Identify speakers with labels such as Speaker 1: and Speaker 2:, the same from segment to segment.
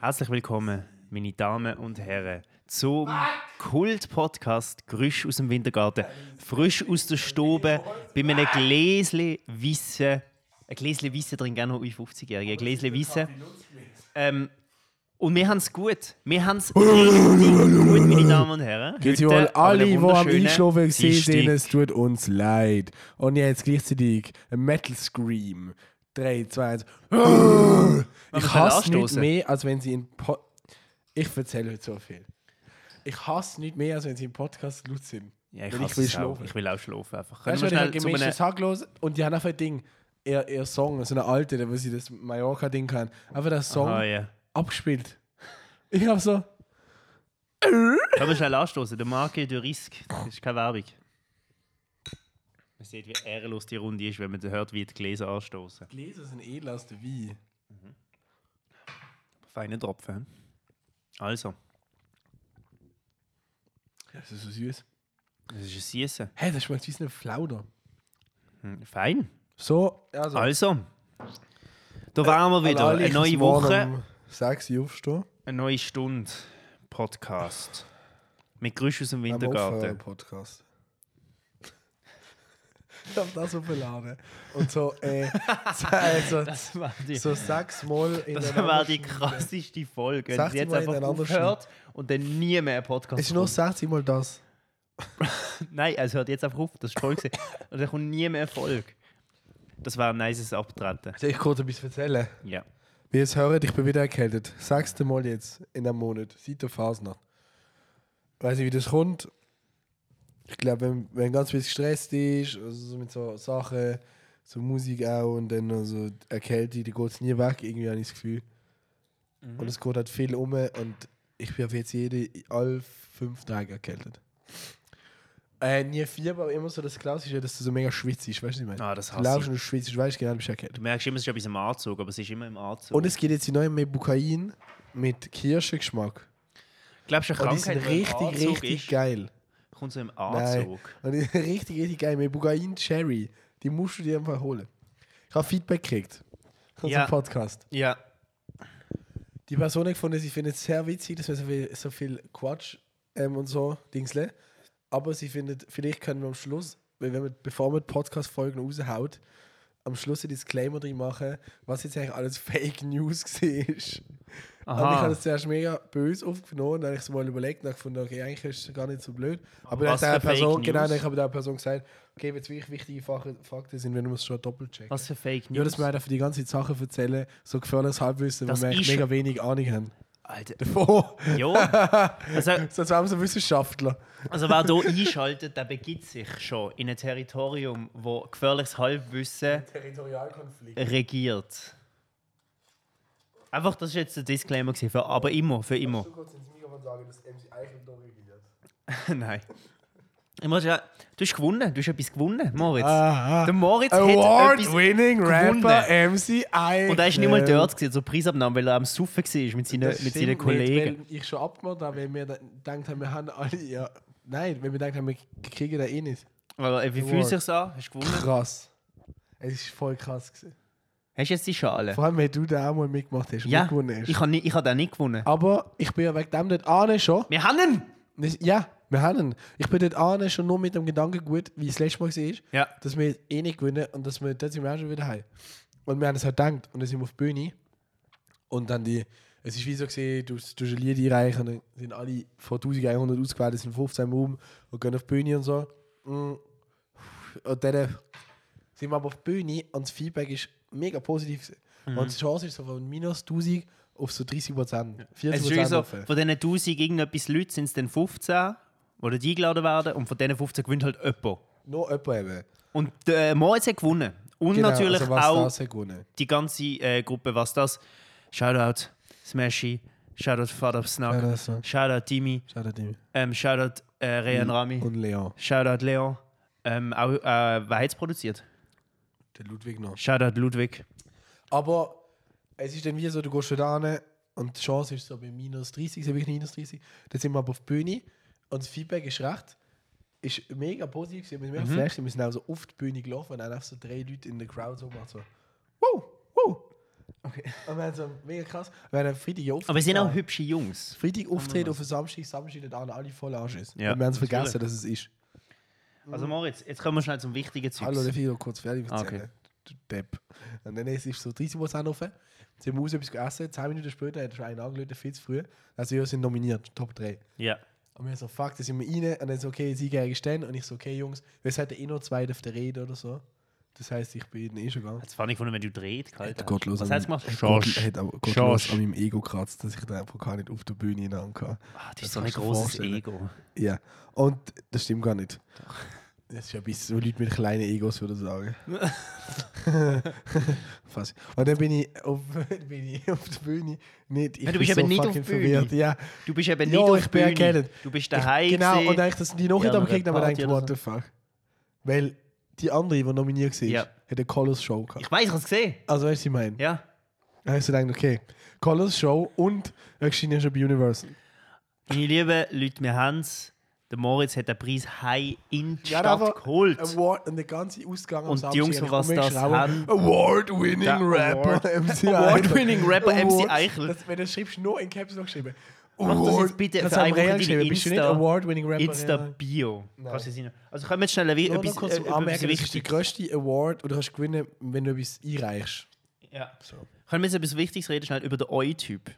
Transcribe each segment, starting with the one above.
Speaker 1: Herzlich willkommen, meine Damen und Herren, zum Kult-Podcast «Grüsch aus dem Wintergarten». Frisch aus der Stube, bei einem Gläschen Wissen. Ein Gläschen Wissen trinkt gerne noch ein 50-Jähriger. Ein Gläschen Wissen. Ähm, und wir haben es gut. Wir haben es richtig gut, meine Damen und Herren.
Speaker 2: Jetzt
Speaker 1: Heute
Speaker 2: holen
Speaker 1: an
Speaker 2: alle,
Speaker 1: einem
Speaker 2: die am
Speaker 1: wunderschönen
Speaker 2: Einschlafen
Speaker 1: Dienstag.
Speaker 2: sind, es tut uns leid. Und jetzt gleichzeitig ein Metal Scream. 3, 2, 1.
Speaker 1: wir
Speaker 2: Ich hasse
Speaker 1: anstoßen?
Speaker 2: nichts mehr, als wenn sie in po Ich erzähle heute so viel. Ich hasse nicht mehr, als wenn sie im Podcast laut sind.
Speaker 1: Ja, ich,
Speaker 2: Wenn
Speaker 1: ich will schlafen. Ich will auch schlafen. Einfach. Können
Speaker 2: Weißt
Speaker 1: wir
Speaker 2: du,
Speaker 1: schnell
Speaker 2: wenn
Speaker 1: zu
Speaker 2: ich
Speaker 1: einem...
Speaker 2: ein Hack los und die haben einfach ein Ding. Ihr, ihr Song, so eine alte, der wo sie das Mallorca-Ding kann. Einfach der Song
Speaker 1: Ah, ja.
Speaker 2: abspielt. Ich hab so.
Speaker 1: Können wir schnell anstoßen? Der Marke, der Risk. Das ist keine Werbung. Man sieht, wie ehrenlos die Runde ist, wenn man hört, wie die Gläser anstoßen.
Speaker 2: Gläser sind edel aus der Wie.
Speaker 1: Feine Tropfen. he? Also,
Speaker 2: Das ist so süß.
Speaker 1: das ist ein Siessen.
Speaker 2: Hä, das schmeckt wie eine Flauder.
Speaker 1: Hm, Fein.
Speaker 2: So, Äh, also.
Speaker 1: Also, da waren wir wieder. Eine neue Woche,
Speaker 2: 6 um Uhr aufstehen.
Speaker 1: eine neue Stunde Podcast. Mit Grüsch aus dem
Speaker 2: Am aufhören
Speaker 1: Wintergarten.
Speaker 2: Podcast. Ich hab das aufgeladen. Und so, äh, so, äh, so,
Speaker 1: Das war die,
Speaker 2: so sechsmal in
Speaker 1: das
Speaker 2: einer
Speaker 1: war die
Speaker 2: Stunde.
Speaker 1: krasseste Folge. Wenn
Speaker 2: 60
Speaker 1: sie jetzt
Speaker 2: Mal
Speaker 1: einfach
Speaker 2: ineinander
Speaker 1: aufhört und dann nie mehr einen Podcast
Speaker 2: Es ist nur 60 Mal das.
Speaker 1: Nein, es hört jetzt einfach auf, das ist voll gewesen. Und da kommt nie mehr Erfolg. Das wäre ein nices Abtreten.
Speaker 2: Soll ich kurz etwas erzählen?
Speaker 1: Ja.
Speaker 2: Wie ihr es hört, ich bin wieder erkältet. Sechste Mal jetzt in einem Monat, seit der Fasnacht. Weiß nicht, wie das kommt. Ich glaube, wenn, wenn ganz viel gestresst ist, also so mit so Sachen, so Musik auch und dann also noch so die Erkältung, die geht es nie weg, irgendwie habe ich das Gefühl.
Speaker 1: Mhm.
Speaker 2: Und es geht halt viel um und ich bin auf jetzt jede, alle fünf Tage erkältet. Äh, nie Fieber, aber immer so das Klassische, dass du so mega schwitzt, weißt du, was ich meine?
Speaker 1: Ah, das
Speaker 2: Du
Speaker 1: hasse
Speaker 2: laufst
Speaker 1: ich.
Speaker 2: und du schwitzt, du weißt genau, du bist erkältet.
Speaker 1: Du merkst immer, es ist etwas im Anzug, aber es ist immer im Anzug.
Speaker 2: Und es gibt jetzt die neue Mebukain mit Kirschengeschmack.
Speaker 1: Glaubst du, eine
Speaker 2: Und die sind
Speaker 1: Krankheit, die im
Speaker 2: richtig,
Speaker 1: Anzug
Speaker 2: richtig
Speaker 1: ist,
Speaker 2: geil.
Speaker 1: kommt so im
Speaker 2: Nein.
Speaker 1: Anzug?
Speaker 2: Und die sind richtig, richtig geil. Mebukain Cherry. Die musst du dir einfach holen. Ich habe Feedback gekriegt. Von
Speaker 1: Ja.
Speaker 2: ja. Podcast.
Speaker 1: Ja.
Speaker 2: Die Person hat gefunden, sie findet es sehr witzig, dass wir so viel, so viel Quatsch ähm, und so Dingsle. Aber sie findet, vielleicht können wir am Schluss, weil wenn wir, bevor wir die Podcast-Folgen raushaut, am Schluss ein Disclaimer drin machen, was jetzt eigentlich alles Fake News war. Und ich
Speaker 1: Aha.
Speaker 2: habe das zuerst mega böse aufgenommen, dann habe ich es mal überlegt und habe gefunden, okay, eigentlich ist es gar nicht so blöd. Aber dann
Speaker 1: was
Speaker 2: hat der
Speaker 1: für Fake
Speaker 2: Person, genau,
Speaker 1: News?
Speaker 2: dann habe der Person gesagt, okay, wenn es wirklich wichtige Fak- Fakten sind, wenn wir es schon doppelt checken.
Speaker 1: Was für Fake
Speaker 2: ja,
Speaker 1: News.
Speaker 2: dass wir einfach die ganze Sache erzählen, so gefährliches Halbwissen, wo
Speaker 1: Das
Speaker 2: wir eigentlich
Speaker 1: ist-
Speaker 2: mega wenig Ahnung haben.
Speaker 1: Alter.
Speaker 2: Davon.
Speaker 1: Ja. Also,
Speaker 2: Sonst wären wir so Wissenschaftler.
Speaker 1: also wer hier einschaltet, der begibt sich schon in ein Territorium, wo gefährliches Halbwissen
Speaker 2: Territorialkonflikt.
Speaker 1: Äh, regiert. Einfach, das war jetzt der Disclaimer. gewesen, Für, aber immer, für immer.
Speaker 2: kurz ins Mikrofon sagen, dass MC Eichel da regiert.
Speaker 1: Nein. Ich muss ja, du hast gewonnen, du hast etwas gewonnen, Moritz.
Speaker 2: Aha.
Speaker 1: Der Moritz hat etwas
Speaker 2: Award-winning Rapper
Speaker 1: gewonnen.
Speaker 2: MC Eichel.
Speaker 1: Und er ist nicht mal dort gewesen, zur Preisabnahme, weil er am Suffen war mit seinen,
Speaker 2: Das
Speaker 1: mit
Speaker 2: stimmt
Speaker 1: seinen Kollegen.
Speaker 2: Nicht, weil ich schon abgemacht habe, wenn wir da- gedacht haben, wir haben alle. Ja, nein, wenn wir gedacht haben, wir kriegen da eh nicht.
Speaker 1: Aber äh, wie fühlt sich an? Hast du gewonnen?
Speaker 2: Krass. Es ist voll krass. Gewesen.
Speaker 1: Hast du jetzt die Schale?
Speaker 2: Vor allem, wenn du da auch mal mitgemacht hast und
Speaker 1: Ja,
Speaker 2: nicht gewonnen Ah. hast.
Speaker 1: ich habe nicht- ich hab den nicht gewonnen.
Speaker 2: Aber ich bin ja wegen dem dort ane schon.
Speaker 1: Wir haben ihn!
Speaker 2: Das- Ja, wir haben ihn. Ich bin dort ane schon nur mit dem Gedanken gut, wie es letztes Mal war,
Speaker 1: Ja.
Speaker 2: dass wir eh nicht gewinnen und dass wir dort sind wir auch schon wieder heim. Und wir haben es halt gedacht und dann sind wir auf die Bühne und dann die. Es ist wie so gesehen, du tust ein Lied einreichen und dann sind alle von 1100 ausgewählt, es sind 15 im Raum und gehen auf die Bühne und so. Mm. Und dann äh, sind wir aber auf die Bühne und das Feedback ist mega positiv. gewesen.
Speaker 1: Mhm.
Speaker 2: Und die Chance ist so von minus 1000 auf so 30 Prozent. 40
Speaker 1: Es ist wirklich so,
Speaker 2: Prozent.
Speaker 1: von diesen 1000 irgendetwas Leute sind es dann 15, die dort eingeladen werden und von diesen 15 gewinnt halt jemand.
Speaker 2: Noch jemand eben.
Speaker 1: Und äh, Moritz hat gewonnen. Und
Speaker 2: Genau,
Speaker 1: natürlich
Speaker 2: also was
Speaker 1: auch
Speaker 2: Das hat gewonnen.
Speaker 1: die ganze äh, Gruppe, was das. Shoutout Smashy, Shoutout Vater Snack,
Speaker 2: Shoutout Snack.
Speaker 1: Shoutout Timmy,
Speaker 2: Schade, Timmy.
Speaker 1: ähm, Shoutout äh, Rehan Rami,
Speaker 2: Mhm. Und Leon.
Speaker 1: Shoutout Leon. Ähm, auch, äh, wer hat es produziert?
Speaker 2: Der Ludwig noch.
Speaker 1: Shoutout Ludwig.
Speaker 2: Aber es ist dann wie so, du gehst da hin und die Chance ist so bei minus 30, sind wirklich minus 30. Dann sind wir aber auf die Bühne und das Feedback ist recht, ist mega positiv gewesen. Wir sind mega
Speaker 1: Mhm.
Speaker 2: geflasht, wir sind auch so auf die Bühne gelaufen und dann einfach so drei Leute in der Crowd so gemacht so, wow, wow. Und wir haben so mega krass. Wir haben am Freitag ja
Speaker 1: Aber es sind auch
Speaker 2: aufgetan.
Speaker 1: hübsche Jungs.
Speaker 2: Freitag Auftritt auf den Samstag, Samstag dann waren alle voll Arsch ist.
Speaker 1: Ja,
Speaker 2: und wir haben es
Speaker 1: natürlich.
Speaker 2: vergessen, dass es ist.
Speaker 1: Also Moritz, jetzt kommen wir schnell zum wichtigen Zeug.
Speaker 2: Mhm. Hallo, darf ich noch kurz fertig
Speaker 1: Ah,
Speaker 2: erzählen? Du Depp. Und dann ist es so 30 Uhr anrufen, sie haben raus etwas gegessen, 10 Minuten später hat schon einen angelötet, viel zu früh. Also wir sind nominiert, Top 3.
Speaker 1: Ja.
Speaker 2: Und wir so, fuck, da sind wir rein. Und dann so, okay, sie gegen Stern. Und ich so, okay, Jungs, wir hätten eh noch zwei auf der Rede oder so. Das heisst, ich bin eh schon gegangen.
Speaker 1: Jetzt fand ich von wenn du dreht, Alter.
Speaker 2: gottlos
Speaker 1: Was
Speaker 2: an
Speaker 1: hast du gemacht?
Speaker 2: meinem- hat
Speaker 1: Schorsch.
Speaker 2: Gott- Hat aber gottlos
Speaker 1: Schorsch.
Speaker 2: an meinem Ego kratzt, dass ich da einfach gar nicht auf der Bühne hinein kann.
Speaker 1: Ah, das
Speaker 2: Das
Speaker 1: ist so ein
Speaker 2: kannst du dir
Speaker 1: großes
Speaker 2: vorstellen.
Speaker 1: Ego.
Speaker 2: Ja, und das stimmt gar nicht. Das ist ja bis so Leute mit kleinen Egos, würde ich sagen. Fast. Und dann bin ich auf, bin ich auf der Bühne. Nicht, ich
Speaker 1: Ja, du
Speaker 2: bin
Speaker 1: bist
Speaker 2: so
Speaker 1: eben nicht auf
Speaker 2: fucking
Speaker 1: der Bühne.
Speaker 2: verwirrt. Ja,
Speaker 1: Du bist eben
Speaker 2: Ja,
Speaker 1: nicht auf
Speaker 2: ich bin
Speaker 1: Bühne.
Speaker 2: erkannt.
Speaker 1: Du bist daheim.
Speaker 2: ich, genau.
Speaker 1: gewesen.
Speaker 2: Und eigentlich, dass die noch
Speaker 1: Ja,
Speaker 2: nicht am
Speaker 1: aber
Speaker 2: Gegner aber
Speaker 1: Party
Speaker 2: denkt,
Speaker 1: oder
Speaker 2: what the fuck. Weil die andere, die nominiert war,
Speaker 1: Ja.
Speaker 2: hat eine Colors Show gehabt.
Speaker 1: ich weiß, ich habe es gesehen.
Speaker 2: Also, weißt du, was ich meine?
Speaker 1: Ja.
Speaker 2: Dann hast du gedacht, okay, Colors Show und er erschien ja schon bei Universal.
Speaker 1: Meine lieben Leute, wir haben es. Der Moritz hat den Preis high in die
Speaker 2: Ja,
Speaker 1: Stadt
Speaker 2: aber-
Speaker 1: geholt.
Speaker 2: Award und der ganze Ausgang
Speaker 1: Und die Jungs, die was das haben.
Speaker 2: Award-winning
Speaker 1: Der
Speaker 2: Rapper
Speaker 1: Award-
Speaker 2: MC
Speaker 1: Award-winning
Speaker 2: Eichel.
Speaker 1: Rapper MC
Speaker 2: Award-
Speaker 1: Eichel.
Speaker 2: Das, wenn du schreibst, nur in Caps Lock geschrieben.
Speaker 1: Mach das jetzt bitte
Speaker 2: das
Speaker 1: für
Speaker 2: haben
Speaker 1: eine Woche
Speaker 2: Real
Speaker 1: deine
Speaker 2: geschrieben. Bist du nicht
Speaker 1: Insta-
Speaker 2: Award-winning Rapper?
Speaker 1: Insta-Bio. Kannst du es rein- Also können wir jetzt schnell ein,
Speaker 2: Nur noch
Speaker 1: etwas,
Speaker 2: kurz
Speaker 1: äh,
Speaker 2: zum
Speaker 1: etwas
Speaker 2: Anmerken, das ist der
Speaker 1: Wichtiges.
Speaker 2: grösste Award, oder kannst du gewinnen, wenn du etwas einreichst.
Speaker 1: Ja. Können wir jetzt etwas Wichtiges reden, schnell über den Eu-Typ?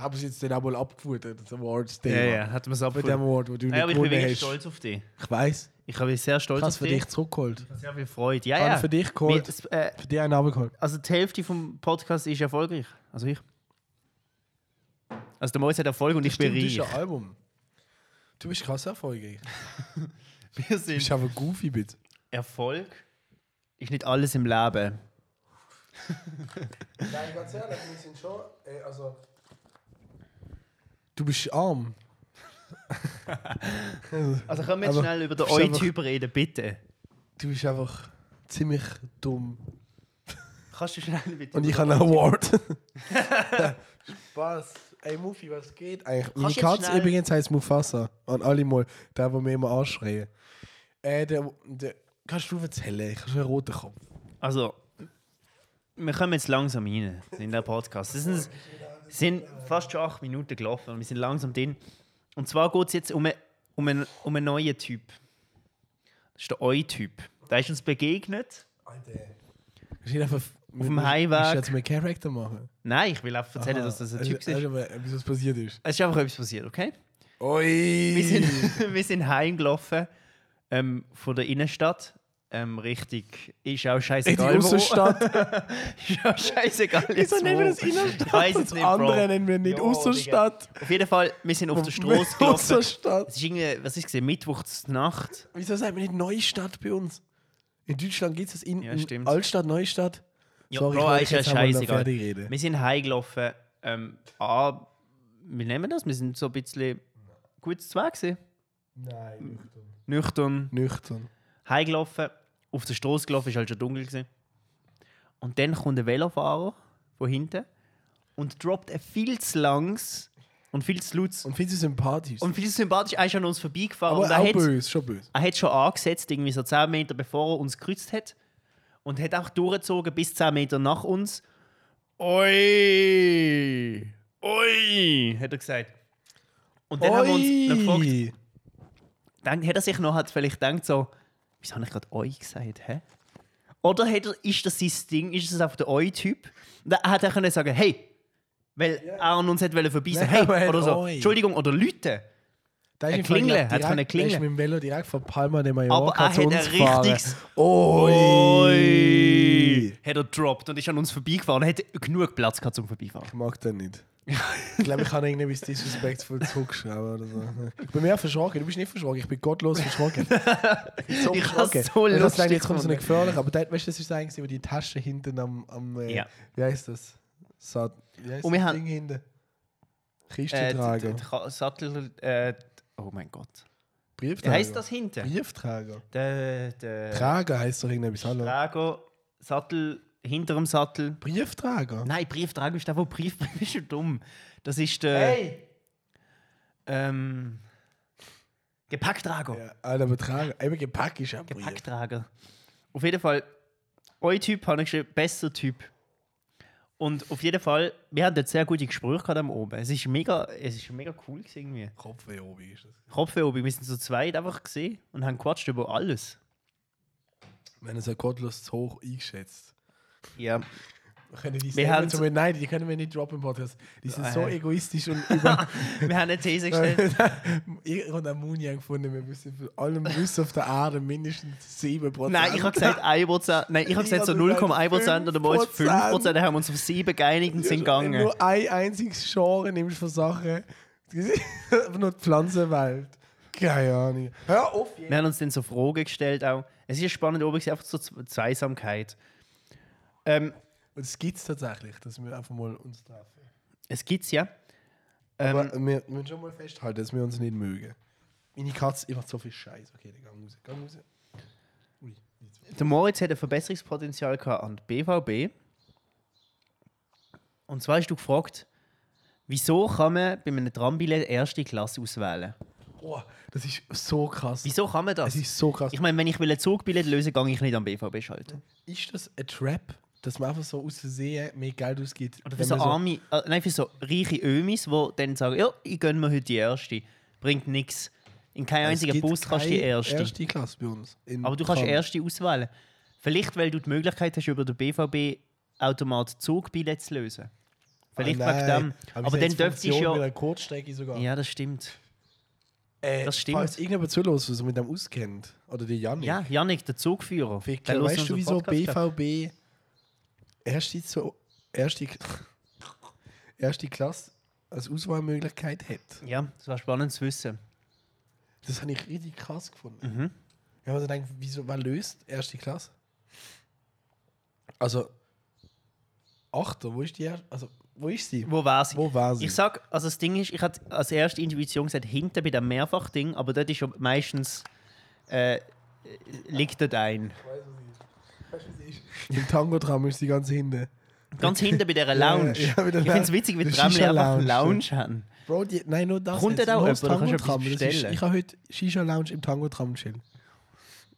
Speaker 2: Haben sie jetzt den auch mal abgefuttert, das Awards-Thema.
Speaker 1: hat man es
Speaker 2: Mit dem Award, wo du
Speaker 1: Ja,
Speaker 2: nicht
Speaker 1: aber ich bin
Speaker 2: gewonnen
Speaker 1: wirklich
Speaker 2: hast.
Speaker 1: stolz auf dich.
Speaker 2: Ich weiß.
Speaker 1: Ich habe sehr stolz
Speaker 2: Ich habe
Speaker 1: auf
Speaker 2: für
Speaker 1: dich.
Speaker 2: dich zurückgeholt.
Speaker 1: Ich habe sehr viel Freude. Ja,
Speaker 2: Ich
Speaker 1: ja.
Speaker 2: habe für dich
Speaker 1: Wir,
Speaker 2: geholt.
Speaker 1: es, äh,
Speaker 2: Für dich einen abgeholt.
Speaker 1: also die Hälfte vom Podcast ist erfolgreich. Also ich. Also der Moritz hat Erfolg und ich bin
Speaker 2: Stimmt, das
Speaker 1: reich.
Speaker 2: ist ein Album. Du bist krass erfolgreich.
Speaker 1: Wir
Speaker 2: Du
Speaker 1: sind
Speaker 2: bist aber goofy, bitte.
Speaker 1: Erfolg ist nicht alles im Leben.
Speaker 2: Nein, ganz ehrlich, wir sind schon. Äh, also du bist arm.
Speaker 1: Also können wir jetzt
Speaker 2: Aber
Speaker 1: schnell über den
Speaker 2: du bist
Speaker 1: Eu-Typ reden, bitte.
Speaker 2: Du bist einfach ziemlich dumm.
Speaker 1: Kannst du schnell bitte.
Speaker 2: Und ich habe einen Award. Spaß. Ey, Mufi, was geht eigentlich? Meine
Speaker 1: Kannst du jetzt
Speaker 2: Katze
Speaker 1: schnell-
Speaker 2: übrigens heißt Mufasa. An alle mal. Der, der mir immer anschreien. Äh, der, der, kannst du erzählen? Ich habe einen roten Kopf.
Speaker 1: Also, wir kommen jetzt langsam rein in den Podcast. Es sind, sind fast schon acht Minuten gelaufen und wir sind langsam drin. Und zwar geht es jetzt um, eine- um, einen, um einen neuen Typ. Das ist der Eu-Typ. Der ist uns begegnet.
Speaker 2: Alter. Ich bin einfach auf
Speaker 1: dem Heimweg.
Speaker 2: Ich jetzt mal Charakter machen.
Speaker 1: Nein, ich will einfach erzählen,
Speaker 2: Aha.
Speaker 1: dass das ein
Speaker 2: Also,
Speaker 1: Typ ist.
Speaker 2: also, äh, Wieso es passiert ist.
Speaker 1: Es ist einfach etwas passiert, okay?
Speaker 2: Oi!
Speaker 1: Wir sind, wir sind heimgelaufen ähm, von der Innenstadt. Ähm, richtig, ist auch
Speaker 2: in die
Speaker 1: scheißegal. wo.
Speaker 2: Außenstadt.
Speaker 1: Ist auch scheißegal.
Speaker 2: Wieso
Speaker 1: jetzt
Speaker 2: nennen wir
Speaker 1: wo.
Speaker 2: das Innenstadt?
Speaker 1: Ich weiß es
Speaker 2: das
Speaker 1: nicht, Bro.
Speaker 2: andere nennen wir nicht
Speaker 1: Ja,
Speaker 2: Außenstadt.
Speaker 1: Auf jeden Fall, wir sind auf der Straße gelaufen.
Speaker 2: Außenstadt.
Speaker 1: Es ist irgendwie, was ist es, Mittwochsnacht.
Speaker 2: Wieso sagt man nicht Neustadt bei uns? In Deutschland gibt es das in
Speaker 1: Ja, stimmt.
Speaker 2: Altstadt, Neustadt.
Speaker 1: Ja,
Speaker 2: Sorry, ich
Speaker 1: Bro,
Speaker 2: wollte
Speaker 1: ist ja
Speaker 2: jetzt einmal noch
Speaker 1: scheißegal.
Speaker 2: fertig reden.
Speaker 1: Wir sind heimgelaufen. Ähm, ah, wir nehmen das, wir sind so ein bisschen gut zu Weg gewesen.
Speaker 2: Nein.
Speaker 1: Nüchtern,
Speaker 2: Nüchtern.
Speaker 1: heimgelaufen. Auf der Straße gelaufen, ist halt schon dunkel gewesen. Und dann kommt ein Velofahrer von hinten und droppt ein viel zu langs und viel zu lautes
Speaker 2: Und findest du sympathisch?
Speaker 1: und viel zu sympathisch. Er ist an uns vorbeigefahren
Speaker 2: aber
Speaker 1: und er
Speaker 2: auch
Speaker 1: hat
Speaker 2: böse, schon böse.
Speaker 1: er hat schon angesetzt, irgendwie so 10 Meter bevor er uns gekreuzt hat. Und hat auch durchgezogen bis 10 Meter nach uns. Oi! Oi! hat er gesagt. Und dann haben wir uns noch gefragt,
Speaker 2: Oi!
Speaker 1: dann hat er sich noch hat vielleicht gedacht so, wieso habe ich gerade Oi gesagt, hä? Oder hat er, ist das sein Ding, ist das einfach der Oi-Typ? Da hat er können sagen, hey, weil er an uns hat wollen verbeissen,
Speaker 2: Nein,
Speaker 1: hey,
Speaker 2: aber er hat
Speaker 1: oder so,
Speaker 2: Oi.
Speaker 1: Entschuldigung, oder Leute.
Speaker 2: Da
Speaker 1: Ein
Speaker 2: im Fall,
Speaker 1: Klingle,
Speaker 2: glaub,
Speaker 1: hat so eine
Speaker 2: Der
Speaker 1: Klingle.
Speaker 2: ist mit dem Velo direkt von Palma de
Speaker 1: Aber
Speaker 2: Mallorca
Speaker 1: er
Speaker 2: zu
Speaker 1: hat
Speaker 2: uns
Speaker 1: ein
Speaker 2: gefahren.
Speaker 1: richtiges
Speaker 2: Oi!
Speaker 1: Oi! Hat er gedroppt und ist an uns vorbeigefahren. Er hätte genug Platz gehabt zum Vorbeifahren.
Speaker 2: Ich mag den nicht. ich glaube, ich kann irgendwie disrespectful zurückschreiben oder so. Ich bin mehr verschrocken. Du bist nicht verschrocken. Ich bin gottlos verschrocken. so
Speaker 1: Ich hab's
Speaker 2: verschrocken.
Speaker 1: so
Speaker 2: Und das
Speaker 1: lustig
Speaker 2: sagt, Jetzt kommt so eine
Speaker 1: gefunden.
Speaker 2: gefährlich. Aber dort, weißt du, das ist eigentlich über die Tasche hinten am, am äh,
Speaker 1: Ja.
Speaker 2: wie heißt das? Sat wie heißt
Speaker 1: Und wir
Speaker 2: das
Speaker 1: haben-
Speaker 2: Ding hinten?
Speaker 1: Äh, d- d-
Speaker 2: Kistentrager.
Speaker 1: d- Ka- Sattel. Äh, d- oh mein Gott. Wie
Speaker 2: Brieftrager.
Speaker 1: heißt das hinten?
Speaker 2: Brieftrager.
Speaker 1: Der. Der.
Speaker 2: Trager heißt doch irgendetwas. Hallo.
Speaker 1: Trago. Sattel. Hinterm Sattel.
Speaker 2: Brieftrager?
Speaker 1: Nein, Brieftrago ist der, wo Brief. Bist du dumm? Das ist der. Ähm, Gepäcktrago.
Speaker 2: Oh Ja, Alter, aber Trager. Eben Gepäck ist ja ein Brief.
Speaker 1: Gepäcktrager. Auf jeden Fall euer Typ habe ich geschrieben, besser Typ. Und auf jeden Fall, wir hatten dort sehr gute Gespräche gehabt am oben. Es ist mega, es ist mega cool gewesen irgendwie.
Speaker 2: Kopfweh oben ist das.
Speaker 1: Kopfweh oben, wir sind so zweit einfach gesehen und haben quatscht über alles.
Speaker 2: Wenn es ja gottlos zu hoch eingeschätzt.
Speaker 1: Ja.
Speaker 2: Wir können die
Speaker 1: Wir
Speaker 2: selber
Speaker 1: haben- Äh.
Speaker 2: zum Nein, die können wir nicht droppen im Podcast. Die sind so
Speaker 1: Nein.
Speaker 2: egoistisch und über.
Speaker 1: Wir haben eine These gestellt.
Speaker 2: ich habe einen Munjan gefunden. Wir müssen für alle Wissen auf der Erde mindestens 7%.
Speaker 1: Nein, ich habe gesagt 1%. Nein, ich habe gesagt so
Speaker 2: Ich habe
Speaker 1: 0,1% oder mal ist
Speaker 2: 5%.
Speaker 1: 5%. Dann haben wir uns auf 7 geeinigt und sind
Speaker 2: Wenn du
Speaker 1: gegangen.
Speaker 2: Nur ein einziges Genre nimmst von Sachen. Einfach nur die Pflanzenwelt. Keine Ahnung. Hör auf!
Speaker 1: Wir haben uns dann so Fragen gestellt auch. Es ist spannend oben, gewesen, einfach so Z- Zweisamkeit. Ähm,
Speaker 2: Und es gibt es tatsächlich, dass wir einfach mal uns treffen.
Speaker 1: es gibt's ja. Ähm,
Speaker 2: Aber wir müssen schon mal festhalten, dass wir uns nicht mögen. Meine Katze, ich mache so viel Scheiß. Okay, dann geh raus. Geh raus. Ui, jetzt.
Speaker 1: Der Moritz hat ein Verbesserungspotenzial gehabt an die BVB. Und zwar hast du gefragt, wieso kann man bei einem Trambillett erste Klasse auswählen?
Speaker 2: Oh, das ist so krass.
Speaker 1: Wieso kann man das?
Speaker 2: Das ist so krass.
Speaker 1: Ich meine, wenn ich will ein Zugbillett lösen will, gehe ich nicht am BVB schalten.
Speaker 2: Ist das ein Trap, dass man einfach so aus Versehen mehr Geld ausgibt?
Speaker 1: Oder für
Speaker 2: wenn
Speaker 1: so,
Speaker 2: man
Speaker 1: arme, äh, nein, für so reiche Ömis, die dann sagen, ja, ich gönne mir heute die erste. Bringt nichts. In keinem
Speaker 2: Es
Speaker 1: einzigen
Speaker 2: gibt
Speaker 1: Bus kannst du die
Speaker 2: keine
Speaker 1: erste.
Speaker 2: erste Klasse bei uns. in
Speaker 1: Aber du kannst
Speaker 2: Cannes.
Speaker 1: erste auswählen. Vielleicht, weil du die Möglichkeit hast, über den BVB Automat Zugbillett zu lösen. Vielleicht
Speaker 2: Ah,
Speaker 1: wegen
Speaker 2: nein.
Speaker 1: dem.
Speaker 2: wir
Speaker 1: Aber,
Speaker 2: sind
Speaker 1: dann
Speaker 2: jetzt
Speaker 1: dürftest du
Speaker 2: Funktion Mit
Speaker 1: ja.
Speaker 2: einer Kurzstrecke sogar.
Speaker 1: Ja, das stimmt.
Speaker 2: Äh,
Speaker 1: das stimmt.
Speaker 2: Falls irgendjemand zulässt, der sich mit dem auskennt, oder die Janik.
Speaker 1: Ja, Janik, der Zugführer.
Speaker 2: Ficker,
Speaker 1: Der hört
Speaker 2: weißt du,
Speaker 1: unseren
Speaker 2: wieso
Speaker 1: Podcast ab.
Speaker 2: BVB erste, so, erste, erste Klasse als Auswahlmöglichkeit hat?
Speaker 1: Ja, das war spannend zu wissen.
Speaker 2: Das habe ich richtig krass gefunden.
Speaker 1: Mhm.
Speaker 2: Ich habe mir gedacht, wieso, wer löst erste Klasse? Also, Achter, wo ist die erste? Also, wo ist sie?
Speaker 1: Wo war sie?
Speaker 2: Wo war sie?
Speaker 1: Ich sag, also das Ding ist, ich hatte als erste Intuition gesagt, hinten bei dem Mehrfachding, aber dort ist ja meistens. Äh, liegt dort ein.
Speaker 2: Im Tango-Tram ist sie ganz hinten.
Speaker 1: Ganz hinten bei dieser Lounge.
Speaker 2: Ja, ja, bei der
Speaker 1: ich finde es witzig, wie
Speaker 2: der
Speaker 1: die Tramli einfach eine
Speaker 2: Shisha-Lounge,
Speaker 1: Lounge haben.
Speaker 2: Bro, die, nein, nur das.
Speaker 1: Kommt
Speaker 2: jetzt.
Speaker 1: dort auch
Speaker 2: Nur das
Speaker 1: jemand? Du kannst
Speaker 2: Tango-Tram.
Speaker 1: etwas
Speaker 2: Das ist-
Speaker 1: bestellen.
Speaker 2: Ich habe heute Shisha-Lounge im Tango-Tram chillen.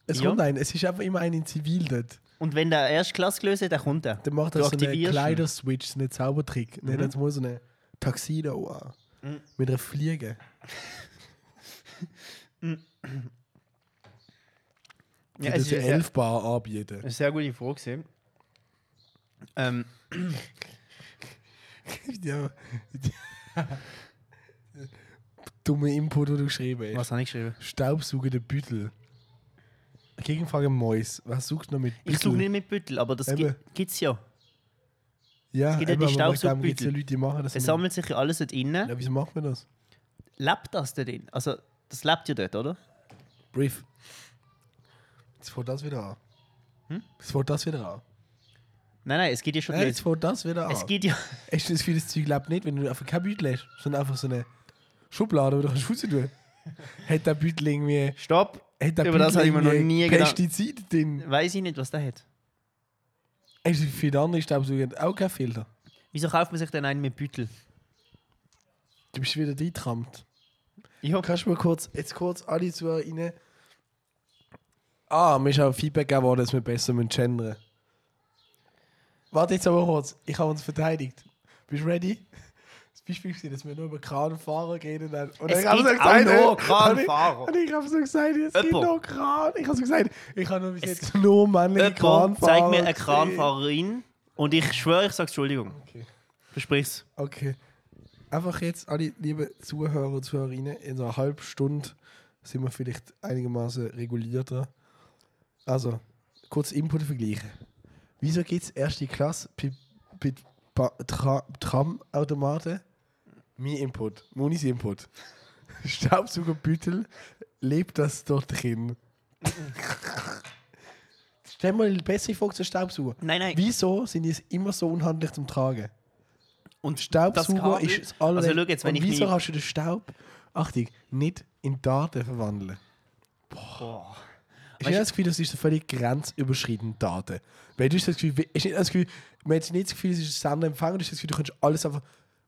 Speaker 2: Es
Speaker 1: Ja.
Speaker 2: kommt ein, es ist einfach immer ein in Zivil dort.
Speaker 1: Und wenn der Erstklasse gelöst hat, dann kommt er.
Speaker 2: Der macht
Speaker 1: Du
Speaker 2: das so einen
Speaker 1: aktivierst ihn.
Speaker 2: Kleider-Switch, so einen Zaubertrick. Mhm. Dann hat mal so eine Tuxedo an.
Speaker 1: Mhm.
Speaker 2: Mit einer Fliege. Die
Speaker 1: Ja,
Speaker 2: das
Speaker 1: es ist eine
Speaker 2: elf Bar anbieten.
Speaker 1: sehr, sehr gute Frage. gewesen. Ähm,
Speaker 2: ja. Dumme Input, den du geschrieben hast.
Speaker 1: was habe ich geschrieben?
Speaker 2: Staubsauger der Büttel. Gegenfrage Mois. Was suchst du noch mit
Speaker 1: Ich suche nicht mit Büttel, aber das
Speaker 2: Eben.
Speaker 1: gibt es ja.
Speaker 2: Ja, es
Speaker 1: gibt ja die
Speaker 2: Gibt es ja
Speaker 1: Staubsaugbüttel.
Speaker 2: Leute, die machen das.
Speaker 1: Es
Speaker 2: nicht.
Speaker 1: sammelt sich ja alles dort innen.
Speaker 2: Ja, wieso macht man das?
Speaker 1: Lebt das dort innen? Also, das lebt ja dort, oder?
Speaker 2: Brief. Jetzt fährt das wieder an.
Speaker 1: Hm?
Speaker 2: Jetzt fährt das wieder an.
Speaker 1: Nein, nein, es geht ja schon
Speaker 2: Nein, jetzt
Speaker 1: los.
Speaker 2: fährt das wieder an.
Speaker 1: Es geht ja.
Speaker 2: Echt, das vieles Zeug lebt nicht, wenn du einfach kein Beutel hast, sondern einfach so eine Schublade, wo du kannst Fuß tun. Hat der Beutel irgendwie.
Speaker 1: Stopp!
Speaker 2: Hat der
Speaker 1: Über das habe ich mir noch
Speaker 2: irgendwie
Speaker 1: nie gedacht.
Speaker 2: Pestizide drin.
Speaker 1: Weiß ich nicht, was der hat.
Speaker 2: Echt, viele andere Staubsauger haben auch keinen Filter.
Speaker 1: Wieso kauft man sich denn einen mit Büttel?
Speaker 2: Du bist wieder reingetrampt.
Speaker 1: Ich hab
Speaker 2: Kannst du mal kurz, jetzt kurz alle zu rein. Ah, mir ist auch Feedback gegeben worden, dass wir besser mit gendern. Warte jetzt aber kurz, ich habe uns verteidigt. Bist du ready? Das Beispiel war, dass wir nur über Kranfahrer geredet haben. Und
Speaker 1: Es
Speaker 2: ich habe
Speaker 1: gibt auch noch Kranfahrer.
Speaker 2: Und ich, und ich habe so gesagt, es gibt
Speaker 1: Jemand.
Speaker 2: noch Kran. Ich habe so gesagt, ich habe nur bis
Speaker 1: Es-
Speaker 2: jetzt nur männliche
Speaker 1: Jemand
Speaker 2: Kranfahrer.
Speaker 1: zeigt mir eine
Speaker 2: gesehen.
Speaker 1: Kranfahrerin und ich schwöre, ich sage Entschuldigung.
Speaker 2: Okay.
Speaker 1: Versprich's.
Speaker 2: Okay. Einfach jetzt, alle liebe Zuhörer und Zuhörerinnen, in so einer halben Stunde sind wir vielleicht einigermaßen regulierter. Also, kurz Input vergleichen. Wieso gibt es erste Klasse bei, bei Ba- Tra Tram-Automaten? Mein Input, Monis Input. Staubsaugerbüttel, lebt das dort drin? Stell mal eine bessere Frage zu Staubsauger.
Speaker 1: Nein, nein.
Speaker 2: Wieso sind die es immer so unhandlich zum Tragen?
Speaker 1: Und
Speaker 2: Staubsauger
Speaker 1: Kabel-
Speaker 2: ist das allerletzte.
Speaker 1: Also schau jetzt, wenn
Speaker 2: Und
Speaker 1: ich
Speaker 2: wieso
Speaker 1: meine-
Speaker 2: kannst du den Staub, Achtung, nicht in Daten verwandeln?
Speaker 1: Boah. Weißt
Speaker 2: Ich habe
Speaker 1: du-
Speaker 2: das Gefühl, das ist so völlig grenzüberschreitend Daten. Weil du hast das Gefühl, ich nicht das Gefühl, man hat nicht das Gefühl, es ist ein Senderempfänger, du hast das Gefühl, du kannst alles einfach.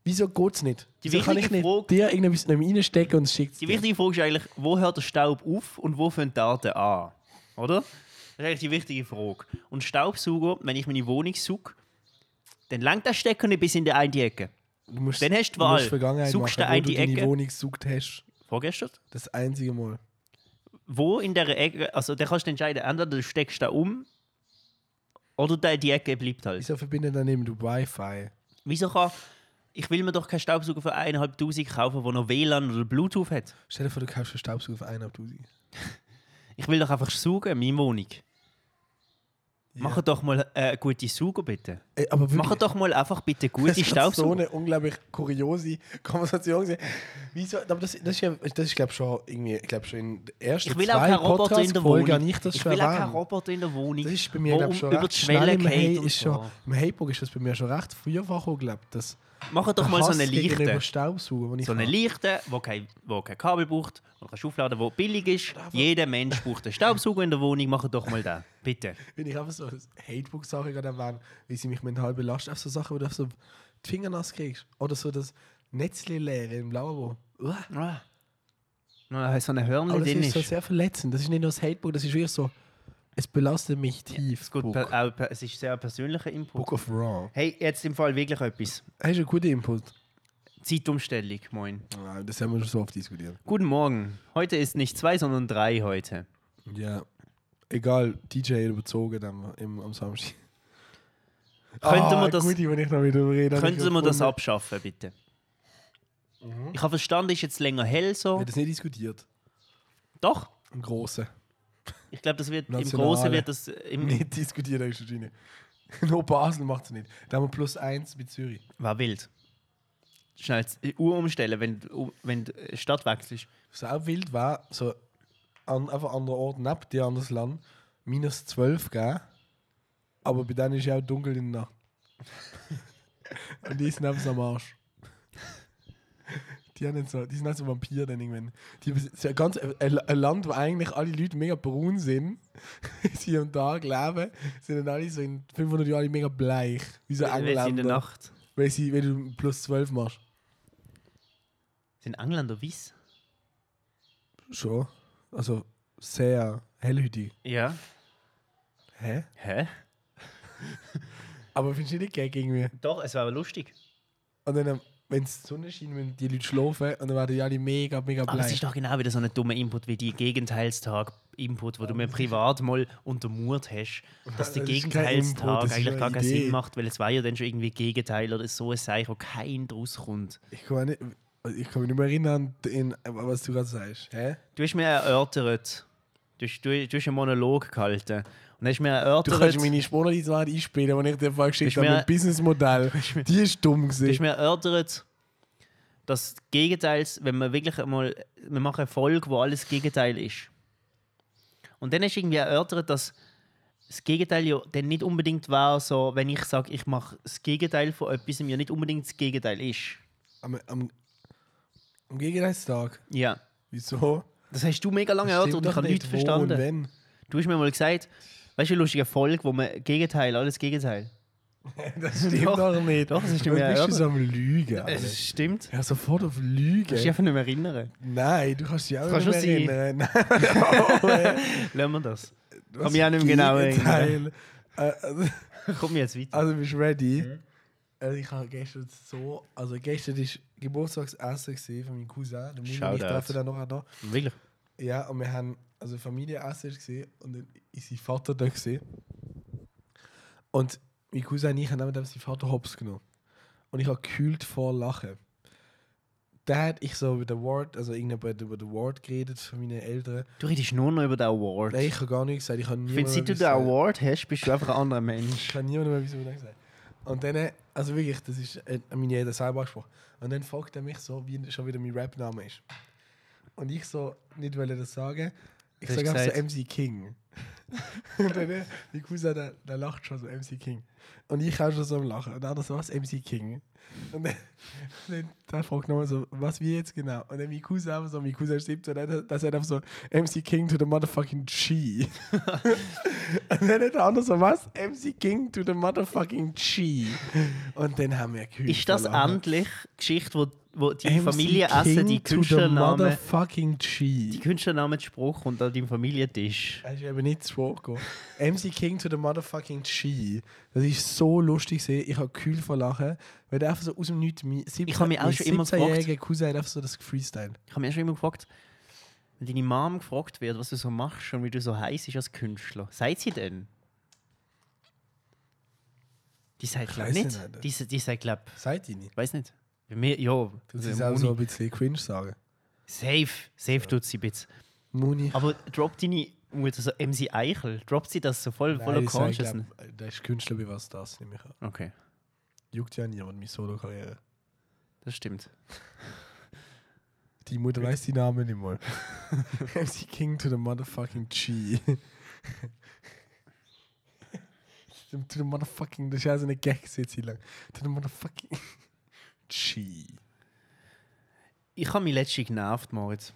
Speaker 2: Wieso geht es nicht?
Speaker 1: Die
Speaker 2: wieso kann ich
Speaker 1: wichtige
Speaker 2: nicht
Speaker 1: Frage-
Speaker 2: dir irgendwas nicht reinstecken und es schickt
Speaker 1: Die wichtige Frage ist eigentlich, wo hört der Staub auf und wo fängt die Daten an? Oder? Das ist eigentlich die wichtige Frage. Und Staubsauger, wenn ich meine Wohnung suche, dann langt der Stecker nicht bis in die eine Ecke.
Speaker 2: Du musst,
Speaker 1: Dann hast du die
Speaker 2: du musst
Speaker 1: Wahl.
Speaker 2: Vergangenheit
Speaker 1: Suchst dir
Speaker 2: machen,
Speaker 1: einen
Speaker 2: wo du
Speaker 1: die
Speaker 2: deine
Speaker 1: Ecke.
Speaker 2: Wohnung gesucht hast.
Speaker 1: Vorgestern?
Speaker 2: Das einzige Mal.
Speaker 1: Wo in der Ecke, also da kannst du entscheiden, entweder du steckst da um oder da die Ecke bleibt halt.
Speaker 2: Wieso verbindet dann eben du Wi-Fi?
Speaker 1: Wieso kann, ich will mir doch keinen Staubsauger für 1'500 kaufen, der noch WLAN oder Bluetooth hat.
Speaker 2: Stell dir vor, du kaufst einen Staubsauger für 1.500.
Speaker 1: Ich will doch einfach saugen, meine Wohnung.
Speaker 2: Ja.
Speaker 1: Mach doch mal äh, eine gute Sauger, bitte.
Speaker 2: Ey, aber wirklich,
Speaker 1: Mach doch mal einfach bitte
Speaker 2: das
Speaker 1: gute
Speaker 2: ist gerade so
Speaker 1: Staubsauger.
Speaker 2: eine unglaublich kuriose Konversation. gewesen. Wieso? Aber das, das ist, ja, das ist glaube ich, schon irgendwie, ich glaube schon in der ersten
Speaker 1: Ich will auch
Speaker 2: zwei
Speaker 1: keinen Roboter in der
Speaker 2: Podcast-Folgen
Speaker 1: Wohnung.
Speaker 2: habe ich das
Speaker 1: ich
Speaker 2: schon
Speaker 1: will auch keinen
Speaker 2: erwähnt.
Speaker 1: Roboter in der Wohnung.
Speaker 2: Das ist bei mir,
Speaker 1: wo
Speaker 2: glaube
Speaker 1: um-
Speaker 2: ich, schon
Speaker 1: über
Speaker 2: recht
Speaker 1: die
Speaker 2: schnell
Speaker 1: Schwelle
Speaker 2: im, hey,
Speaker 1: geht und
Speaker 2: ist schon,
Speaker 1: so.
Speaker 2: im Heyburg ist das bei mir schon recht früh vorgekommen, glaube ich. Das
Speaker 1: Mach doch
Speaker 2: der
Speaker 1: mal so
Speaker 2: Hass
Speaker 1: eine
Speaker 2: gegenüber
Speaker 1: Lichte.
Speaker 2: Staubsauger, den ich
Speaker 1: So eine
Speaker 2: habe.
Speaker 1: Lichte, wo kein, wo kein Kabel braucht, wo kannst aufladen, wo billig ist. Jeder Mensch braucht einen Staubsauger in der Wohnung. Mach doch mal den, bitte.
Speaker 2: Wenn ich einfach so Hatebook-Sachen gerade erwähne, wie sie mich mental belastet, auf so Sachen, wo du auf so die Finger nass kriegst. Oder so das Netzli leere im Lauerbo. Uah.
Speaker 1: Ah. Na, So eine
Speaker 2: Aber
Speaker 1: Hörnli
Speaker 2: das
Speaker 1: drin
Speaker 2: ist so
Speaker 1: ist.
Speaker 2: sehr verletzend. Das ist nicht nur das Hatebook, das ist wirklich so, es belastet mich tief.
Speaker 1: Es, geht,
Speaker 2: Book.
Speaker 1: per- auch per- es ist sehr ein persönlicher Input.
Speaker 2: Book of Raw.
Speaker 1: Hey, jetzt im Fall wirklich etwas.
Speaker 2: Hast du einen guten Input?
Speaker 1: Zeitumstellung, moin.
Speaker 2: Ah, Das haben wir schon so oft diskutiert.
Speaker 1: Guten Morgen. Heute ist nicht zwei, sondern drei heute.
Speaker 2: Ja. Egal, DJ überzogen dann im, am Samstag.
Speaker 1: Könnten
Speaker 2: Ah,
Speaker 1: wir das,
Speaker 2: Gute, wenn ich noch wieder drüber rede. hab ich
Speaker 1: könnten wir das
Speaker 2: gefunden.
Speaker 1: abschaffen, bitte? Ich habe verstanden, ist jetzt länger hell
Speaker 2: Wir
Speaker 1: so.
Speaker 2: haben das nicht diskutiert.
Speaker 1: Doch,
Speaker 2: Im Großen.
Speaker 1: ich glaube, das wird im
Speaker 2: Nationale.
Speaker 1: Großen wird das äh, im,
Speaker 2: Nicht diskutiert, das ist wahrscheinlich. Nur Basel macht es nicht. Da haben wir plus eins mit Zürich.
Speaker 1: war wild. Schnell die Uhr umstellen, wenn, du- um- wenn du äh, Stadt wechselst.
Speaker 2: Was auch wild war, so an einfach anderer Ort, neben dir, anderes Land, minus 12 gell? Aber bei denen ist ja auch dunkel in der Nacht. Und die sind einfach so am Arsch. Die, haben nicht so, die sind auch so Vampire dann irgendwann. Die bes- so ein, ganz, ein, ein Land, wo eigentlich alle Leute mega braun sind, sie am Tag leben, sind dann alle so in 500 Jahren alle mega bleich. Wie so
Speaker 1: Wenn sie in der
Speaker 2: Engländer.
Speaker 1: Nacht.
Speaker 2: Wenn, sie, wenn du plus 12 machst.
Speaker 1: Sind Engländer weiß?
Speaker 2: Schon. Also sehr hellhütig.
Speaker 1: Ja.
Speaker 2: Hä?
Speaker 1: Hä?
Speaker 2: Aber findest du nicht Gag irgendwie?
Speaker 1: Doch, es war aber lustig.
Speaker 2: Und dann, wenn es die Sonne scheint, wenn die Leute schlafen, und dann werden die alle mega, mega
Speaker 1: Aber es ist
Speaker 2: bleich.
Speaker 1: doch genau wieder so ein dummer Input wie die Gegenteilstag-Input, wo du mir privat mal untermauert hast, dass der
Speaker 2: Das ist kein Input, das
Speaker 1: Gegenteilstag
Speaker 2: ist
Speaker 1: eigentlich
Speaker 2: eine
Speaker 1: gar keinen
Speaker 2: Idee.
Speaker 1: Sinn macht, weil es war ja dann schon irgendwie Gegenteil oder so ein Zeichen, wo kein draus kommt.
Speaker 2: Ich kann, mich nicht, also ich kann mich nicht mehr erinnern, in, was du gerade sagst. Hä?
Speaker 1: Du hast mir erörtert, du hast, du, du hast einen Monolog gehalten und hast mir
Speaker 2: Du
Speaker 1: erörtert,
Speaker 2: kannst meine Sportlizenz einspielen, die ich dir vorher geschickt
Speaker 1: Ist
Speaker 2: habe,
Speaker 1: mir-
Speaker 2: mit Businessmodell. Die ist dumm
Speaker 1: du hast
Speaker 2: gewesen.
Speaker 1: mir erörtert, dass Gegenteils, wenn man wirklich einmal, wir machen eine Folge, wo alles Gegenteil ist. Und dann hast du irgendwie erörtert, dass das Gegenteil ja dann nicht unbedingt war, so, wenn ich sage, ich mache das Gegenteil von etwas, ja nicht unbedingt das Gegenteil ist.
Speaker 2: Am, am, am Gegenteilstag.
Speaker 1: Ja.
Speaker 2: Wieso?
Speaker 1: Das hast du mega lange
Speaker 2: Das
Speaker 1: erörtert
Speaker 2: stimmt
Speaker 1: und ich
Speaker 2: doch
Speaker 1: habe nichts
Speaker 2: wo Und
Speaker 1: verstanden.
Speaker 2: wenn.
Speaker 1: Du hast mir mal gesagt, weißt du, eine lustige Folge, wo man Gegenteil, alles Gegenteil.
Speaker 2: Das stimmt
Speaker 1: Doch,
Speaker 2: doch, nicht.
Speaker 1: doch, das ist nicht
Speaker 2: Du
Speaker 1: mehr
Speaker 2: bist
Speaker 1: erörtert.
Speaker 2: so am Lügen. Alter.
Speaker 1: Es stimmt.
Speaker 2: Ja, sofort auf
Speaker 1: Du kannst dich
Speaker 2: Lügen.
Speaker 1: einfach nicht mehr erinnern.
Speaker 2: Nein, du kannst dich auch
Speaker 1: Kannst
Speaker 2: nicht mehr
Speaker 1: du sie-
Speaker 2: erinnern. Nein. Oh, ey.
Speaker 1: Lernen wir das.
Speaker 2: Was
Speaker 1: Komm, ich auch nicht mehr genau
Speaker 2: Gegenteil. Äh, also,
Speaker 1: Komm jetzt weiter.
Speaker 2: also bist du ready? Also ich habe gestern so, also gestern ist Geburtstagsessen gewesen von meinem Cousin. Der Mutter und ich
Speaker 1: Shoutout.
Speaker 2: treffen dann nachher da.
Speaker 1: Wirklich?
Speaker 2: Ja, und wir haben, also Familienessen ist gesehen und dann ist sein Vater da gesehen. Und mein Cousin und ich haben dann seinen Vater hops genommen. Und ich habe gekühlt vor Lachen. Da hat ich so über den Ward, also irgendjemand hat über den Ward geredet von meinen Eltern.
Speaker 1: Du redest nur noch über den Award.
Speaker 2: Nein, ich habe gar nichts gesagt. Ich, habe
Speaker 1: ich finde, seit du den Award hast, bist du einfach ein anderer Mensch.
Speaker 2: Ich kann niemandem etwas über den sagen. Und dann, äh, also wirklich, das ist äh, meine jeder selber angesprochen. Und dann fragt er mich so, wie schon wieder mein Rap-Name ist. Und ich so, nicht wollte das sagen, ich
Speaker 1: Du hast
Speaker 2: sage einfach so
Speaker 1: gesagt-
Speaker 2: MC King. und dann, äh, mein Cousin, der, der lacht schon so, MC King. Und ich auch schon so am Lachen. Und dann so, was, MC King? Und dann, dann, dann fragt nochmal so, was wir jetzt genau? Und dann mein Cousin, einfach so, mein Cousin ist 17, und dann, dann sagt er einfach so, MC King to the motherfucking G. Und dann hat der andere so, was? MC King to the motherfucking G. Und dann haben wir gekühlt.
Speaker 1: Ist das
Speaker 2: verloren.
Speaker 1: endlich die Geschichte, wo wo die Familie essen, die
Speaker 2: to the
Speaker 1: Künstlernamen,
Speaker 2: motherfucking G.
Speaker 1: die Künstlernamen zu Spruch und an deinem Familientisch.
Speaker 2: Er ist eben nicht zu Wort gekommen. MC King to the motherfucking G. Das ist so lustig. gewesen. Ich habe kühl vor Lachen, weil der einfach so aus dem Nichts mein
Speaker 1: Ich hab mich auch schon immer gefragt-
Speaker 2: jähriger Cousin hat einfach so das Freestyle.
Speaker 1: Ich habe mich auch schon immer gefragt, wenn deine Mom gefragt wird, was du so machst und wie du so heiß bist als Künstler, sagt sie denn? Die sagt, glaube
Speaker 2: weiss
Speaker 1: nicht.
Speaker 2: nicht, Alter.
Speaker 1: Die, sa- die sagt, glaube
Speaker 2: Seid ihr nicht?
Speaker 1: weiß nicht. Bei mir, ja.
Speaker 2: Das
Speaker 1: also
Speaker 2: ist
Speaker 1: im
Speaker 2: auch
Speaker 1: Uni-
Speaker 2: so ein bisschen cringe sagen.
Speaker 1: Safe, safe tut sie ein bisschen.
Speaker 2: Muni.
Speaker 1: Aber drop deine Mutter so MC Eichel, droppt sie das so voll, voller
Speaker 2: Nein, ich sag, ich
Speaker 1: Consciousness.
Speaker 2: glaub, Der ist Künstler bei was das, nehme ich an.
Speaker 1: Okay,
Speaker 2: Juckt ja niemand meine Solo-Karriere.
Speaker 1: das stimmt.
Speaker 2: Die Mutter weiß die Namen nicht mal. MC King to the motherfucking G. to the motherfucking, das ist ja so eine Gag, jetzt hier lang. To the motherfucking G.
Speaker 1: Ich habe mich letztens genervt, Moritz.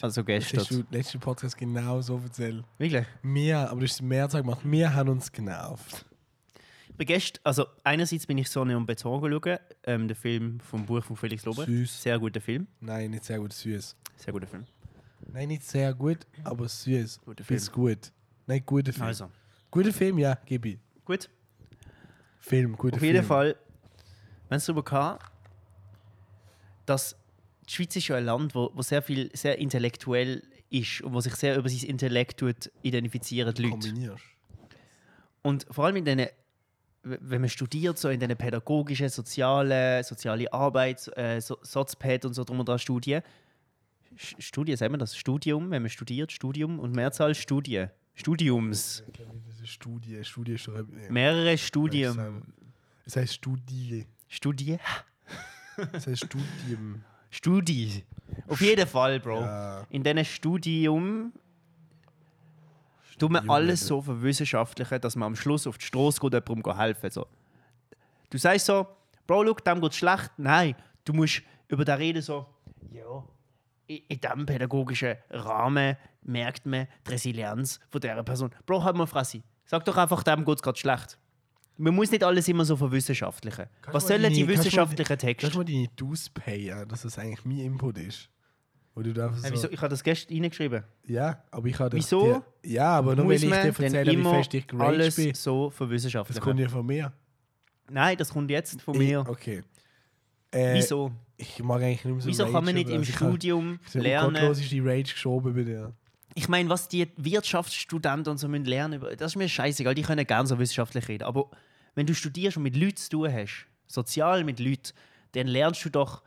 Speaker 1: Also
Speaker 2: Das hast du
Speaker 1: gestern.
Speaker 2: letzten Podcast genau so erzählt.
Speaker 1: Wirklich?
Speaker 2: Wir, aber du hast es mehrfach gemacht, wir haben uns genervt.
Speaker 1: Ich bin gestern, also einerseits bin ich Sonne und Beton schauen, ähm, der Film vom Buch von Felix Lober.
Speaker 2: Süß.
Speaker 1: Sehr guter Film.
Speaker 2: Nein, nicht sehr gut, süß.
Speaker 1: Sehr guter Film.
Speaker 2: Nein, nicht sehr gut, aber süß.
Speaker 1: Guter Film.
Speaker 2: Bis gut. Nein, guter Film.
Speaker 1: Also,
Speaker 2: Guter Film, ja, gib ich.
Speaker 1: gut.
Speaker 2: Film, guter
Speaker 1: Auf
Speaker 2: Film.
Speaker 1: jeden Fall, wenn es darüber kam, dass die Schweiz ist ja ein Land, wo, wo sehr viel sehr intellektuell ist und wo sich sehr über sein Intellekt tut, identifizieren die Leute.
Speaker 2: Kombinierst.
Speaker 1: Und vor allem in diesen, wenn man studiert, so in diesen pädagogischen, sozialen, soziale Arbeit, äh, so, Sozped und so drum und dran Studien. Sch- Studien, sagen wir das? Studium, wenn man studiert, Studium und Mehrzahl Studien. Studiums.
Speaker 2: Ich glaube nicht, das ist Studie. Studie ist doch. Nee,
Speaker 1: Mehrere
Speaker 2: das
Speaker 1: Studien.
Speaker 2: heißt- Es heißt Studie.
Speaker 1: Studie?
Speaker 2: Es heißt Studien.
Speaker 1: Studie. Auf jeden Fall, Bro.
Speaker 2: Ja.
Speaker 1: In diesem Studium tut man alles so verwissenschaftlichen, dass man am Schluss auf die Straße geht und jemandem helfen so. Du sagst so, Bro, look, dem geht's schlecht. Nein, du musst über das reden so, ja, in, in diesem pädagogischen Rahmen merkt man die Resilienz von dieser Person. Bro, halt mal Fresse. Sag doch einfach, dem geht's gerade schlecht. Man muss nicht alles immer so verwissenschaftlichen. Was sollen die wissenschaftlichen Texte?
Speaker 2: Kannst du mal deine Dues payen, dass das eigentlich mein Input ist? Wo du darfst
Speaker 1: Hä,
Speaker 2: so,
Speaker 1: wieso? Ich habe das gestern reingeschrieben.
Speaker 2: Ja, aber ich habe
Speaker 1: Wieso
Speaker 2: Dir, ja, aber nur weil ich
Speaker 1: Muss
Speaker 2: dir
Speaker 1: man
Speaker 2: erzähle,
Speaker 1: denn
Speaker 2: wie
Speaker 1: immer
Speaker 2: fest ich geraged
Speaker 1: alles
Speaker 2: bin.
Speaker 1: so
Speaker 2: Das
Speaker 1: verwissenschaftlichen?
Speaker 2: kommt ja von mir.
Speaker 1: Nein, das kommt jetzt von mir.
Speaker 2: Ich, okay. Äh,
Speaker 1: Wieso?
Speaker 2: Ich mag eigentlich nicht mehr so
Speaker 1: Wieso kann man
Speaker 2: ragen,
Speaker 1: nicht
Speaker 2: aber
Speaker 1: im
Speaker 2: also ich hab-
Speaker 1: Studium
Speaker 2: Ich hab
Speaker 1: lernen?
Speaker 2: gottlos ist die Rage geschoben bei dir.
Speaker 1: Ich meine, was die Wirtschaftsstudenten und so müssen lernen, über- das ist mir scheißegal, die können gerne so wissenschaftlich reden. Aber wenn du studierst und mit Leuten zu tun hast, sozial mit Leuten, dann lernst du doch,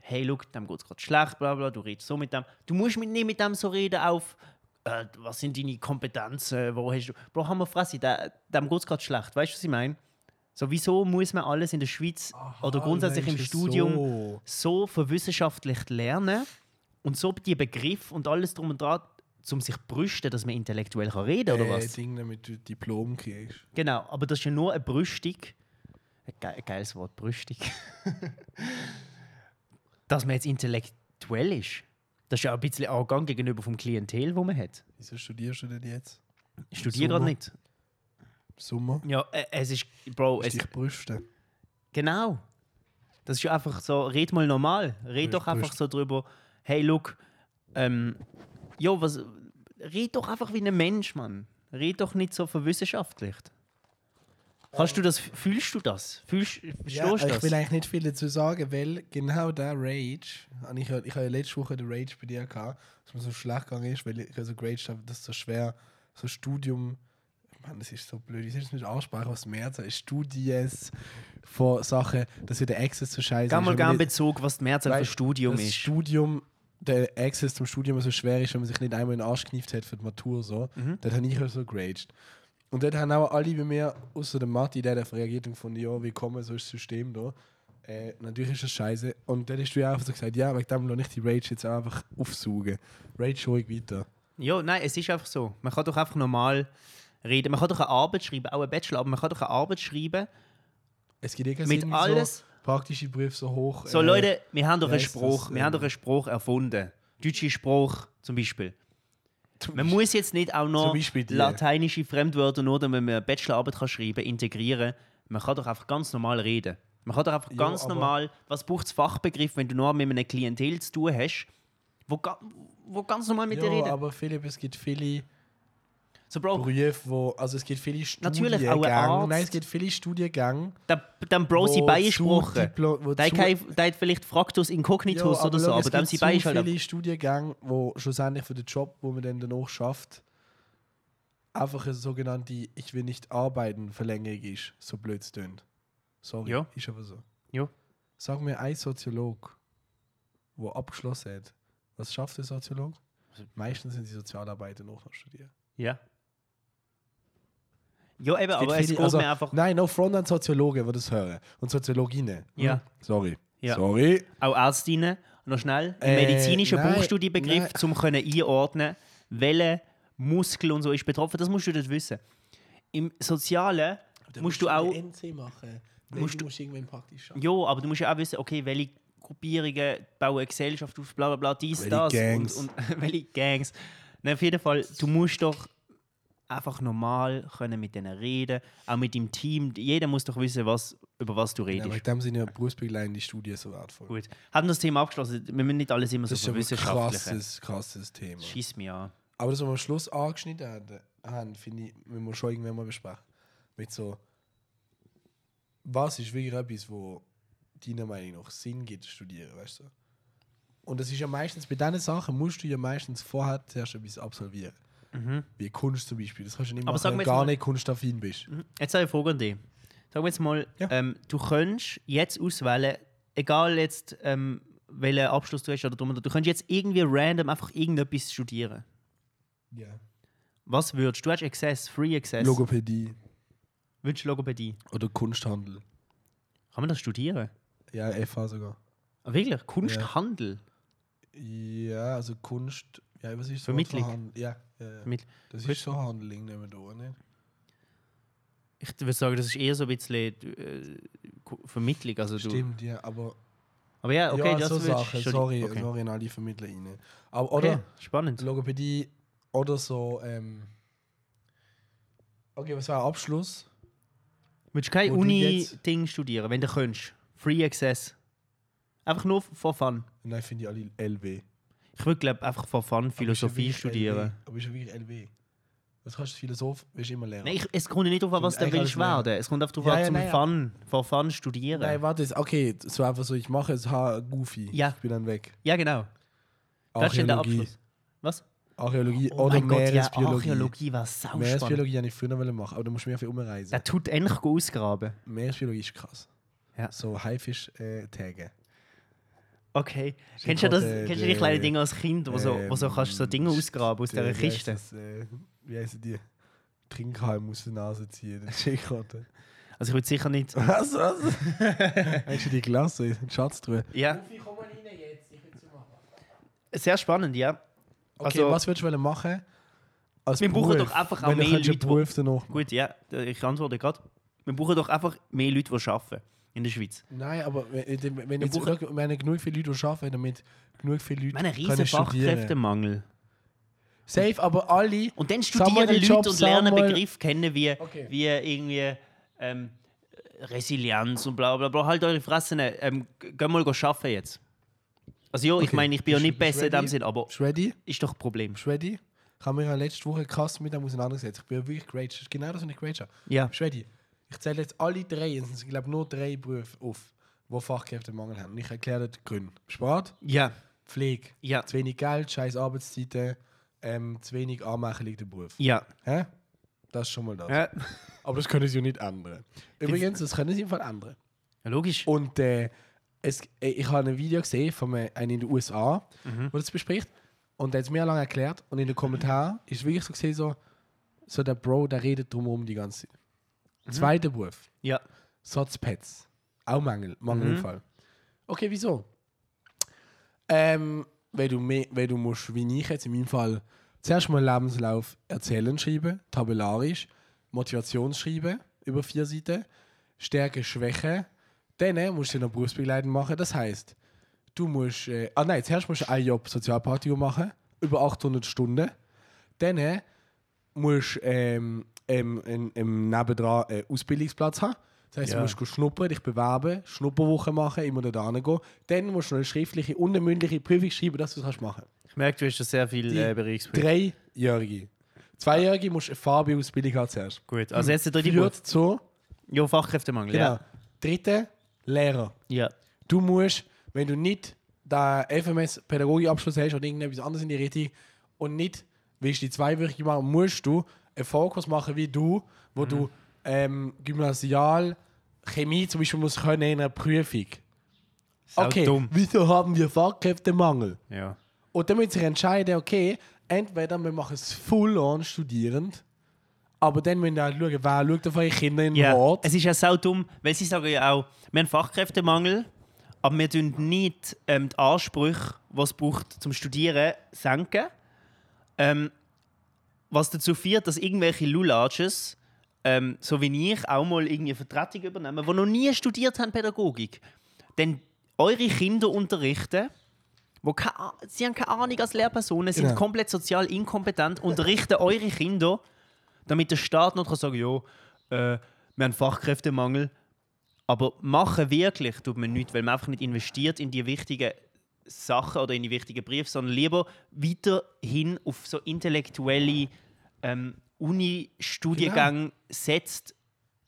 Speaker 1: hey, look, dem geht es gerade schlecht, bla bla, du redest so mit dem. Du musst mit, nicht mit dem so reden auf, äh, was sind deine Kompetenzen, wo hast du. Bro, haben wir Fresse, der- dem geht es gerade schlecht, weißt du, was ich meine? So, wieso muss man alles in der Schweiz oder
Speaker 2: Ah,
Speaker 1: grundsätzlich im
Speaker 2: Mensch,
Speaker 1: Studium
Speaker 2: So.
Speaker 1: so verwissenschaftlich lernen und so die Begriffe und alles drum und dran, um sich brüsten, dass man intellektuell kann reden oder
Speaker 2: äh,
Speaker 1: was?
Speaker 2: Ding, damit du Diplom kriegst.
Speaker 1: Genau, aber das ist ja nur eine Brüstung. Ein ge- ein geiles Wort, Brüstung. dass man jetzt intellektuell ist. Das ist ja auch ein bisschen arrogant gegenüber vom Klientel, wo man hat.
Speaker 2: Wieso studierst du denn jetzt?
Speaker 1: Ich studiere gerade
Speaker 2: Sommer.
Speaker 1: nicht.
Speaker 2: Im Sommer?
Speaker 1: Ja, äh, es ist, Bro, es,
Speaker 2: Dich brüsten.
Speaker 1: Genau. Das ist ja einfach so, red mal normal. Red doch einfach so drüber, hey, look, ähm, jo, was, red doch einfach wie ein Mensch, Mann. Red doch nicht so verwissenschaftlicht. Hast du das, fühlst du das? Fühlst,
Speaker 2: Ja,
Speaker 1: verstehst
Speaker 2: ich
Speaker 1: du
Speaker 2: will
Speaker 1: das?
Speaker 2: eigentlich nicht viel dazu sagen, weil genau der Rage, und ich, ich habe ja letzte Woche den Rage bei dir gehabt, dass mir so schlecht gegangen ist, weil ich so geraged habe, dass so schwer, so Studium, Mann, das ist so blöd, ich es mit Ansprache, was mehr ist, Studies von Sachen, dass ihr der Access zu scheiße
Speaker 1: Geh mal
Speaker 2: Aber
Speaker 1: gerne
Speaker 2: nicht-
Speaker 1: Bezug, was die Mehrzahl für
Speaker 2: Weißt,
Speaker 1: Studium
Speaker 2: das
Speaker 1: ist.
Speaker 2: Studium, der Access zum Studium so schwer ist, wenn man sich nicht einmal in den Arsch geknieft hat für die Matur. So.
Speaker 1: Mhm.
Speaker 2: Dort habe ich auch so geraged. Und dort haben auch alle bei mir, außer dem Martin, der hat einfach reagiert und gefunden, ja, willkommen, so ist das System da. Äh, natürlich ist das scheiße. Und dann hast du ja einfach so gesagt, ja, wegen dem noch nicht die Rage jetzt auch einfach aufsaugen. Rage ruhig weiter.
Speaker 1: Ja, nein, es ist einfach so. Man kann doch einfach normal reden. Man kann doch eine Arbeit schreiben, auch ein Bachelor, aber man kann doch eine Arbeit schreiben.
Speaker 2: Es gibt eh keinen
Speaker 1: Mit
Speaker 2: Sinn,
Speaker 1: alles-
Speaker 2: so praktische Berufe so hoch.
Speaker 1: So,
Speaker 2: äh,
Speaker 1: Leute, wir haben doch
Speaker 2: wie
Speaker 1: einen
Speaker 2: heisst
Speaker 1: Spruch,
Speaker 2: das, ähm,
Speaker 1: wir haben doch einen Spruch erfunden. Deutsche Spruch zum Beispiel. Man muss jetzt nicht auch noch
Speaker 2: Zum Beispiel die.
Speaker 1: lateinische Fremdwörter, nur damit man eine Bachelorarbeit kann schreiben kann, integrieren. Man kann doch einfach ganz normal reden. Man kann doch einfach ganz
Speaker 2: aber-
Speaker 1: normal, was braucht es Fachbegriff, wenn du nur mit einem Klientel zu tun hast, wo, ga- wo ganz normal mit dir
Speaker 2: Ja,
Speaker 1: reden.
Speaker 2: aber Philipp, es gibt viele
Speaker 1: So, Bro,
Speaker 2: Berufe, wo, also es gibt viele Studiengänge.
Speaker 1: Natürlich, auch ein Arzt.
Speaker 2: Nein, es gibt viele Studiengänge,
Speaker 1: dann, dann Bro sie
Speaker 2: Wo zu
Speaker 1: beigesprochen.
Speaker 2: Diplo- wo
Speaker 1: Der hat
Speaker 2: zu-
Speaker 1: kein- der hat vielleicht Fraktus Incognitus
Speaker 2: Ja,
Speaker 1: oder so,
Speaker 2: schau,
Speaker 1: aber
Speaker 2: es
Speaker 1: dem
Speaker 2: gibt
Speaker 1: sie bei ist
Speaker 2: zu
Speaker 1: halt einfach-
Speaker 2: viele Studiengänge, wo schlussendlich für den Job, wo man dann danach schafft, einfach eine sogenannte Ich will nicht arbeiten Verlängerung ist, so blöd es tönt. Sorry,
Speaker 1: Ja.
Speaker 2: ist aber so.
Speaker 1: Ja.
Speaker 2: Sag mir ein Soziolog, der abgeschlossen hat, was schafft der Soziolog? Meistens sind die Sozialarbeiter noch am Studieren.
Speaker 1: Ja. Ja, eben,
Speaker 2: gibt
Speaker 1: aber es
Speaker 2: viele- also,
Speaker 1: geht mir einfach.
Speaker 2: Nein, no front an Soziologen, die das hören. Und Soziologinnen.
Speaker 1: Ja.
Speaker 2: Sorry.
Speaker 1: Ja.
Speaker 2: Sorry.
Speaker 1: Auch Ärztinnen, noch schnell, im
Speaker 2: Äh,
Speaker 1: medizinischen
Speaker 2: nein,
Speaker 1: brauchst du die Begriff,
Speaker 2: nein.
Speaker 1: um können einordnen welche Muskel und so ist betroffen. Das musst du dort wissen. Im Sozialen musst du auch.
Speaker 2: NC machen.
Speaker 1: Musst
Speaker 2: du musst irgendwann praktisch schaffen.
Speaker 1: Ja, aber du musst ja auch wissen, okay, welche Gruppierungen bauen eine Gesellschaft auf, bla bla bla, dies,
Speaker 2: Welche
Speaker 1: das.
Speaker 2: Gangs.
Speaker 1: Und, und welche Gangs. Nein, auf jeden Fall, du musst doch einfach normal können mit denen reden, auch mit dem Team. Jeder muss doch wissen, was, über was du
Speaker 2: Ja,
Speaker 1: redest.
Speaker 2: aber in dem sind ja berufsbegleitende Studien so wertvoll.
Speaker 1: Gut. Haben wir das Thema abgeschlossen? Wir müssen nicht alles immer
Speaker 2: Das
Speaker 1: so
Speaker 2: ist ein
Speaker 1: wissenschaftlich.
Speaker 2: krasses, krasses Thema.
Speaker 1: Schieß mich an.
Speaker 2: Aber das, was wir am Schluss angeschnitten haben- haben, finde ich, müssen wir schon irgendwann mal besprechen. Mit so, was ist wirklich etwas, wo deiner Meinung nach Sinn gibt, zu studieren, weißt du? Und das ist ja meistens, bei diesen Sachen musst du ja meistens vorher zuerst etwas absolvieren. Wie Kunst zum Beispiel. Das kannst du nicht
Speaker 1: Mhm. Aber
Speaker 2: machen,
Speaker 1: sag
Speaker 2: wenn
Speaker 1: mir
Speaker 2: du
Speaker 1: jetzt
Speaker 2: gar
Speaker 1: mal- Mhm.
Speaker 2: nicht kunstaffin bist.
Speaker 1: Jetzt habe ich eine Frage an dich. Sag mir jetzt mal,
Speaker 2: Ja.
Speaker 1: ähm, du könntest jetzt auswählen, egal jetzt, ähm, welchen Abschluss du hast oder drum und dran, du könntest jetzt irgendwie random einfach irgendetwas studieren.
Speaker 2: Ja.
Speaker 1: Was würdest du? Du hast Access, Free Access.
Speaker 2: Logopädie
Speaker 1: Würdest du Logopädie?
Speaker 2: oder Kunsthandel.
Speaker 1: Kann man das studieren?
Speaker 2: Ja, FH sogar.
Speaker 1: Ah, Wirklich? Kunsthandel?
Speaker 2: Ja, also Kunst. Ja, was ist so
Speaker 1: Vermittlung.
Speaker 2: Handel? Ja, ja, ja.
Speaker 1: Mit,
Speaker 2: Das ist so Handling, nehmen wir an, nicht?
Speaker 1: ich würde sagen, das ist eher so ein bisschen äh, Ku- Vermittlung. Also du,
Speaker 2: Stimmt, ja, aber.
Speaker 1: Aber ja, okay,
Speaker 2: ja,
Speaker 1: das
Speaker 2: so
Speaker 1: würdest
Speaker 2: Sachen.
Speaker 1: studi-
Speaker 2: Sorry,
Speaker 1: okay.
Speaker 2: sorry an alle Vermittler rein. Aber,
Speaker 1: Okay,
Speaker 2: oder
Speaker 1: Spannend.
Speaker 2: Logopädie oder so. Ähm, okay, was war ein Abschluss?
Speaker 1: Würdest du kein
Speaker 2: Wo du
Speaker 1: Uni-Ding studieren, wenn du könntest? Free Access. Einfach nur for fun.
Speaker 2: Nein, finde ich alle LB.
Speaker 1: Ich würde, glaube einfach for fun Philosophie studieren.
Speaker 2: Aber ist ja wirklich LB. Was kannst du Philosoph, wirst du immer Lehrer.
Speaker 1: Nein, ich, es kommt ja nicht darauf an, was
Speaker 2: Zum-
Speaker 1: du
Speaker 2: ich kann
Speaker 1: willst
Speaker 2: es lernen.
Speaker 1: werden. Es kommt einfach darauf
Speaker 2: Ja,
Speaker 1: an,
Speaker 2: ja,
Speaker 1: zum
Speaker 2: nein, ja.
Speaker 1: Fun, for fun studieren.
Speaker 2: Nein, warte, jetzt, okay, so einfach so, ich mache es, ha, Goofy.
Speaker 1: Ja.
Speaker 2: Ich bin dann weg.
Speaker 1: ja, genau. Das ist dann der
Speaker 2: Archäologie.
Speaker 1: Abschluss. Was?
Speaker 2: Archäologie
Speaker 1: Oh
Speaker 2: oder
Speaker 1: mein Gott, ja,
Speaker 2: Meeresbiologie.
Speaker 1: Archäologie war sauspannend.
Speaker 2: Meeresbiologie habe ich früher wollen machen, aber da musst du mehr viel umreisen.
Speaker 1: Der tut endlich ausgraben.
Speaker 2: Meeresbiologie ist krass.
Speaker 1: Ja.
Speaker 2: So äh, Haifisch-Tage.
Speaker 1: Okay.
Speaker 2: Ist
Speaker 1: Kennst du,
Speaker 2: einfach
Speaker 1: das,
Speaker 2: der-
Speaker 1: kennst du die
Speaker 2: der-
Speaker 1: kleinen Dinge als Kind, wo so, wo
Speaker 2: Ähm,
Speaker 1: so kannst du so Dinge ausgraben aus dieser
Speaker 2: der- wie
Speaker 1: Kiste?
Speaker 2: heisst das, äh, Wie heißen die? Trinkhalm aus der Nase ziehen, den Schildkröten.
Speaker 1: Also ich würde sicher nicht...
Speaker 2: Was, was? Hast du die Klasse in den Schatz drüber?
Speaker 1: Ja, sehr spannend, ja.
Speaker 2: Okay,
Speaker 1: Also-
Speaker 2: was würdest du wollen machen? Als
Speaker 1: Wir brauchen
Speaker 2: Beruf,
Speaker 1: doch einfach auch
Speaker 2: wenn du
Speaker 1: mehr
Speaker 2: könntest
Speaker 1: Leute,
Speaker 2: einen Beruf danach machen.
Speaker 1: Gut, ja, ich antworte gerade. Wir brauchen doch einfach mehr Leute, die arbeiten in der Schweiz.
Speaker 2: Nein, aber wenn, wenn- wenn
Speaker 1: Wir
Speaker 2: jetzt
Speaker 1: brauchen-
Speaker 2: wirklich- wenn genug viele Leute die arbeiten, damit genug viele Leute
Speaker 1: Wir haben einen riesen
Speaker 2: können studieren.
Speaker 1: Fachkräftemangel.
Speaker 2: Safe, aber alle
Speaker 1: Und dann
Speaker 2: Sag mal
Speaker 1: studieren
Speaker 2: die
Speaker 1: Leute
Speaker 2: Jobs,
Speaker 1: und
Speaker 2: sag
Speaker 1: lernen
Speaker 2: mal-
Speaker 1: Begriffe kennen wie,
Speaker 2: Okay.
Speaker 1: wie irgendwie ähm, Resilienz und bla bla bla. Halt eure Fressen. Ähm, g- geh mal arbeiten jetzt. Also ja, ich
Speaker 2: Okay.
Speaker 1: meine, ich bin ja
Speaker 2: Bist
Speaker 1: nicht
Speaker 2: du- bist
Speaker 1: besser in
Speaker 2: ready?
Speaker 1: dem Sinn, aber
Speaker 2: Bist du ready?
Speaker 1: ist doch ein Problem.
Speaker 2: Bist du ready? Ich habe mich ja letzte Woche krass mit dem auseinandergesetzt. Ich bin ja wirklich great. Das ist genau das, was ich great habe.
Speaker 1: Ja.
Speaker 2: Bist du ready? Ich zähle jetzt alle drei, es sind glaube nur drei Berufe auf, wo Fachkräftemangel haben. Und ich erkläre dir die Gründe. Sport,
Speaker 1: Ja.
Speaker 2: Pflege,
Speaker 1: Ja.
Speaker 2: zu wenig Geld, scheiß Arbeitszeiten, ähm, zu wenig anmächelig der Beruf.
Speaker 1: Ja.
Speaker 2: Hä? Das ist schon mal das.
Speaker 1: Ja,
Speaker 2: Aber das können sie ja nicht ändern. Übrigens, das können sie im Fall ändern.
Speaker 1: ja logisch.
Speaker 2: Und äh, es, äh, ich habe ein Video gesehen von einem einem in den USA, wo das bespricht. Und der hat es mir lange erklärt. Und in den Kommentaren ist wirklich so gesehen, so, so der Bro, der redet drumherum die ganze Zeit. Zweiter Beruf,
Speaker 1: Ja.
Speaker 2: Sotzpets. Auch Mangel, Mangelunfall. Okay, wieso? Ähm, weil du, mehr, weil du musst, wie ich jetzt in meinem Fall, zuerst mal Lebenslauf erzählen schreiben, tabellarisch, Motivationsschreiben über vier Seiten, Stärke, Schwäche, dann äh, musst du noch Berufsbegleitend machen. Das heißt, du musst, äh, ah nein, zuerst musst du ein Job Sozialpraktikum machen, über 800 Stunden. äh, Dann musst du ähm, ähm, ähm, ähm, nebendran einen Ausbildungsplatz haben. Das heisst,
Speaker 1: Ja.
Speaker 2: du musst go schnuppern, dich bewerben, Schnupperwoche machen, immer da gehen. Dann musst du noch eine schriftliche und eine mündliche Prüfung schreiben, dass du das kannst machen
Speaker 1: Ich merke, du hast schon sehr viel
Speaker 2: Die
Speaker 1: äh, Berührungspunkte.
Speaker 2: Dreijährige. Zweijährige musst du eine Fabi-Ausbildung haben zuerst.
Speaker 1: Gut, also jetzt der dritte
Speaker 2: Führt
Speaker 1: Punkt.
Speaker 2: zu,
Speaker 1: Ja, Fachkräftemangel,
Speaker 2: genau.
Speaker 1: ja.
Speaker 2: Dritte, Lehrer.
Speaker 1: Ja.
Speaker 2: Du musst, wenn du nicht den FMS-Pädagogik-Abschluss hast oder irgendetwas anderes in die Richtung und nicht willst die zweiwöchige machen, musst du einen Fokus machen wie du, wo
Speaker 1: Mhm.
Speaker 2: du ähm, Gymnasial Chemie zum Beispiel musst können in einer Prüfung.
Speaker 1: Sau
Speaker 2: Okay,
Speaker 1: dumm.
Speaker 2: wieso haben wir Fachkräftemangel?
Speaker 1: Ja.
Speaker 2: Und dann müssen sie entscheiden, okay, entweder wir machen es full-on studierend, aber dann müssen wir halt schauen, wer schaut auf eure Kinder in den
Speaker 1: Ja,
Speaker 2: Ort.
Speaker 1: es ist ja sau dumm, weil sie sagen ja auch, wir haben Fachkräftemangel, aber wir tun nicht ähm, die Ansprüche, die es braucht zum Studieren, senken. Ähm, was dazu führt, dass irgendwelche Lulatges, ähm, so wie ich, auch mal irgendwie Vertretung übernehmen, die noch nie studiert haben Pädagogik. Denn eure Kinder unterrichten, wo keine, Ah- sie haben keine Ahnung als Lehrpersonen, sind
Speaker 2: Genau.
Speaker 1: komplett sozial inkompetent, unterrichten eure Kinder damit der Staat noch kann sagen kann, ja, äh, wir haben Fachkräftemangel. Aber machen wirklich tut man nichts, weil man einfach nicht investiert in die wichtigen Sachen oder in die wichtigen Briefe, sondern lieber weiterhin auf so intellektuelle ähm, Uni-Studiengänge
Speaker 2: Genau.
Speaker 1: setzt,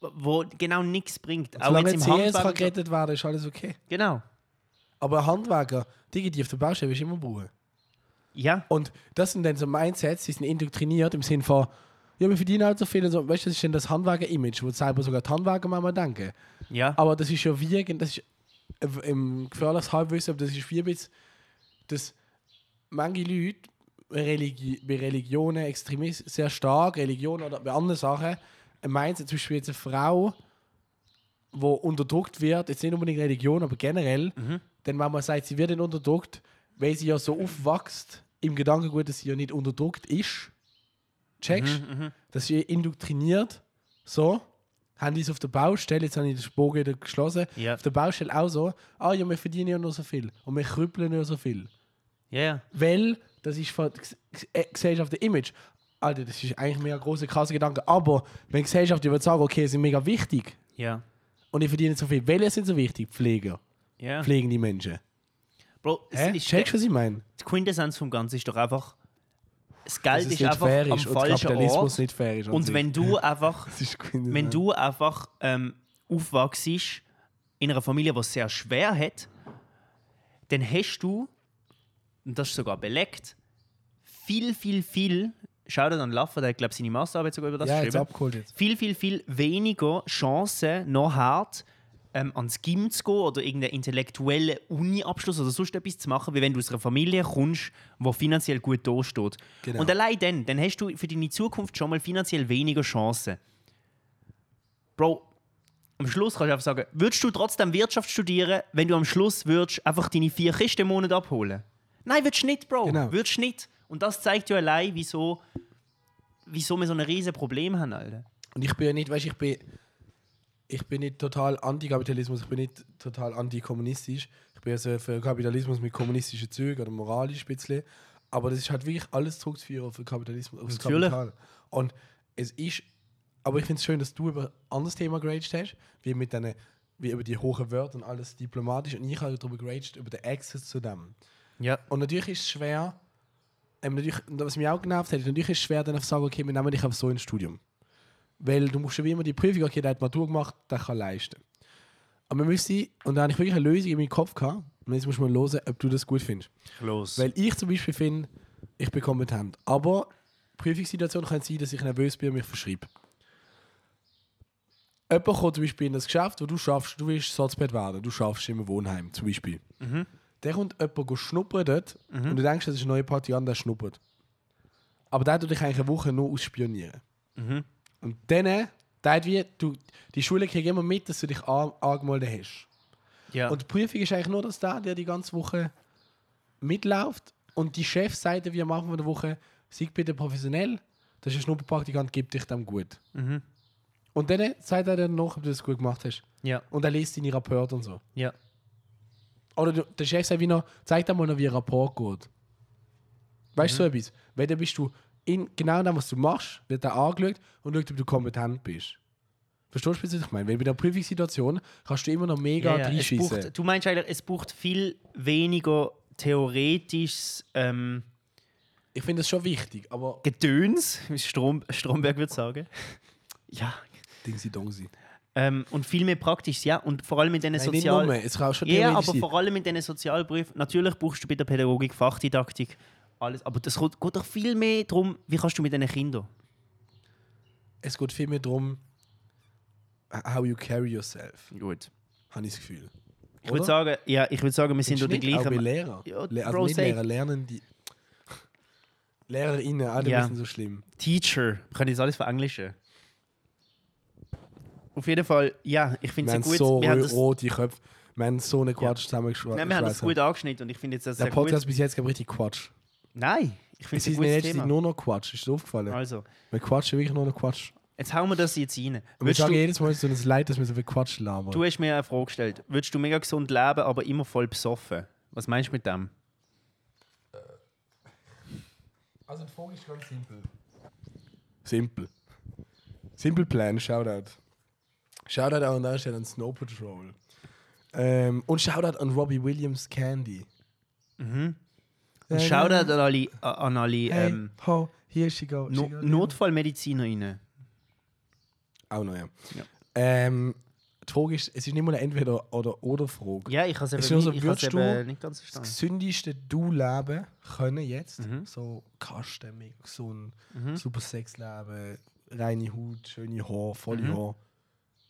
Speaker 1: wo genau nichts bringt. Auch
Speaker 2: Solange
Speaker 1: jetzt im
Speaker 2: CS kann
Speaker 1: Handwerk.
Speaker 2: gerettet werden, ist alles okay.
Speaker 1: Genau.
Speaker 2: Aber Handwerker, die, die auf der Baustelle ist immer Bruder.
Speaker 1: Ja.
Speaker 2: Und das sind dann so Mindsets, die sind indoktriniert im Sinn von, ja, wir verdienen halt so viel und so. Weißt du, das ist dann das Handwerker-Image, wo selber sogar die Handwerker manchmal denken.
Speaker 1: Ja.
Speaker 2: Aber das ist ja wie, irgend- das ist äh, im gefährliches Halbwissen, aber das ist wie ein bisschen, dass manche Leute Religi bei Religionen extremist sehr stark, Religion oder bei anderen Sachen, ein Mindset, zum Beispiel jetzt eine Frau, die unterdrückt wird, jetzt nicht unbedingt Religion, aber generell, denn wenn man sagt, sie wird nicht unterdrückt, weil sie ja so aufwächst, im Gedankengut, dass sie ja nicht unterdrückt ist, checkst,
Speaker 1: Mhm,
Speaker 2: dass sie indoktriniert, so, haben die es auf der Baustelle, jetzt habe ich den Spogen wieder geschlossen,
Speaker 1: Ja.
Speaker 2: auf der Baustelle auch so, ah ja, wir verdienen ja nur so viel und wir krüppeln nur so viel.
Speaker 1: Ja, ja.
Speaker 2: Weil das ist von Ges- Ges- äh, Gesellschaft der Image. Alter, das ist eigentlich mega großer, krasser Gedanke. Aber wenn Gesellschaft würde sagen, okay, sie sind mega wichtig
Speaker 1: Ja.
Speaker 2: und ich verdiene so viel, welche sind so wichtig? Pfleger,
Speaker 1: Ja.
Speaker 2: pflegende Menschen.
Speaker 1: Bro, Ah. es
Speaker 2: Hä?
Speaker 1: ist
Speaker 2: Checkst du, was ich meine?
Speaker 1: die Quintessenz vom Ganzen ist doch einfach, das Geld
Speaker 2: Dass es
Speaker 1: ist
Speaker 2: nicht
Speaker 1: einfach
Speaker 2: fair
Speaker 1: am
Speaker 2: ist und der
Speaker 1: falschen
Speaker 2: Kapitalismus
Speaker 1: Ort.
Speaker 2: nicht fair ist. an
Speaker 1: Und
Speaker 2: sich.
Speaker 1: wenn du einfach
Speaker 2: Das ist
Speaker 1: wenn du einfach ähm, aufwachst in einer Familie, die es sehr schwer hat, dann hast du, und das ist sogar belegt, viel, viel, viel, schau dir an Laffer, der hat, glaube ich, seine Masterarbeit sogar über das
Speaker 2: Ja, jetzt
Speaker 1: geschrieben,
Speaker 2: abgeholt jetzt.
Speaker 1: viel, viel, viel weniger Chancen noch hart ähm, ans Gym zu gehen oder irgendeinen intellektuellen Uni-Abschluss oder sonst etwas zu machen, wie wenn du aus einer Familie kommst, die finanziell gut dasteht.
Speaker 2: Genau.
Speaker 1: Und allein dann, dann hast du für deine Zukunft schon mal finanziell weniger Chancen. Bro, am Schluss kannst du einfach sagen, würdest du trotzdem Wirtschaft studieren, wenn du am Schluss würdest einfach deine vier Kisten im Monat abholen? Nein, würdest du nicht, Bro.
Speaker 2: Genau.
Speaker 1: Würdest du nicht. Und das zeigt ja allein, wieso, wieso wir so ein riesen Problem haben, Alter.
Speaker 2: Und ich bin ja nicht, weißt du, ich bin, ich bin nicht total antikapitalismus, ich bin nicht total antikommunistisch. Ich bin also für Kapitalismus mit kommunistischen Zügen oder moralisch ein bisschen. Aber das ist halt wirklich alles zurückzuführen auf den Kapitalismus, auf das
Speaker 1: Natürlich.
Speaker 2: Kapital. Und es ist, aber ich finde es schön, dass du über ein anderes Thema geraged hast, wie mit deinen, wie über die hohen Wörter und alles diplomatisch. Und ich habe darüber geraged, über den Access zu dem.
Speaker 1: Ja.
Speaker 2: Und natürlich ist es schwer, ähm, natürlich, und was mich auch genervt hat, ist natürlich ist es schwer, dann zu sagen, okay, wir nehmen dich auf so ein Studium. Weil du musst ja wie immer die Prüfung, okay, der hat Matur gemacht, der kann leisten. Aber wir müssen, und da habe ich wirklich eine Lösung in meinem Kopf gehabt, und jetzt musst du mal hören, ob du das gut findest.
Speaker 1: Los.
Speaker 2: Weil ich zum Beispiel finde, ich bin kompetent. Aber die Prüfungssituation kann sein, dass ich nervös bin und mich verschreibe. Jemand kommt zum Beispiel in das Geschäft, wo du schaffst, du willst Satzbett werden, du schaffst im Wohnheim zum Beispiel. Der kommt jemand go schnuppern dort und du denkst, das ist ein neuer Partian, der schnuppert. Aber der tut dich eigentlich eine Woche nur ausspionieren. Und dann, der hat wie, du, die Schule kriegt immer mit, dass du dich an, angemeldet hast.
Speaker 1: ja.
Speaker 2: Und die Prüfung ist eigentlich nur das da, der die ganze Woche mitläuft. Und die Chef sagt dir wie am Anfang der Woche, sei bitte professionell, das ist ein Schnupperpraktikant, gib dich dem gut.
Speaker 1: Mhm.
Speaker 2: Und dann sagt er dir noch, ob du das gut gemacht hast.
Speaker 1: ja.
Speaker 2: Und er liest deine Rapporte und so.
Speaker 1: Ja.
Speaker 2: Oder du, der Chef sagt wie noch, zeig dir mal noch, wie ein Rapport geht. Weißt
Speaker 1: Mhm.
Speaker 2: du so etwas? Weil dann bist du in genau dem, was du machst, wird er angeschaut und schaut, ob du kompetent bist. Verstehst du, was ich meine? Weil bei der Prüfungssituation kannst du immer noch mega
Speaker 1: Ja, ja, es
Speaker 2: reinschießen.
Speaker 1: braucht, du meinst eigentlich, es braucht viel weniger theoretisches ähm,
Speaker 2: Ich finde das schon wichtig, aber
Speaker 1: Gedöns, wie Strom, Stromberg würde sagen. Ja.
Speaker 2: Dingsi Dongsi.
Speaker 1: Ähm, und viel mehr praktisches, ja. Und vor allem in diesen
Speaker 2: Nein, nicht
Speaker 1: sozialen.
Speaker 2: nur, es kann auch schon
Speaker 1: Ja,
Speaker 2: theoretisch
Speaker 1: aber
Speaker 2: sein.
Speaker 1: vor allem in diesen Sozialberufen. Natürlich brauchst du bei der Pädagogik Fachdidaktik, alles. Aber das geht geht doch viel mehr darum, wie kannst du mit diesen Kindern.
Speaker 2: Es geht vielmehr darum, how you carry yourself,
Speaker 1: Gut.
Speaker 2: habe ich das Gefühl.
Speaker 1: Ich würde sagen, ja, ich würde sagen, wir sind doch der
Speaker 2: Schnitt, auch bei
Speaker 1: gleichen.
Speaker 2: Lehrer.
Speaker 1: Ja,
Speaker 2: Le- also
Speaker 1: Bro,
Speaker 2: nicht
Speaker 1: sag-
Speaker 2: Lehrer, lernen die. Lehrerinnen, alle
Speaker 1: Ja.
Speaker 2: wissen so schlimm.
Speaker 1: Teacher. Wir können das alles verenglischen. Auf jeden Fall, ja, ich finde
Speaker 2: Wir
Speaker 1: es
Speaker 2: haben
Speaker 1: gut.
Speaker 2: so
Speaker 1: wir haben
Speaker 2: ro-
Speaker 1: das,
Speaker 2: rote Köpfe. Wir haben so einen Quatsch zusammengeschweißt.
Speaker 1: nein, wir haben das gut angeschnitten und ich finde jetzt das
Speaker 2: Der
Speaker 1: sehr gut.
Speaker 2: Podcast bis jetzt gab richtig Quatsch.
Speaker 1: Nein, ich
Speaker 2: Es
Speaker 1: finde es
Speaker 2: ist
Speaker 1: ein gutes
Speaker 2: jetzt
Speaker 1: Thema.
Speaker 2: nur noch Quatsch, ist dir aufgefallen.
Speaker 1: Also,
Speaker 2: Wir quatschen wirklich nur noch Quatsch.
Speaker 1: jetzt hauen wir das jetzt rein.
Speaker 2: Und eh- wir
Speaker 1: Würdest
Speaker 2: sagen
Speaker 1: du,
Speaker 2: jedes Mal, es tut uns leid, dass wir so viel Quatsch labern.
Speaker 1: du hast mir eine Frage gestellt. Würdest du mega gesund leben, aber immer voll besoffen? Was meinst du mit dem?
Speaker 2: Also, die Frage ist ganz simpel. Simpel. Simple Plan, Shoutout. Shoutout auch an der Stelle an Snow Patrol. Ähm, und Shoutout an Robbie Williams Candy. Mhm.
Speaker 1: Und schau da an alle, an alle
Speaker 2: Hey,
Speaker 1: ähm,
Speaker 2: ho, here she go. she
Speaker 1: no
Speaker 2: go.
Speaker 1: Notfallmedizinerinnen.
Speaker 2: Auch noch, ja.
Speaker 1: Ja.
Speaker 2: Ähm, die Frage ist, es ist nicht mal eine Entweder-oder-oder-Frage.
Speaker 1: Ja, ich habe
Speaker 2: Ist
Speaker 1: es
Speaker 2: nur
Speaker 1: eben,
Speaker 2: so,
Speaker 1: ich hab's
Speaker 2: würdest
Speaker 1: eben
Speaker 2: du-
Speaker 1: nicht ganz
Speaker 2: das
Speaker 1: verstanden.
Speaker 2: gesündeste du leben können jetzt.
Speaker 1: Mhm.
Speaker 2: So kastenmäßig, gesund, super Sexleben, reine Haut, schöne Haare, volle
Speaker 1: Mhm.
Speaker 2: Haare.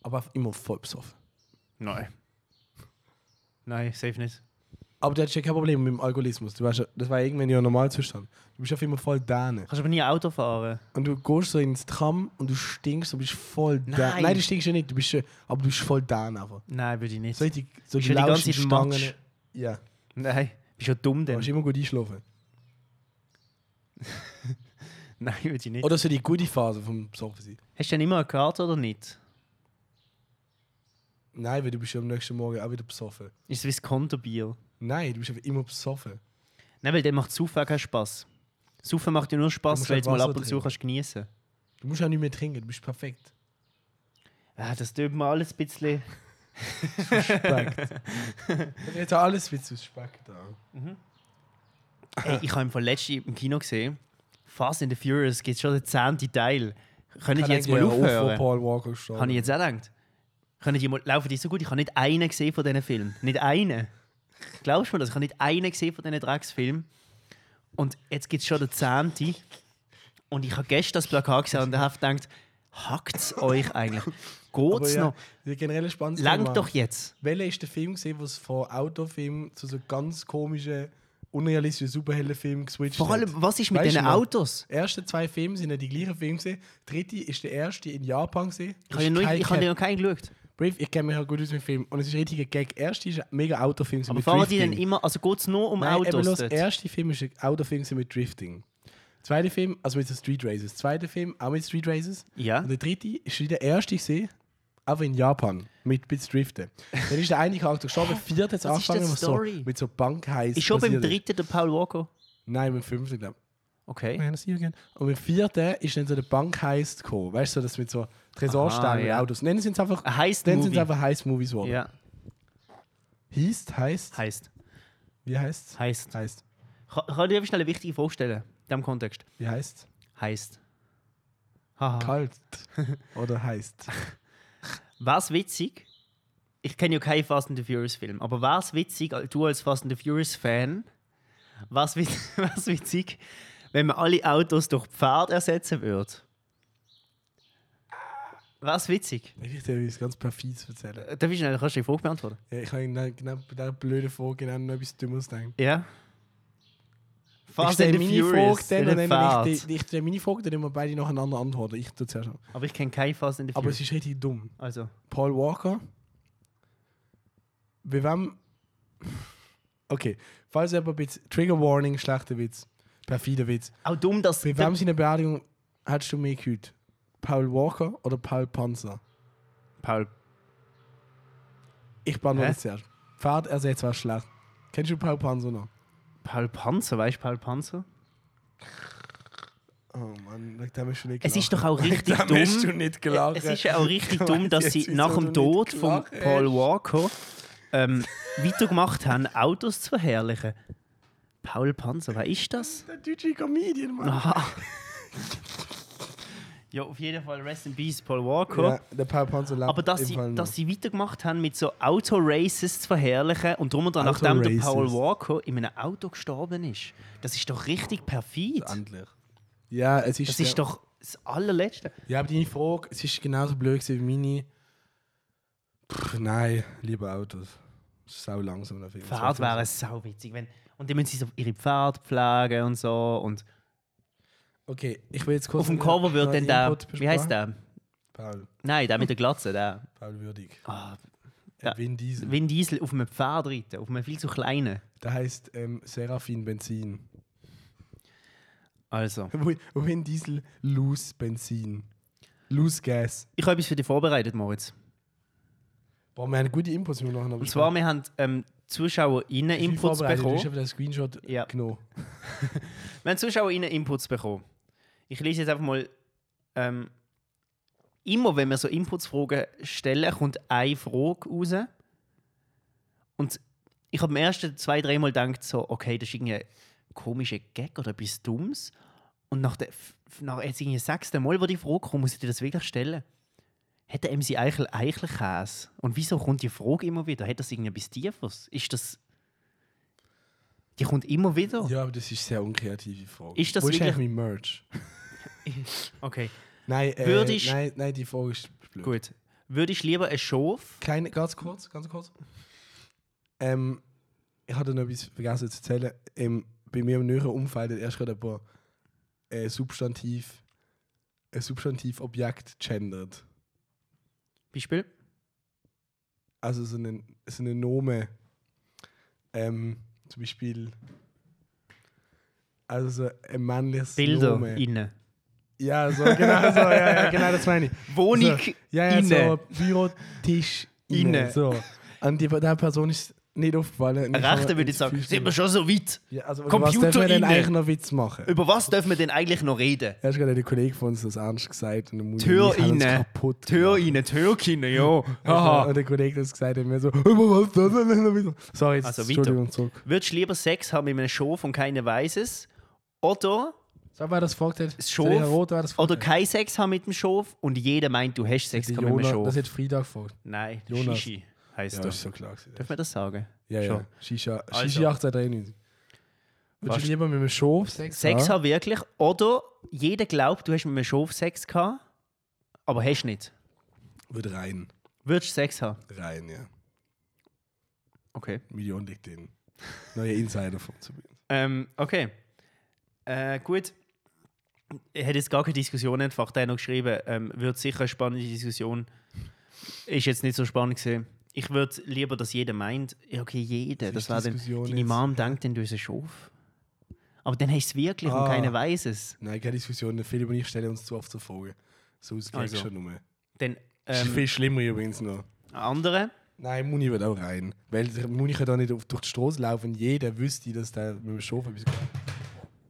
Speaker 2: Aber immer voll besoffen.
Speaker 1: Nein. Nein, safe nicht.
Speaker 2: Aber du hast ja kein Problem mit dem Alkoholismus. Du weißt, ja, das war irgendwann ja ein Normalzustand. Du bist auf immer voll Däne.
Speaker 1: Kannst aber nie Auto fahren.
Speaker 2: Und du gehst so ins Tram und du stinkst und bist voll Däne.
Speaker 1: Nein.
Speaker 2: du stinkst ja nicht, du bist, ja- aber du bist voll Däne. Aber.
Speaker 1: Nein, würde ich nicht.
Speaker 2: So richtig, so
Speaker 1: Bist ja die ganze
Speaker 2: lausche
Speaker 1: Zeit Matsch.
Speaker 2: Stangen. Ja,
Speaker 1: Nein, bist ja dumm
Speaker 2: du
Speaker 1: denn.
Speaker 2: kannst immer gut einschlafen.
Speaker 1: Nein, würde ich nicht.
Speaker 2: Oder so die gute Phase vom Besoffen sein.
Speaker 1: Hast du denn immer eine Karte oder nicht?
Speaker 2: Nein, weil du bist ja am nächsten Morgen auch wieder besoffen.
Speaker 1: Ist es wie das Konterbier?
Speaker 2: Nein, du bist einfach immer besoffen.
Speaker 1: Nein, weil dann macht Saufen auch keinen Spaß. Saufen macht ja nur
Speaker 2: Du
Speaker 1: Spaß,
Speaker 2: musst
Speaker 1: weil
Speaker 2: halt
Speaker 1: du mal
Speaker 2: Wasser
Speaker 1: ab und zu
Speaker 2: trinken.
Speaker 1: kannst geniessen
Speaker 2: Du musst auch nicht mehr trinken, du bist perfekt.
Speaker 1: Ah, das tut mir alles ein bisschen.
Speaker 2: Spackt. Jetzt auch alles wird zu Speck da.
Speaker 1: Ey, ich habe im Fall letztens im Kino gesehen, Fast and the Furious gibt schon den zehnten Teil. Können die jetzt mal aufhören?
Speaker 2: Paul Walker schon.
Speaker 1: Habe ich jetzt auch gedacht. Können die mal, laufen die so gut? Ich habe nicht einen gesehen von diesen Filmen. Nicht einen. Glaubst du mir das? Ich habe nicht einen gesehen von diesen Drecksfilmen. Und jetzt gibt es schon den zehnten. Und ich habe gestern das Plakat gesehen und habe gedacht, hackt's euch eigentlich?
Speaker 2: Aber
Speaker 1: Geht's
Speaker 2: ja,
Speaker 1: noch?
Speaker 2: das ist generell ein spannendes Thema.
Speaker 1: Langt doch jetzt.
Speaker 2: Welcher ist der Film gesehen, was von Autofilm zu so ganz komischen, unrealistischen Superheldenfilm geswitcht
Speaker 1: Vor allem,
Speaker 2: hat?
Speaker 1: was ist mit
Speaker 2: Weißt
Speaker 1: diesen
Speaker 2: du noch?
Speaker 1: Autos?
Speaker 2: Die ersten zwei Filme sind ja die gleichen Filme gesehen. Der dritte ist der erste in Japan gesehen.
Speaker 1: Ich habe ja noch- ich habe
Speaker 2: ja
Speaker 1: ja noch keinen geschaut.
Speaker 2: Brief, ich kenne mich auch gut aus mit Filmen. Und es ist ein richtiger Gag. Der erste ist ein mega Autofilm.
Speaker 1: Aber fahren die dann immer, also geht es nur um
Speaker 2: Nein, Eben
Speaker 1: Autos?
Speaker 2: los,
Speaker 1: Dort?
Speaker 2: der erste Film ist ein Autofilm gewesen mit Drifting. Zweiter Film, also mit so Street Races. Zweiter Film, auch mit Street Races.
Speaker 1: Ja.
Speaker 2: Und der dritte ist wieder der erste gesehen, aber in Japan, mit bisschen Driften. Dann ist der eine Charakter gestorben, vierte hat
Speaker 1: Was ist
Speaker 2: angefangen,
Speaker 1: das
Speaker 2: was so,
Speaker 1: Story?
Speaker 2: mit so Bankheiß.
Speaker 1: Ist schon beim
Speaker 2: passiert
Speaker 1: dritten der Paul Walker.
Speaker 2: Nein, mit dem fünften, glaube
Speaker 1: Okay.
Speaker 2: ich. Und mit dem vierten ist dann so der Bankheiß gekommen. Weißt du, so, das mit so
Speaker 1: Aha,
Speaker 2: Tresorsteinen mit
Speaker 1: ja.
Speaker 2: Autos. Nennen sie es einfach,
Speaker 1: Ein Heist
Speaker 2: nennen sie es
Speaker 1: Movie.
Speaker 2: einfach Heiß-Movies geworden.
Speaker 1: Ja,
Speaker 2: Heißt, heißt,
Speaker 1: heißt.
Speaker 2: wie heißt's?
Speaker 1: Heißt.
Speaker 2: Heißt.
Speaker 1: Kann kann ich dir schnell eine wichtige Frage stellen? In diesem Kontext.
Speaker 2: Wie heißt's?
Speaker 1: Heißt. Haha.
Speaker 2: Kalt. Oder heißt.
Speaker 1: Was witzig? Ich kenne ja keinen Fast and the Furious Film, aber was witzig, als- du als Fast and the Furious Fan, was, wit- was witzig, wenn man alle Autos durch Pferd ersetzen würde? Was witzig?
Speaker 2: Ich will es ganz perfid erzählen.
Speaker 1: Darf ich schnell, kannst du die Frage beantworten?
Speaker 2: Ja, ich habe genau, genau bei dieser blöden Frage genau noch etwas Dummes gedacht.
Speaker 1: Ja.
Speaker 2: Ich
Speaker 1: Fast
Speaker 2: stelle
Speaker 1: and
Speaker 2: meine
Speaker 1: the Furious.
Speaker 2: Frage dann
Speaker 1: mit
Speaker 2: und
Speaker 1: dem
Speaker 2: dann ich,
Speaker 1: Pferd.
Speaker 2: ich, ich stelle meine Frage, dann immer beide nacheinander antworten. Ich tue zuerst. noch.
Speaker 1: Aber ich kenne keinen Fast and the
Speaker 2: Aber
Speaker 1: Furious.
Speaker 2: es ist richtig dumm.
Speaker 1: also,
Speaker 2: Paul Walker. Bei wem. Okay, falls jemand ein bisschen. Trigger Warning, schlechter Witz. Perfider Witz.
Speaker 1: auch dumm, dass.
Speaker 2: Bei wem seiner Beerdigung hättest du mehr gehört? Paul Walker oder Paul Panzer?
Speaker 1: Paul.
Speaker 2: Ich beantworte
Speaker 1: Hä?
Speaker 2: es zuerst. Pferd ersetzt war schlecht. Kennst du Paul Panzer noch?
Speaker 1: Paul Panzer, weißt du Paul Panzer?
Speaker 2: Oh mein
Speaker 3: Mann, wegen dem hast du nicht
Speaker 1: Es ist
Speaker 3: gelacht.
Speaker 1: doch auch richtig
Speaker 3: Wegen dem hast du
Speaker 1: dumm. Äh,
Speaker 3: nicht gelacht.
Speaker 1: Es ist ja auch richtig dumm, dass
Speaker 3: Genau, jetzt,
Speaker 1: sie
Speaker 3: wieso
Speaker 1: nach
Speaker 3: du
Speaker 1: dem
Speaker 3: nicht
Speaker 1: Tod von
Speaker 3: gelacht
Speaker 1: Paul
Speaker 3: hast.
Speaker 1: Walker ähm, weitergemacht haben, Autos zu verherrlichen. Paul Panzer, wer ist das?
Speaker 3: Der deutsche Comedian, Mann.
Speaker 1: Aha. ja, auf jeden Fall Rest in Peace, Paul Walker.
Speaker 3: Ja, der Paul Panzer lebt
Speaker 1: Aber dass
Speaker 3: im
Speaker 1: sie,
Speaker 3: Fall noch.
Speaker 1: dass sie weitergemacht haben mit so Autoraces zu verherrlichen und drum und dran, nachdem der Paul
Speaker 3: Autoracist.
Speaker 1: Walker in einem Auto gestorben ist. Das ist doch richtig perfid.
Speaker 2: Endlich.
Speaker 3: Ja, es ist.
Speaker 1: Das ist
Speaker 3: ja,
Speaker 1: doch das allerletzte.
Speaker 2: Ja, aber deine Frage, es ist genauso blöd gewesen wie meine.
Speaker 3: Pff, nein.
Speaker 2: Lieber Autos. Sau langsam der Film.
Speaker 1: Pferd wäre sau witzig. Wenn, und dann müssen sie so ihre Pferde pflegen und so. Und
Speaker 2: Okay, ich will jetzt kurz.
Speaker 1: auf dem Cover wird dann
Speaker 2: den
Speaker 1: der. Wie heißt der?
Speaker 2: Paul.
Speaker 1: Nein, der mit der Glatze, der.
Speaker 2: Paul Würdig.
Speaker 1: Ah, Ja.
Speaker 2: Ja. Vin Diesel.
Speaker 1: Vin Diesel auf einem Pferd reiten, auf einem viel zu kleinen.
Speaker 2: Der heißt ähm, Seraphin Benzin.
Speaker 1: Also.
Speaker 2: Win Vin Diesel Loose Benzin. Loose Gas.
Speaker 1: Ich habe etwas für dich vorbereitet, Moritz.
Speaker 2: Boah, wir haben gute Inputs, die wir nachher noch
Speaker 1: Und zwar, wir haben ähm, ZuschauerInnen Inputs
Speaker 2: Du
Speaker 1: bekommen.
Speaker 2: hast einfach den Screenshot
Speaker 1: Ja.
Speaker 2: genommen.
Speaker 1: Wir haben ZuschauerInnen Inputs bekommen. Ich lese jetzt einfach mal. Ähm, immer wenn wir so Inputsfragen stellen, kommt eine Frage raus. Und ich habe am ersten zwei, dreimal gedacht, so, okay, das ist irgendein komischer Gag oder etwas Dummes. Und nach, der, f- nach jetzt irgendwie sechsten Mal, wo die Frage kommt, muss ich dir das wirklich stellen. Hat der MC Eichel Eichelkäse? Und wieso kommt die Frage immer wieder? Hat das irgendetwas Tieferes? Ist das. Die kommt immer wieder?
Speaker 2: Ja, aber das ist eine sehr unkreative Frage.
Speaker 1: Ist das
Speaker 2: Oh. Wo ist
Speaker 1: wirklich-
Speaker 2: eigentlich mein Merch?
Speaker 1: Okay.
Speaker 2: Nein, äh,
Speaker 1: Würdest-
Speaker 2: nein, nein, die Frage ist blöd.
Speaker 1: Gut. Würde ich lieber ein Schof?
Speaker 2: Kleine, ganz kurz, ganz kurz. Ähm, ich hatte noch etwas vergessen zu erzählen. Ähm, bei mir im näheren Umfeld hat erst gerade ein paar äh, Substantiv, ein Substantivobjekt gendert.
Speaker 1: Beispiel?
Speaker 2: Also so einen so einen Nome. Ähm, zum Beispiel. Also so ein männliches
Speaker 1: Bilder
Speaker 2: Nomen.
Speaker 1: innen.
Speaker 2: Ja, so, genau so, ja, ja, genau das meine ich.
Speaker 1: Wohnung
Speaker 2: so, ja, ja,
Speaker 1: innen.
Speaker 2: so Bürotisch innen.
Speaker 1: Innen.
Speaker 2: So. An die, der Person ist nicht aufgefallen. Und ich kann
Speaker 1: Rechte würde
Speaker 2: mir
Speaker 1: ich
Speaker 2: ins
Speaker 1: sagen,
Speaker 2: Gefühl
Speaker 1: sind wir
Speaker 2: stellen.
Speaker 1: schon so weit.
Speaker 2: Ja, also, Computer was
Speaker 1: Computer
Speaker 2: darf man denn
Speaker 1: innen.
Speaker 2: eigentlich noch Witz machen?
Speaker 1: Über was dürfen wir denn eigentlich noch reden?
Speaker 2: Erst gerade hat ein Kollege von uns das ernst gesagt und dann muss
Speaker 1: Tür
Speaker 2: ich mich
Speaker 1: innen.
Speaker 2: kaputt.
Speaker 1: Tür
Speaker 2: gemacht.
Speaker 1: innen, Tür innen, ja. Aha.
Speaker 2: Und der Kollege hat das gesagt und mir so, was das denn noch wieder? Sorry, jetzt
Speaker 1: Also, weiter.
Speaker 2: Entschuldigung zurück.
Speaker 1: Würdest du lieber Sex haben mit einem Schof und keiner weiß es? Oder,
Speaker 2: Sag mal, wer das gefragt hat.
Speaker 1: Schof
Speaker 2: Der Herr Roth, wer das gefragt
Speaker 1: oder
Speaker 2: hat.
Speaker 1: kein Sex haben mit dem Schof und jeder meint, du hast Sex
Speaker 2: Der
Speaker 1: gehabt mit dem
Speaker 2: Jonas-
Speaker 1: Schof?
Speaker 2: Das hat Freitag gefragt.
Speaker 1: Nein,
Speaker 2: Jonas.
Speaker 1: Shishi heisst
Speaker 2: Ja,
Speaker 1: ja,
Speaker 2: das ist
Speaker 1: das.
Speaker 2: so klar. gewesen.
Speaker 1: Dürfen wir das sagen?
Speaker 2: Ja,
Speaker 1: Schon.
Speaker 2: ja. Shisha,
Speaker 1: Also.
Speaker 2: Shisha 1893. Würdest
Speaker 1: Was-
Speaker 2: du lieber mit einem Schof Sex,
Speaker 1: Sex
Speaker 2: haben?
Speaker 1: haben wirklich? Oder jeder glaubt, du hast mit einem Schof Sex gehabt, aber hast nicht.
Speaker 2: Würde rein.
Speaker 1: Würdest du Sex haben?
Speaker 2: Rein, ja.
Speaker 1: Okay.
Speaker 2: Million liegt drin. Neue Insider von zumindest.
Speaker 1: Ähm, okay. Äh, gut. Ich hätte jetzt gar keine Diskussion entfacht, der hat noch geschrieben. Ähm, wird sicher eine spannende Diskussion. Ist jetzt nicht so spannend gesehen. Ich würde lieber, dass jeder meint, ja, okay, jeder. Das
Speaker 2: ist
Speaker 1: war dann,
Speaker 2: Diskussion
Speaker 1: deine
Speaker 2: jetzt.
Speaker 1: Mom denkt, denn du bist ein Schaf. Aber dann hast du es wirklich und
Speaker 2: Ah.
Speaker 1: keiner weiß es.
Speaker 2: Nein, keine Diskussion. Viele von ich stellen uns zu oft zur Folge. So ist es
Speaker 1: Also.
Speaker 2: schon nur.
Speaker 1: Dann
Speaker 2: Ist
Speaker 1: ähm,
Speaker 2: viel schlimmer übrigens noch.
Speaker 1: andere.
Speaker 2: Nein, Muni wird auch rein. Weil der Muni kann da nicht auf, durch die Straße laufen. Jeder wüsste, dass der mit dem Schof etwas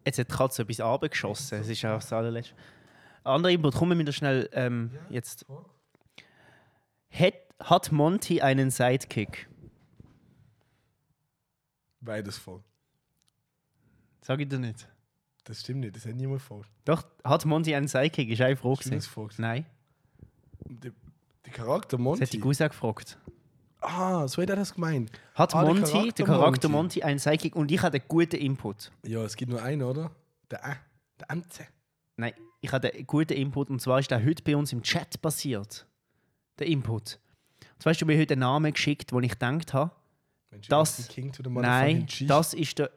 Speaker 1: Jetzt hat die Katze etwas abgeschossen. Es ist auch das allerletzte. Andere Input, kommen wir wieder schnell ähm, jetzt. Hat, hat Monty einen Sidekick?
Speaker 2: Beides voll.
Speaker 1: Sag ich dir nicht.
Speaker 2: Das stimmt nicht. Das hat niemand vor.
Speaker 1: Doch, hat Monty einen Sidekick? Ist eine Frage.
Speaker 2: Stimmt, das
Speaker 1: gewesen.
Speaker 2: gefragt.
Speaker 1: Nein,
Speaker 2: Der, der Charakter
Speaker 1: das hat die
Speaker 2: Monty.
Speaker 1: Gusa gefragt.
Speaker 2: Ah, so hat er das gemeint.
Speaker 1: Hat
Speaker 2: Ah, der
Speaker 1: Monty, der Charakter,
Speaker 2: Charakter
Speaker 1: Monty.
Speaker 2: Monty.
Speaker 1: einen Sidekick und ich hatte einen guten Input.
Speaker 2: Ja, es gibt nur einen, oder? Der A. Der MC.
Speaker 1: Nein, ich hatte einen guten Input und zwar ist der heute bei uns im Chat passiert. Der Input. Und zwar hast du mir heute einen Namen geschickt, wo ich gedacht habe,
Speaker 2: Mensch,
Speaker 1: Das-
Speaker 2: Justin King to the
Speaker 1: Nein,
Speaker 2: motherfucking G.
Speaker 1: das ist der,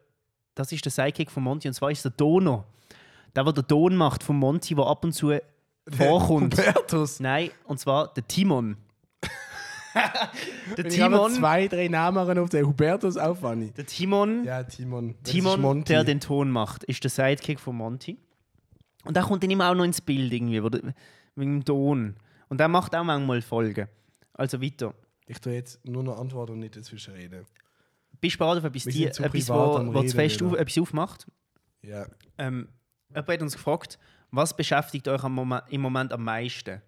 Speaker 1: das ist der Sidekick von Monty und zwar ist der Dono. Der, der den Ton macht von Monty, der ab und zu vorkommt.
Speaker 2: Hubertus.
Speaker 1: Nein, und zwar der Timon. der
Speaker 2: Ich habe
Speaker 1: Timon,
Speaker 2: zwei, drei Namen auf den Hubertus auf, Anni.
Speaker 1: der Timon,
Speaker 2: Ja, Timon. Das ist
Speaker 1: Timon
Speaker 2: Monty.
Speaker 1: der den Ton macht, ist der Sidekick von Monty. Und der kommt dann immer auch noch ins Bild irgendwie, wo der, mit dem Ton. Und der macht auch manchmal Folgen. Also weiter.
Speaker 2: ich tue jetzt nur noch Antworten und nicht dazwischen reden.
Speaker 1: Bist du bereit auf etwas,
Speaker 2: Wir
Speaker 1: die,
Speaker 2: sind zu
Speaker 1: etwas
Speaker 2: privat
Speaker 1: wo,
Speaker 2: am
Speaker 1: wo zu
Speaker 2: Reden
Speaker 1: fest auf,
Speaker 2: wieder.
Speaker 1: etwas aufmacht?
Speaker 2: Ja.
Speaker 1: Ähm, jemand hat uns gefragt, Was beschäftigt euch am Moment, im Moment am meisten?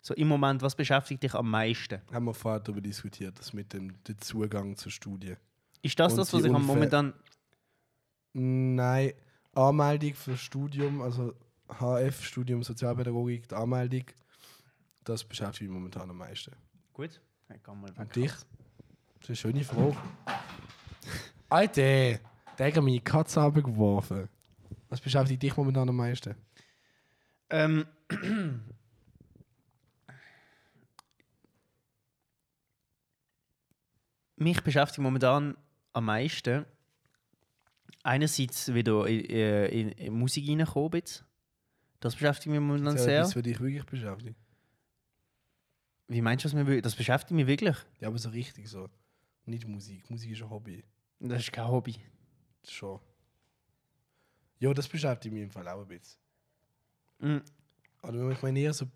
Speaker 1: So im Moment, was beschäftigt dich am meisten?
Speaker 2: Haben wir vorher darüber diskutiert, das mit dem den Zugang zur Studie.
Speaker 1: Ist das
Speaker 2: Und
Speaker 1: das, was
Speaker 2: die
Speaker 1: ich am
Speaker 2: Unfä-
Speaker 1: momentan.
Speaker 2: Nein, Anmeldung für Studium, also HF, Studium Sozialpädagogik, die Anmeldung, das beschäftigt mich momentan am meisten.
Speaker 1: Gut. Ich kann mal weg.
Speaker 2: Und dich? Das ist eine schöne Frage. Alter, der hat meine Katze abgeworfen. Was beschäftigt dich momentan am meisten?
Speaker 1: Ähm, mich beschäftigt momentan am meisten einerseits wieder in, in, in Musik reinkommen. bin. Das beschäftigt mich momentan sehr.
Speaker 2: Das für dich wirklich beschäftigt.
Speaker 1: Wie meinst du, was mir, wir- das beschäftigt mich wirklich?
Speaker 2: Ja, aber so richtig so. Nicht Musik. Musik ist ein Hobby.
Speaker 1: Das ist kein Hobby.
Speaker 2: Schon. Ja, das beschäftigt mich im Fall auch ein bisschen.
Speaker 1: Mm.
Speaker 2: Oder ich meine eher so.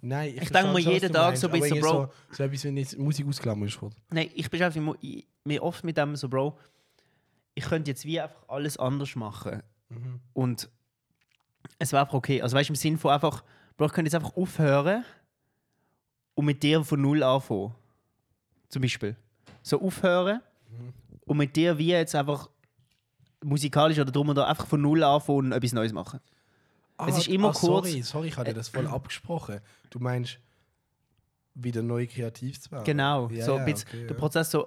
Speaker 2: Nein,
Speaker 1: Ich
Speaker 2: verstehe
Speaker 1: denk mir
Speaker 2: schon, was
Speaker 1: jeden
Speaker 2: du
Speaker 1: Tag
Speaker 2: meinst,
Speaker 1: so ein
Speaker 2: aber
Speaker 1: bisschen,
Speaker 2: eher
Speaker 1: Bro.
Speaker 2: So, so etwas, wenn jetzt Musik ausklammert wird.
Speaker 1: Nein, ich beschäftige mich mo- mich oft mit dem so, Bro, ich könnte jetzt wie einfach alles anders machen.
Speaker 2: Mhm.
Speaker 1: Und es wäre einfach okay. Also weißt du, im Sinn von einfach, Bro, ich könnte jetzt einfach aufhören und mit dir von null anfangen. Zum Beispiel. So aufhören
Speaker 2: Mhm.
Speaker 1: und mit dir wie jetzt einfach musikalisch oder drum und da einfach von null anfangen und etwas Neues machen. Es ist immer kurz-
Speaker 2: Ah, Sorry, sorry, ich hatte das voll abgesprochen. Du meinst, wieder neu kreativ zu werden.
Speaker 1: Genau.
Speaker 2: Ah, Ja,
Speaker 1: so
Speaker 2: ja,
Speaker 1: ein bisschen
Speaker 2: okay,
Speaker 1: der
Speaker 2: ja.
Speaker 1: Prozess so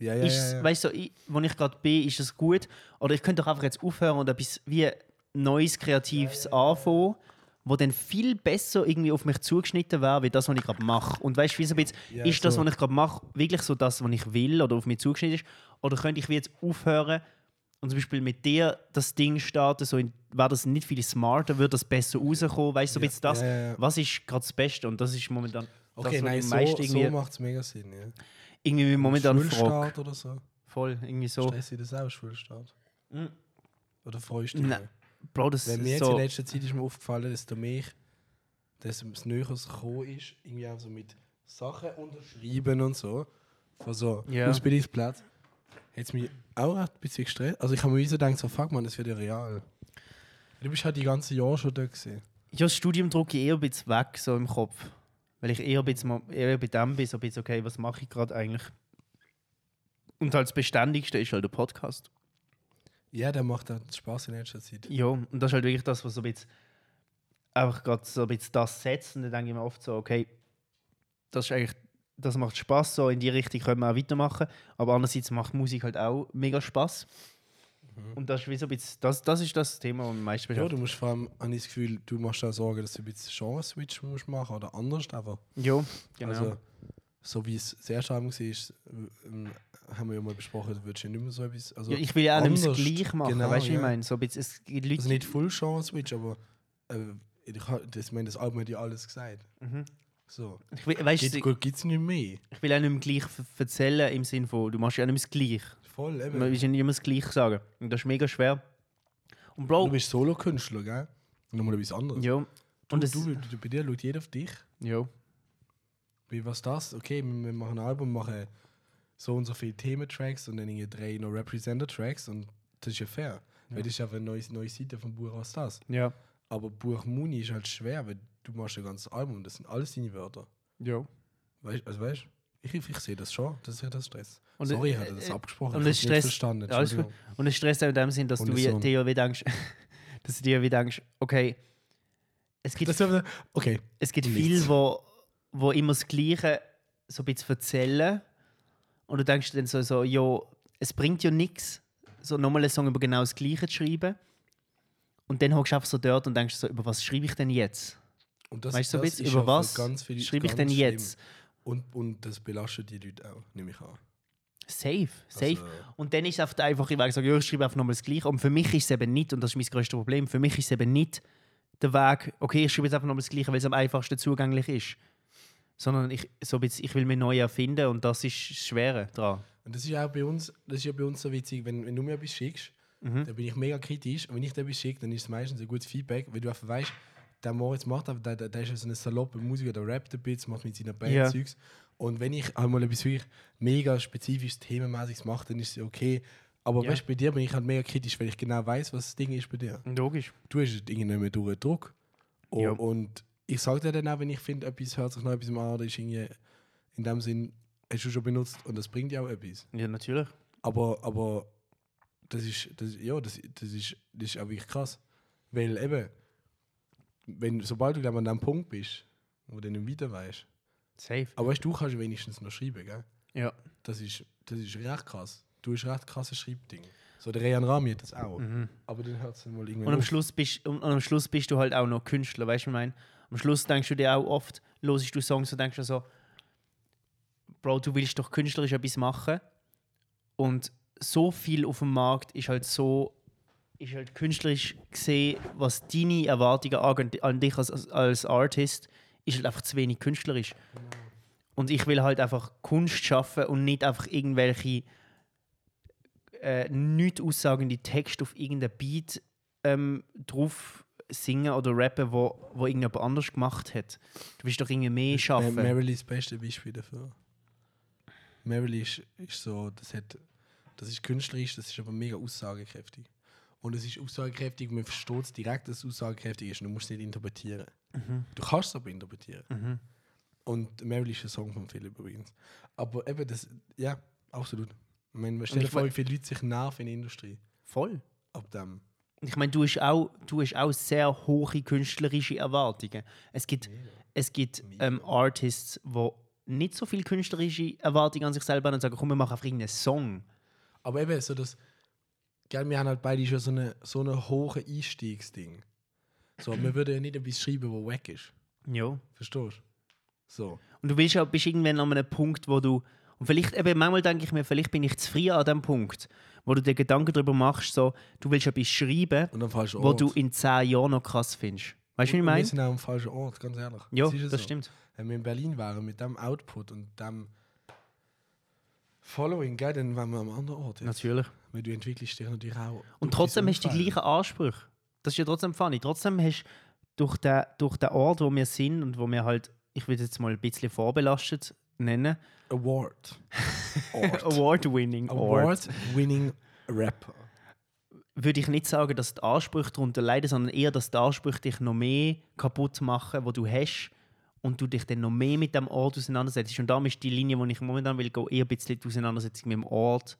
Speaker 2: Ja, ja,
Speaker 1: ist,
Speaker 2: ja, ja.
Speaker 1: weißt du, ich, wo ich gerade bin, ist es gut. Oder ich könnte doch einfach jetzt aufhören und etwas wie Neues, Kreatives anfangen, wo dann viel besser irgendwie auf mich zugeschnitten wäre, wie das, was ich gerade mache. Und weißt du, wie so ein bisschen,
Speaker 2: Ja,
Speaker 1: ist das,
Speaker 2: so.
Speaker 1: was ich gerade mache, wirklich so das, was ich will oder auf mich zugeschnitten ist? Oder könnte ich wie jetzt aufhören und zum Beispiel mit dir das Ding starten, so in- wäre das nicht viel smarter, würde das besser rauskommen? Weißt du, so ein bisschen das,
Speaker 2: ja, ja, ja.
Speaker 1: was ist gerade das Beste? Und das ist momentan
Speaker 2: Okay,
Speaker 1: das, was
Speaker 2: nein,
Speaker 1: ich am
Speaker 2: so,
Speaker 1: meisten
Speaker 2: so
Speaker 1: irgendwie,
Speaker 2: macht es mega Sinn. Ja.
Speaker 1: irgendwie momentan frage.
Speaker 2: Schulstart oder so.
Speaker 1: Voll, irgendwie so.
Speaker 2: Stresst dich das auch, Schulstart?
Speaker 1: Mhm.
Speaker 2: Oder freust du dich?
Speaker 1: Nein. Bro, das
Speaker 2: Weil mir
Speaker 1: ist
Speaker 2: jetzt in
Speaker 1: so.
Speaker 2: letzter Zeit ist mir aufgefallen, dass du mich, dass es näher gekommen ist, irgendwie auch so mit Sachen unterschreiben und so, von so
Speaker 1: Ja.
Speaker 2: Ausbildungsplatz, hat es mich auch recht ein bisschen gestresst. Also ich habe mir wie so gedacht, so fuck man, das wird ja real. Du bist halt die ganze Jahr schon da gewesen.
Speaker 1: Ja, das Studium drücke ich eher ein bisschen weg, so im Kopf. Weil ich eher, ein bisschen, mo- eher bei dem bin, so ein bisschen, okay, was mache ich gerade eigentlich? Und halt das Beständigste ist halt der Podcast.
Speaker 2: Ja, der macht auch Spaß in letzter Zeit.
Speaker 1: Ja, und das ist halt wirklich das, was so ein bisschen einfach gerade so ein bisschen das setzt. Und dann denke ich mir oft so, okay, das ist eigentlich, das macht Spaß so in die Richtung können wir auch weitermachen. Aber andererseits macht Musik halt auch mega Spaß. Und das ist wie so ein bisschen, das, das ist das Thema, das mich am meisten
Speaker 2: Mhm. Ja,
Speaker 1: beschäftigt.
Speaker 2: du musst vor allem, habe ich das Gefühl, du machst auch Sorgen, dass du ein bisschen Genre-Switch musst machen oder anders einfach.
Speaker 1: Ja, genau.
Speaker 2: Also, so wie es sehr schlimm war, ist, ähm, haben wir ja mal besprochen, du würdest ja nicht mehr so etwas. Also,
Speaker 1: Ja, ich will ja auch nicht mehr das
Speaker 2: anders.
Speaker 1: gleich machen,
Speaker 2: Genau,
Speaker 1: weißt du, wie
Speaker 2: ja.
Speaker 1: ich meine? So ein bisschen, es gibt Leute,
Speaker 2: also nicht Full Genre Switch, aber äh, ich, ha- das, ich meine, das Album hat ja alles gesagt.
Speaker 1: Mhm.
Speaker 2: So.
Speaker 1: ich, will, weißt,
Speaker 2: Geht
Speaker 1: du,
Speaker 2: gut, gibt es nicht mehr.
Speaker 1: ich will auch nicht mehr gleich ver- erzählen im Sinne von, du machst ja auch nicht mehr das Gleich.
Speaker 2: Voll, eben.
Speaker 1: Man will ja nicht mehr das Gleich sagen. Und das ist mega schwer. Und Bro,
Speaker 2: Du bist Solo-Künstler, gell? Nochmal etwas anderes.
Speaker 1: ja.
Speaker 2: Du,
Speaker 1: Und es,
Speaker 2: du, du, bei dir schaut jeder auf dich.
Speaker 1: ja.
Speaker 2: Wie was das? Okay, wir wir machen ein Album, machen so und so viele Thementracks und dann irgendwie drei noch Representer-Tracks und das ist ja fair. Weil das ist einfach eine neue, neue Seite vom Buch als das.
Speaker 1: Ja.
Speaker 2: Aber Buch Muni ist halt schwer, weil du machst ein ganzes Album und das sind alles deine Wörter.
Speaker 1: Ja.
Speaker 2: Weißt, also weißt ich, ich sehe das schon, das ist ja das Stress.
Speaker 1: Und,
Speaker 2: Sorry, ich
Speaker 1: äh,
Speaker 2: hatte das
Speaker 1: äh,
Speaker 2: abgesprochen.
Speaker 1: Und
Speaker 2: ich
Speaker 1: es
Speaker 2: hab's nicht
Speaker 1: stresst.
Speaker 2: verstanden.
Speaker 1: alles gut.
Speaker 2: Entschuldigung.
Speaker 1: Und es stresst auch in dem Sinn, dass
Speaker 2: Und
Speaker 1: du
Speaker 2: es
Speaker 1: wie-
Speaker 2: so.
Speaker 1: dir ja wie denkst, dass du dir ja wie denkst, okay, es gibt
Speaker 2: Das ist aber- okay,
Speaker 1: Es gibt
Speaker 2: Nichts.
Speaker 1: viele, wo, wo immer das Gleiche so ein bisschen erzählen. Und du denkst dann so, so ja, es bringt ja nichts, so nochmal einen Song über genau das Gleiche zu schreiben. Und dann hockst du einfach so dort und denkst so, über was schreibe ich denn jetzt?
Speaker 2: und das,
Speaker 1: Weißt du, so ein
Speaker 2: das
Speaker 1: bisschen,
Speaker 2: ist
Speaker 1: über
Speaker 2: ja für
Speaker 1: was
Speaker 2: ganz viele-
Speaker 1: schreibe ich
Speaker 2: ganz
Speaker 1: denn
Speaker 2: schlimm.
Speaker 1: jetzt?
Speaker 2: Und, und das belastet die Leute auch, nehme ich an.
Speaker 1: Safe, safe.
Speaker 2: Also-
Speaker 1: und dann ist es auf der einfachen Weg, ich sage, ja, ich schreibe einfach nochmal das Gleiche. Und für mich ist es eben nicht, und das ist mein größtes Problem, für mich ist es eben nicht der Weg, okay, ich schreibe jetzt einfach nochmal das Gleiche, weil es am einfachsten zugänglich ist. Sondern ich, so ein bisschen, ich will mich neu erfinden und das ist das Schwere daran.
Speaker 2: Und das ist auch bei uns, das ist ja bei uns so witzig, wenn, wenn du mir etwas schickst,
Speaker 1: Mhm.
Speaker 2: dann bin ich mega kritisch. Und wenn ich dir etwas schicke, dann ist es meistens ein gutes Feedback, weil du einfach weißt, der Moritz macht, einfach- der, der, der ist ja so ein salopper Musiker, der rappt ein bisschen, macht mit seiner Band
Speaker 1: Ja.
Speaker 2: Zeugs. Und wenn ich einmal etwas wirklich mega spezifisches, themenmäßiges mache, dann ist es ja okay. Aber
Speaker 1: Ja.
Speaker 2: weißt, du, bei dir bin ich halt mega kritisch, weil ich genau weiß, was das Ding ist bei dir.
Speaker 1: Logisch.
Speaker 2: Du hast das Ding nicht mehr durch den Druck. Und,
Speaker 1: Ja.
Speaker 2: und ich sage dir dann auch, wenn ich finde, etwas hört sich nach etwas an, das ist irgendwie in dem Sinn, hast du schon benutzt und das bringt ja auch etwas.
Speaker 1: Ja, natürlich.
Speaker 2: Aber, aber das ist, das, ja, das, das, ist, das ist auch wirklich krass. Weil eben, wenn, sobald du glaub, ich, an dem Punkt bist, wo du nicht weiter weißt,
Speaker 1: Safe.
Speaker 2: aber weißt, du du kannst wenigstens noch schreiben, gell?
Speaker 1: Ja.
Speaker 2: Das ist, das ist recht krass. Du hast recht krasses Schreibding. So der Rehan Rami hat das auch. Aber dann hört es dann mal irgendwann
Speaker 1: Mhm. Und am,
Speaker 2: auf.
Speaker 1: Schluss bist, und, und am Schluss bist du halt auch noch Künstler, weißt du, was ich meine? Am Schluss denkst du dir auch oft, losest du Songs und denkst dir so, Bro, du willst doch künstlerisch etwas machen. Und so viel auf dem Markt ist halt so, ist halt künstlerisch gesehen, was deine Erwartungen angeht an dich als, als, als Artist, ist halt einfach zu wenig künstlerisch. Und ich will halt einfach Kunst schaffen und nicht einfach irgendwelche äh, nicht aussagende Texte auf irgendein Beat ähm, drauf singen oder rappen, wo, wo irgendjemand anders gemacht hat. Du willst doch irgendwie mehr
Speaker 2: Äh,
Speaker 1: schaffen.
Speaker 2: Merrill ist das beste Beispiel dafür. Merrill ist, ist so, das hat, das ist künstlerisch, das ist aber mega aussagekräftig. Und es ist aussagekräftig, man versteht es direkt, dass es aussagekräftig ist und du musst es nicht interpretieren.
Speaker 1: Mhm.
Speaker 2: Du kannst es aber interpretieren. Und Merrill ist ein Song von Philipp übrigens. Aber eben, das, ja, absolut. Ich meine, stell dir
Speaker 1: ich
Speaker 2: vor,
Speaker 1: we-
Speaker 2: wie viele Leute sich nerven in der Industrie.
Speaker 1: Voll.
Speaker 2: Ab dem.
Speaker 1: ich meine, du hast auch, du hast auch sehr hohe künstlerische Erwartungen. Es gibt, es gibt ähm, Artists, die nicht so viel künstlerische Erwartungen an sich selber haben und sagen, komm, wir machen einfach irgendeinen Song.
Speaker 2: Aber eben, so das. Gell, wir haben halt beide schon so einen so eine hohen Einstiegsding. So, wir würden ja nicht etwas schreiben, wo weg ist.
Speaker 1: Ja.
Speaker 2: Verstehst du? So.
Speaker 1: Und du willst ja, bist irgendwann an einem Punkt, wo du. Und vielleicht, eben, manchmal denke ich mir, vielleicht bin ich zu früh an dem Punkt, wo du dir Gedanken darüber machst, so, du willst etwas schreiben,
Speaker 2: Und am falschen
Speaker 1: wo
Speaker 2: Ort.
Speaker 1: du in zehn Jahren noch krass findest. Weißt du, was ich
Speaker 2: Wir
Speaker 1: meine?
Speaker 2: sind auch am falschen Ort, ganz ehrlich.
Speaker 1: Ja,
Speaker 2: Es ist
Speaker 1: das
Speaker 2: so.
Speaker 1: stimmt.
Speaker 2: Wenn wir in Berlin wären, mit dem Output und dem Following, gell, dann wären wir am anderen Ort. Jetzt.
Speaker 1: Natürlich.
Speaker 2: Weil du entwickelst dich natürlich auch.
Speaker 1: Und
Speaker 2: durch
Speaker 1: trotzdem
Speaker 2: dein
Speaker 1: hast du die
Speaker 2: Umfeld.
Speaker 1: gleichen Ansprüche. Das ist ja trotzdem funny. Trotzdem hast du durch den, durch den Ort, wo wir sind und wo wir halt, ich würde jetzt mal ein bisschen vorbelastet nennen,
Speaker 2: Award. Ort.
Speaker 1: Award-winning Ort,
Speaker 2: Award-winning Rapper.
Speaker 1: würde ich nicht sagen, dass die Ansprüche darunter leiden, sondern eher, dass die Ansprüche dich noch mehr kaputt machen, wo du hast und du dich dann noch mehr mit dem Ort auseinandersetzt. Und darum ist die Linie, die ich momentan will, gehen, eher ein bisschen die Auseinandersetzung mit dem Ort.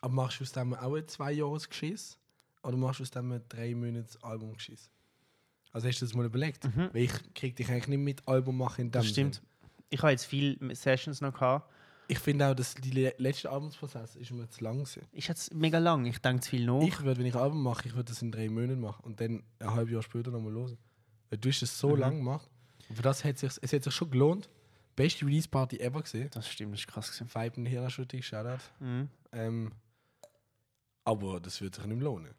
Speaker 2: Aber machst du aus dem auch ein zwei Jahres Geschiss? Oder machst du aus dem ein drei Monats Album Geschiss? Also hast du das mal überlegt? Weil ich krieg dich eigentlich nicht mit Album machen in dem
Speaker 1: Mhm. Das stimmt.
Speaker 2: Sinn.
Speaker 1: Ich habe jetzt viele Sessions noch gehabt.
Speaker 2: Ich finde auch, dass die le- letzte Albumsprozess ist mir zu lang gewesen.
Speaker 1: Ist jetzt mega lang. Ich denke zu viel nach.
Speaker 2: Ich würde, wenn ich ein Album mache, ich würde das in drei Monaten machen und dann ein halbes Jahr später nochmal hören. Weil du hast das
Speaker 1: Mhm.
Speaker 2: so lang gemacht. Und für das hat sich, es hat sich schon gelohnt. Beste Release Party ever gesehen.
Speaker 1: das stimmt, das ist krass. Gewesen.
Speaker 2: Vibe hier natürlich, Shoutout.
Speaker 1: Mhm.
Speaker 2: Ähm, aber das wird sich nicht mehr lohnen.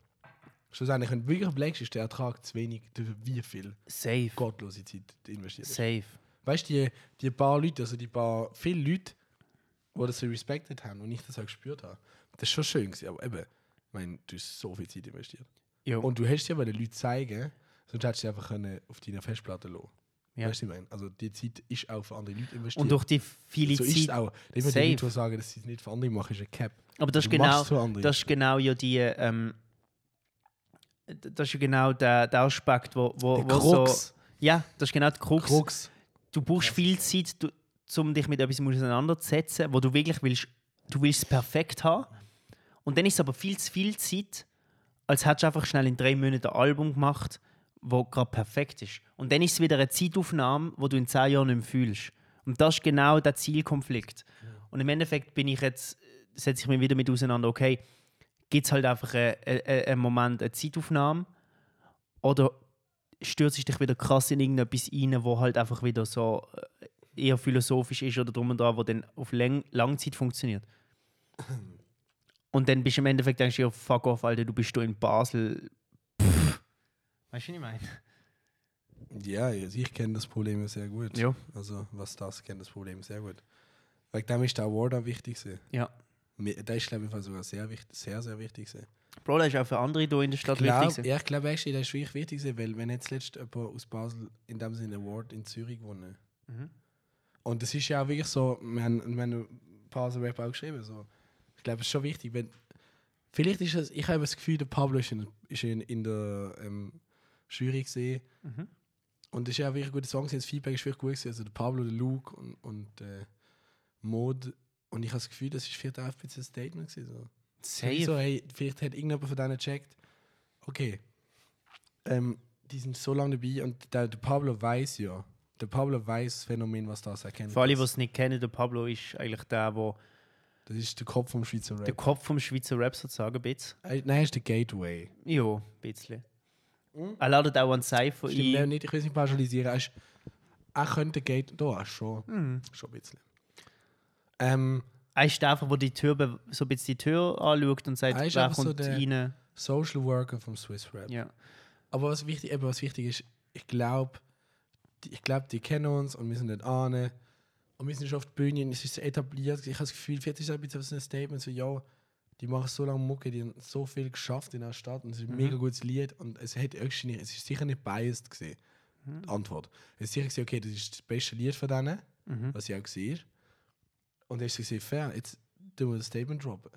Speaker 2: Schlussendlich, wenn du wirklich überlegst, ist der Ertrag zu wenig, dafür wie viel
Speaker 1: Safe.
Speaker 2: gottlose Zeit du investiert hast.
Speaker 1: Safe.
Speaker 2: Weißt du, die, die paar Leute, also die paar, viele Leute, die das so respected haben und ich das auch gespürt habe, das ist schon schön gewesen, aber eben, ich meine, du hast so viel Zeit investiert.
Speaker 1: Ja.
Speaker 2: Und du hast ja den Leuten zeigen, sonst hättest du sie einfach können auf deiner Festplatte lassen.
Speaker 1: Ja.
Speaker 2: Weißt du, was ich meine? Also die Zeit ist auch für andere Leute investiert.
Speaker 1: Und durch die viele
Speaker 2: so ist es
Speaker 1: Zeit.
Speaker 2: auch. Da immer die
Speaker 1: Safe.
Speaker 2: Leute, die sagen, dass sie es nicht für andere machen, ist ein Cap.
Speaker 1: Aber das ist,
Speaker 2: Du
Speaker 1: genau,
Speaker 2: machst für andere.
Speaker 1: das ist genau ja die. Ähm, d- das ist ja genau der, der Aspekt, wo, wo,
Speaker 2: Der
Speaker 1: wo
Speaker 2: Krux.
Speaker 1: so. Ja, das ist genau die Krux.
Speaker 2: Krux.
Speaker 1: Du brauchst viel Zeit, du, um dich mit etwas auseinanderzusetzen, wo du wirklich willst. Du willst es perfekt haben. Und dann ist es aber viel zu viel Zeit, als hättest du einfach schnell in drei Monaten ein Album gemacht, wo gerade perfekt ist. Und dann ist es wieder eine Zeitaufnahme, wo du in zehn Jahren nicht mehr fühlst. Und das ist genau der Zielkonflikt. Und im Endeffekt bin ich jetzt, setze ich mich wieder mit auseinander, okay, gibt es halt einfach einen, einen, einen Moment, eine Zeitaufnahme oder stürzt dich wieder krass in irgendetwas rein, wo halt einfach wieder so äh, eher philosophisch ist oder drum und dran, wo dann auf Läng Langzeit funktioniert. Und dann bist du im Endeffekt denkst du, ja, fuck off, Alter, du bist du in Basel. Pff. Weißt du, was ich meine?
Speaker 2: Ja, also ich kenne das Problem ja sehr gut.
Speaker 1: Ja.
Speaker 2: Also, was das kennt, das Problem sehr gut. Wegen dem ist der Award auch wichtig. gewesen.
Speaker 1: Ja.
Speaker 2: Mir- Der ist, glaube ich, sogar sehr, wichtig, sehr, sehr wichtig. gewesen.
Speaker 1: Bro, das ist auch für andere hier in der Stadt
Speaker 2: Glaub,
Speaker 1: halt wichtig.
Speaker 2: ja, ich glaube, actually, der ist wirklich wichtig, gewesen, weil wenn jetzt letzt jemand aus Basel in dem Sinne einen Award in Zürich gewonnen
Speaker 1: Mhm.
Speaker 2: Und das ist ja auch wirklich so, wir haben, wir haben ein paar so Rap auch geschrieben. So. Ich glaube, es ist schon wichtig, wenn Vielleicht ist es, ich habe das Gefühl, der Pablo ist in, ist in, in der ähm, Jury gesehen.
Speaker 1: Mhm.
Speaker 2: Und das ist auch wirklich ein guter Song. gewesen. Das Feedback ist wirklich gut. Gewesen. Also der Pablo, der Luke und, und äh, Mod. Und ich habe das Gefühl, das ist vielleicht auch ein bisschen ein Statement. Gewesen, so. Irgendwie So,
Speaker 1: Safe.
Speaker 2: hey, vielleicht hat irgendjemand von denen gecheckt, okay, ähm, die sind so lange dabei und der, der Pablo weiß ja, der Pablo weiß das Phänomen, was das erkennt.
Speaker 1: Für alle, die es nicht kennen, der Pablo ist eigentlich der, der
Speaker 2: Das ist der Kopf vom Schweizer
Speaker 1: der
Speaker 2: Rap.
Speaker 1: Kopf vom Schweizer Rap sozusagen bitz.
Speaker 2: Äh, Nein, ist der Gateway.
Speaker 1: Ja, ein bisschen. Er ladet auch an Cypher
Speaker 2: Stimmt nein,
Speaker 1: ein.
Speaker 2: nicht, ich will es nicht pauschalisieren. Er, ist, er könnte Gate, da ist schon,
Speaker 1: Mhm.
Speaker 2: schon ein bisschen. Ähm,
Speaker 1: Er ist der, einfach, der die Tür, be- so ein bisschen die Tür anschaut und sagt,
Speaker 2: Er Ah, ist
Speaker 1: wer
Speaker 2: einfach so
Speaker 1: kommt
Speaker 2: der-
Speaker 1: rein.
Speaker 2: Social Worker vom Swiss Rap.
Speaker 1: Ja.
Speaker 2: Aber was wichtig, eben was wichtig ist, ich glaube, ich glaube, die kennen uns und wir sind dort ahne und wir sind schon auf der Bühne und es ist so etabliert. Ich habe das Gefühl, vielleicht ist es ein bisschen so ein Statement so, ja, die machen so lange Mucke, die haben so viel geschafft in der Stadt und es ist
Speaker 1: Mhm.
Speaker 2: ein mega gutes Lied und es hat irgendwie nicht, es ist sicher nicht biased gesehen.
Speaker 1: Mhm.
Speaker 2: Die Antwort. Es ist sicher gesehen, okay, das ist das beste Lied von denen,
Speaker 1: Mhm.
Speaker 2: was ich auch gesehen Und dann ist es gesehen, fair, jetzt tun wir ein Statement droppen.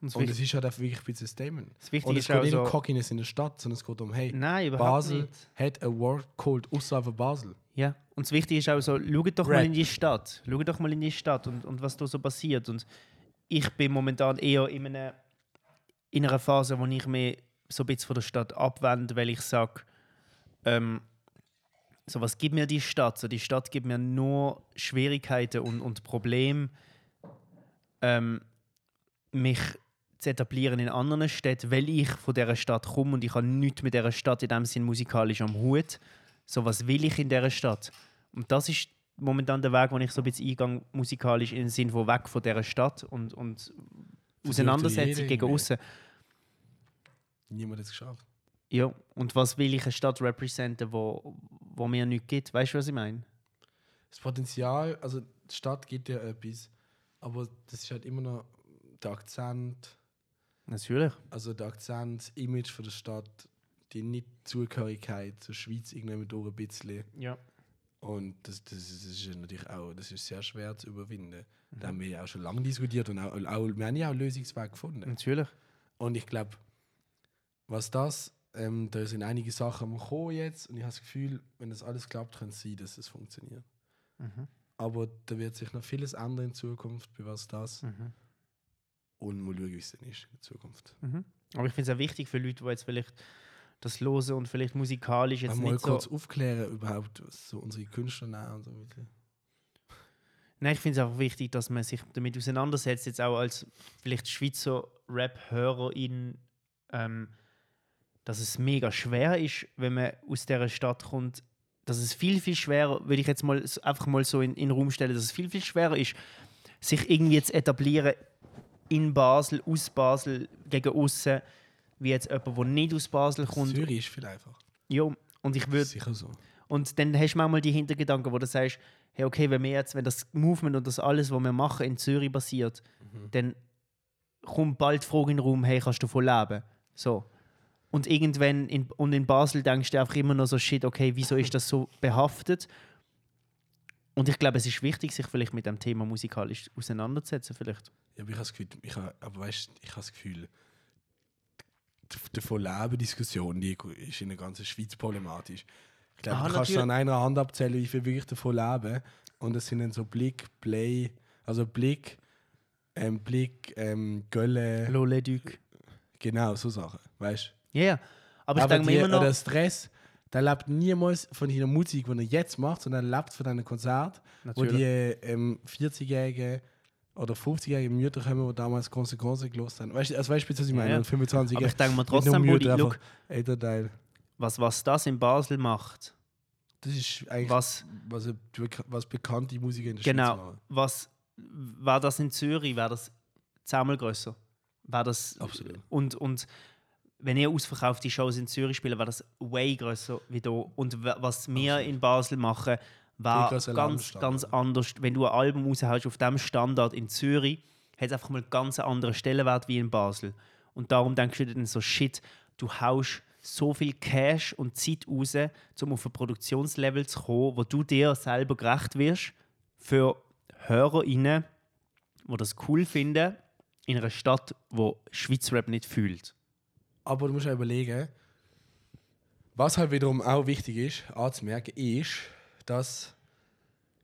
Speaker 1: Und das
Speaker 2: Und es ist halt einfach wirklich ein bisschen ein Statement.
Speaker 1: Das Wichtige
Speaker 2: und es
Speaker 1: ist
Speaker 2: geht
Speaker 1: auch
Speaker 2: nicht um
Speaker 1: so-
Speaker 2: Cockiness in der Stadt, sondern es geht um, hey,
Speaker 1: Nein, überhaupt
Speaker 2: Basel
Speaker 1: nicht.
Speaker 2: hat ein World Cold außerhalb von Basel.
Speaker 1: Ja, und das Wichtige ist auch so, schaut doch
Speaker 2: Rap.
Speaker 1: mal in die Stadt. Schaut doch mal in die Stadt und, und was da so passiert. Und ich bin momentan eher in einer, in einer Phase, wo ich mich so ein bisschen von der Stadt abwende, weil ich sage, ähm, so was gibt mir die Stadt? So, die Stadt gibt mir nur Schwierigkeiten und, und Probleme, ähm, mich zu etablieren in anderen Städten, weil ich von dieser Stadt komme und ich habe nichts mit dieser Stadt in dem Sinn musikalisch am Hut. So, was will ich in dieser Stadt? Und das ist momentan der Weg, wo ich so ein bisschen eingang musikalisch in den Sinn von weg von dieser Stadt und, und Auseinandersetzung
Speaker 2: jeder
Speaker 1: gegen
Speaker 2: irgendwie.
Speaker 1: außen.
Speaker 2: Niemand hat es geschafft.
Speaker 1: Ja, und was will ich eine Stadt repräsentieren, wo, wo mir nichts gibt? Weißt du, was ich meine?
Speaker 2: Das Potenzial, also die Stadt gibt ja etwas, aber das ist halt immer noch der Akzent,
Speaker 1: Natürlich.
Speaker 2: also der Akzent, das Image von der Stadt, die Nicht-Zugehörigkeit zur Schweiz irgendwann durch ein bisschen.
Speaker 1: Ja.
Speaker 2: Und das, das, ist- das ist natürlich auch, das ist sehr schwer zu überwinden. Da haben wir ja auch schon lange diskutiert und auch, auch, wir haben ja auch Lösungswege gefunden.
Speaker 1: Natürlich.
Speaker 2: Und ich glaube, was das, ähm, da sind einige Sachen am Kommen jetzt und ich habe das Gefühl, wenn das alles klappt, kann es sein, dass es funktioniert. Aber da wird sich noch vieles ändern in Zukunft, bei was das.
Speaker 1: Mhm.
Speaker 2: Und mal schauen, wie es dann ist in Zukunft.
Speaker 1: Mhm. Aber ich finde es auch wichtig für Leute, die jetzt vielleicht das hören und vielleicht musikalisch jetzt
Speaker 2: Aber mal
Speaker 1: nicht so...
Speaker 2: kurz aufklären, überhaupt, was so unsere Künstler nehmen und so weiter.
Speaker 1: Nein, ich finde es einfach wichtig, dass man sich damit auseinandersetzt, jetzt auch als vielleicht Schweizer Rap-Hörerin, ähm, dass es mega schwer ist, wenn man aus dieser Stadt kommt, dass es viel, viel schwerer, würde ich jetzt mal s- einfach mal so in, in den Raum stellen, dass es viel, viel schwerer ist, sich irgendwie zu etablieren in Basel, aus Basel, gegen außen, wie jetzt jemand, der nicht aus Basel kommt.
Speaker 2: Zürich ist viel einfacher.
Speaker 1: Ja, und ich würde
Speaker 2: Sicher so.
Speaker 1: und dann hast du manchmal die Hintergedanken, wo du sagst, hey, okay, wenn wir jetzt, wenn das Movement und das alles, was wir machen, in Zürich basiert, dann kommt bald die Frage in den Raum, hey, kannst du davon leben? So. Und irgendwann in, und in Basel denkst du einfach immer noch so, shit, okay, wieso ist das so behaftet? Und ich glaube, es ist wichtig, sich vielleicht mit dem Thema musikalisch auseinanderzusetzen. Vielleicht.
Speaker 2: Ja, aber ich habe das Gefühl, ich habe, aber weißt, ich habe das Gefühl, die Vollleben-Diskussion, die ist in der ganzen Schweiz problematisch. Ich glaube,
Speaker 1: Ah,
Speaker 2: du kannst
Speaker 1: natürlich.
Speaker 2: so an einer Hand abzählen, wie viel wirklich davon leben. Und das sind dann so Blick, Play, also Blick, ähm, Blick, ähm, Gölle,
Speaker 1: Loledüg.
Speaker 2: genau, so Sachen, weißt
Speaker 1: Ja, ja. Aber ich
Speaker 2: Aber
Speaker 1: denke mir
Speaker 2: die,
Speaker 1: immer noch.
Speaker 2: oder Stress, der lebt niemals von deiner Musik, die er jetzt macht, sondern er lebt von deinem Konzert, wo die ähm, 40-Jährigen oder 50-Jährigen Mütter kommen, die damals Konsequenzen gelöst haben. Weißt du, als Beispiel, was ich meine,
Speaker 1: Ja, ja.
Speaker 2: und 25
Speaker 1: Aber ich denke mir trotzdem, Buddy, look,
Speaker 2: Alter, Teil.
Speaker 1: was, was das in Basel macht,
Speaker 2: Das ist eigentlich, was,
Speaker 1: was
Speaker 2: was, was bekannte Musiker in der Schweiz
Speaker 1: Genau.
Speaker 2: machen.
Speaker 1: Was war das in Zürich? War das zehnmal größer? War das
Speaker 2: Absolut.
Speaker 1: und und wenn ihr ausverkaufte Shows in Zürich spielen, war das way größer wie da. Und wa- was wir in Basel machen, war
Speaker 2: Viel grösser
Speaker 1: ganz
Speaker 2: Ladenstand,
Speaker 1: ganz anders. Wenn du ein Album raushaust auf dem Standard in Zürich, hat es einfach mal einen ganz anderen Stellenwert wie in Basel. Und darum denkst du dir dann so shit, du haust so viel Cash und Zeit raus, um auf ein Produktionslevel zu kommen, wo du dir selber gerecht wirst für HörerInnen, die das cool finden, in einer Stadt, wo Schweizer Rap nicht fühlt.
Speaker 2: Aber du musst auch überlegen, was halt wiederum auch wichtig ist, anzumerken, ist, dass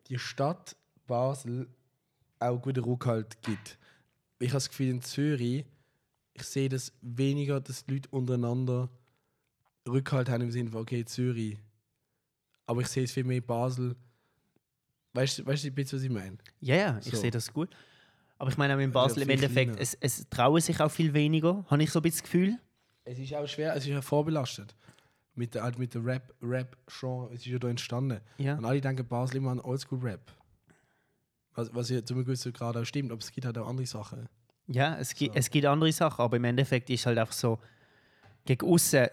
Speaker 2: die Stadt Basel auch guten Rückhalt gibt. Ich habe das Gefühl, in Zürich, ich sehe das weniger, dass die Leute untereinander Rückhalt haben im Sinne von, okay, Zürich. Aber ich sehe es viel mehr in Basel. Weißt du, weißt du ein bisschen, was ich meine?
Speaker 1: Ja, ja, ich
Speaker 2: So. Also
Speaker 1: sehe das gut. Aber ich meine auch in Basel im
Speaker 2: viel
Speaker 1: Endeffekt,
Speaker 2: kleiner.
Speaker 1: es, es trauen sich auch viel weniger, habe ich so ein bisschen das Gefühl.
Speaker 2: Es ist auch schwer, es ist ja vorbelastet. Mit der, halt mit der Rap, Rap-Genre, es ist ja da entstanden.
Speaker 1: Ja.
Speaker 2: Und alle denken Basel immer an Oldschool-Rap. Was, was ja zum Beispiel gerade auch stimmt, aber es gibt halt auch andere Sachen.
Speaker 1: Ja, es gibt, es gibt andere Sachen, aber im Endeffekt ist halt einfach so, gegen außen.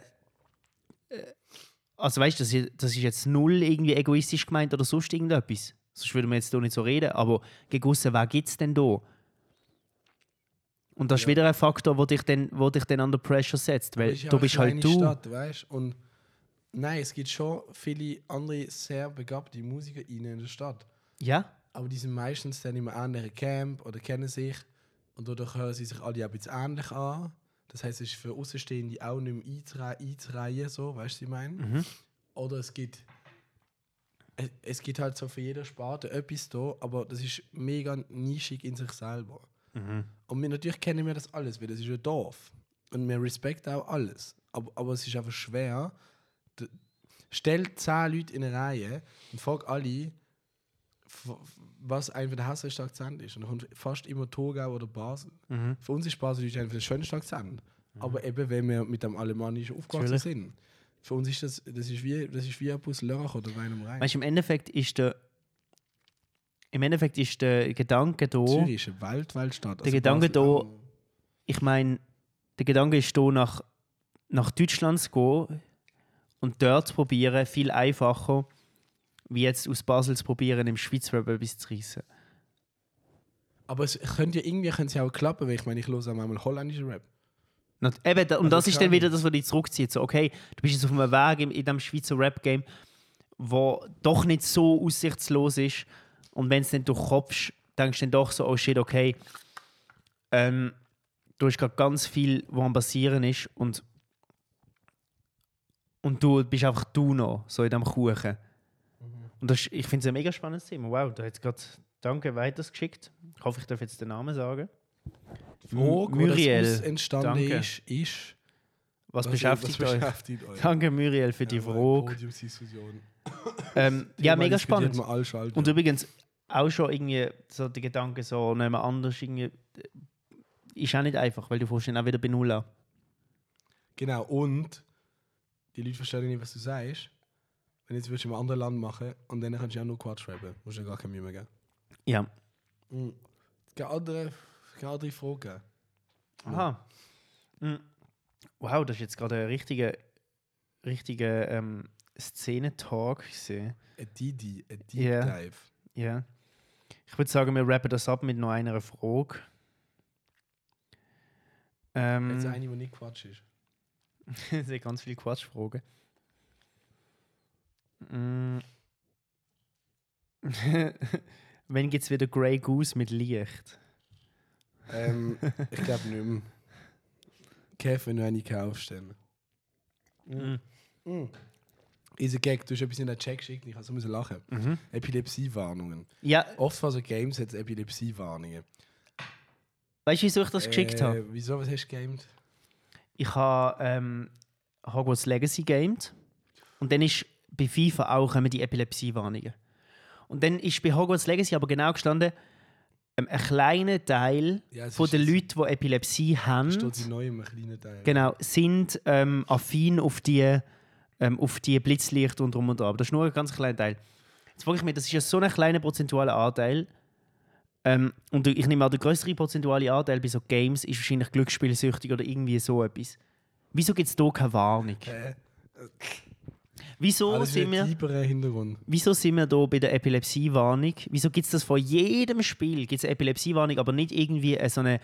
Speaker 1: Also weißt du, das, ist- das ist jetzt null irgendwie egoistisch gemeint oder sonst irgendetwas. Sonst würde man jetzt hier nicht so reden, aber gegen außen, wer gibt es denn da? Und das ist wieder ein Faktor, wo dich dann, wo dich dann under pressure setzt, weil
Speaker 2: Es ist ja
Speaker 1: du
Speaker 2: auch
Speaker 1: bist
Speaker 2: eine
Speaker 1: halt
Speaker 2: kleine
Speaker 1: du.
Speaker 2: Stadt, weißt? Und nein, es gibt schon viele andere sehr begabte Musiker in der Stadt.
Speaker 1: Ja,
Speaker 2: Aber die sind meistens dann im anderen Camp oder kennen sich. Und dadurch hören sie sich alle auch ein bisschen ähnlich an. Das heißt, es ist für Außenstehende auch nicht mehr einzure- einzureihen, so, weißt du, was ich meine?
Speaker 1: Mhm.
Speaker 2: Oder es gibt. Es, es gibt halt so für jede Sparte etwas da, aber das ist mega nischig in sich selber. Und wir, natürlich kennen wir das alles, weil das ist ein Dorf. Und wir respekten auch alles. Aber, aber es ist einfach schwer. D- Stell zehn Leute in eine Reihe und frag alle, f- was einfach der hässlichste Akzent ist. Und dann kommt fast immer Togau oder Basel. Für uns ist Basel natürlich einfach der schönste Akzent. Aber eben, wenn wir mit dem Alemannischen aufgewachsen
Speaker 1: Natürlich.
Speaker 2: sind. Für uns ist das, das ist wie, das ist wie ein Bus Lörrach oder Wein am Rhein.
Speaker 1: weißt du, im Endeffekt ist der. Im Endeffekt ist der Gedanke da.
Speaker 2: Zürich ist eine Also Wald, Waldstadt.
Speaker 1: Der Gedanke da, ich meine, der Gedanke ist da, nach, nach Deutschland zu gehen und dort zu probieren, viel einfacher, wie jetzt aus Basel zu probieren, im Schweizer Rap etwas zu reissen.
Speaker 2: Aber es könnte ja irgendwie könnte es ja auch klappen, weil ich meine, ich höre auch manchmal holländischen Rap.
Speaker 1: Na, Eben, da, und das
Speaker 2: Also
Speaker 1: ist dann
Speaker 2: klar.
Speaker 1: wieder das, was dich zurückzieht. So, okay, du bist jetzt auf einem Weg in, in diesem Schweizer Rap-Game, wo doch nicht so aussichtslos ist. Und wenn es nicht durchkopfst, denkst du dann doch so, oh shit, okay, ähm, du hast gerade ganz viel, was am passieren ist und, und du bist einfach du noch, so in diesem Kuchen. Und das, ist- ich finde es ein mega spannendes Thema. Wow, da hat es gerade Danke weitergeschickt. Ich hoffe, ich darf jetzt den Namen sagen.
Speaker 2: Frage, wo
Speaker 1: Muriel,
Speaker 2: das Haus entstanden
Speaker 1: danke.
Speaker 2: ist, ist. Also,
Speaker 1: Was, beschäftigt
Speaker 2: was
Speaker 1: euch?
Speaker 2: beschäftigt euch?
Speaker 1: Danke, Muriel, für die Frage.
Speaker 2: Podiumsdiskussion.
Speaker 1: Ähm, ja, mega
Speaker 2: Diskutiert
Speaker 1: spannend.
Speaker 2: man alles halt, Schalter.
Speaker 1: Und übrigens, auch schon irgendwie so der Gedanke, so nehmen wir anders, irgendwie, äh, ist auch nicht einfach, weil du fährst dann auch wieder bei Null an.
Speaker 2: Genau, und die Leute verstehen nicht, was du sagst. Wenn jetzt würdest du in einem anderen Land machen und dann kannst du ja nur Quatsch schreiben. Musst du ja gar keine Mühe mehr geben.
Speaker 1: Ja.
Speaker 2: Mhm. Keine andere, keine andere Frage.
Speaker 1: Aha. Mm. Wow, das ist jetzt gerade ein richtiger, richtiger ähm, Szenetalk gesehen.
Speaker 2: Ein Didi, ein Deep
Speaker 1: Ja.
Speaker 2: äh, Dive.
Speaker 1: Ja. Ich würde sagen, wir rappen das ab mit noch einer Frage. Ähm,
Speaker 2: Jetzt eine, die nicht Quatsch ist.
Speaker 1: das sind ganz viele Quatschfragen. Mm. Wann gibt es wieder Grey Goose mit Licht?
Speaker 2: Ähm, ich glaube nicht mehr. Kev, wenn du eine kaufst, dann. Mhm.
Speaker 1: Mm.
Speaker 2: Ist ein Gag, du hast etwas in den Check geschickt, ich musste so müssen lachen. Epilepsiewarnungen.
Speaker 1: Mhm. Ja,
Speaker 2: Oft von so Games hat es Epilepsiewarnungen.
Speaker 1: weißt du, wieso ich das geschickt habe?
Speaker 2: Äh, wieso, was hast du gegamed?
Speaker 1: Ich habe ähm, Hogwarts Legacy gamed und dann ist bei FIFA auch kommen die Epilepsiewarnungen. Und dann ist bei Hogwarts Legacy aber genau gestanden, ähm, ein kleiner Teil
Speaker 2: Ja, es
Speaker 1: von
Speaker 2: ist-
Speaker 1: den Leuten, die Epilepsie haben.
Speaker 2: Steht sie neu im kleinen Teil.
Speaker 1: Genau, sind ähm, affin auf die, ähm, auf die Blitzlicht und drum und dran. Aber das ist nur ein ganz kleiner Teil. Jetzt frage ich mich, das ist ja so ein kleiner prozentualer Anteil. Ähm, und ich nehme an, der größere prozentuale Anteil bei so Games ist wahrscheinlich glücksspielsüchtig oder irgendwie so etwas. Wieso gibt es da keine Warnung?
Speaker 2: Äh,
Speaker 1: Wieso,
Speaker 2: Ah, das ist
Speaker 1: sind wir,
Speaker 2: ein tieferer Hintergrund.
Speaker 1: wieso sind wir da bei der Epilepsiewarnung? Wieso gibt es das vor jedem Spiel? Gibt es eine Epilepsiewarnung, aber nicht irgendwie äh, so eine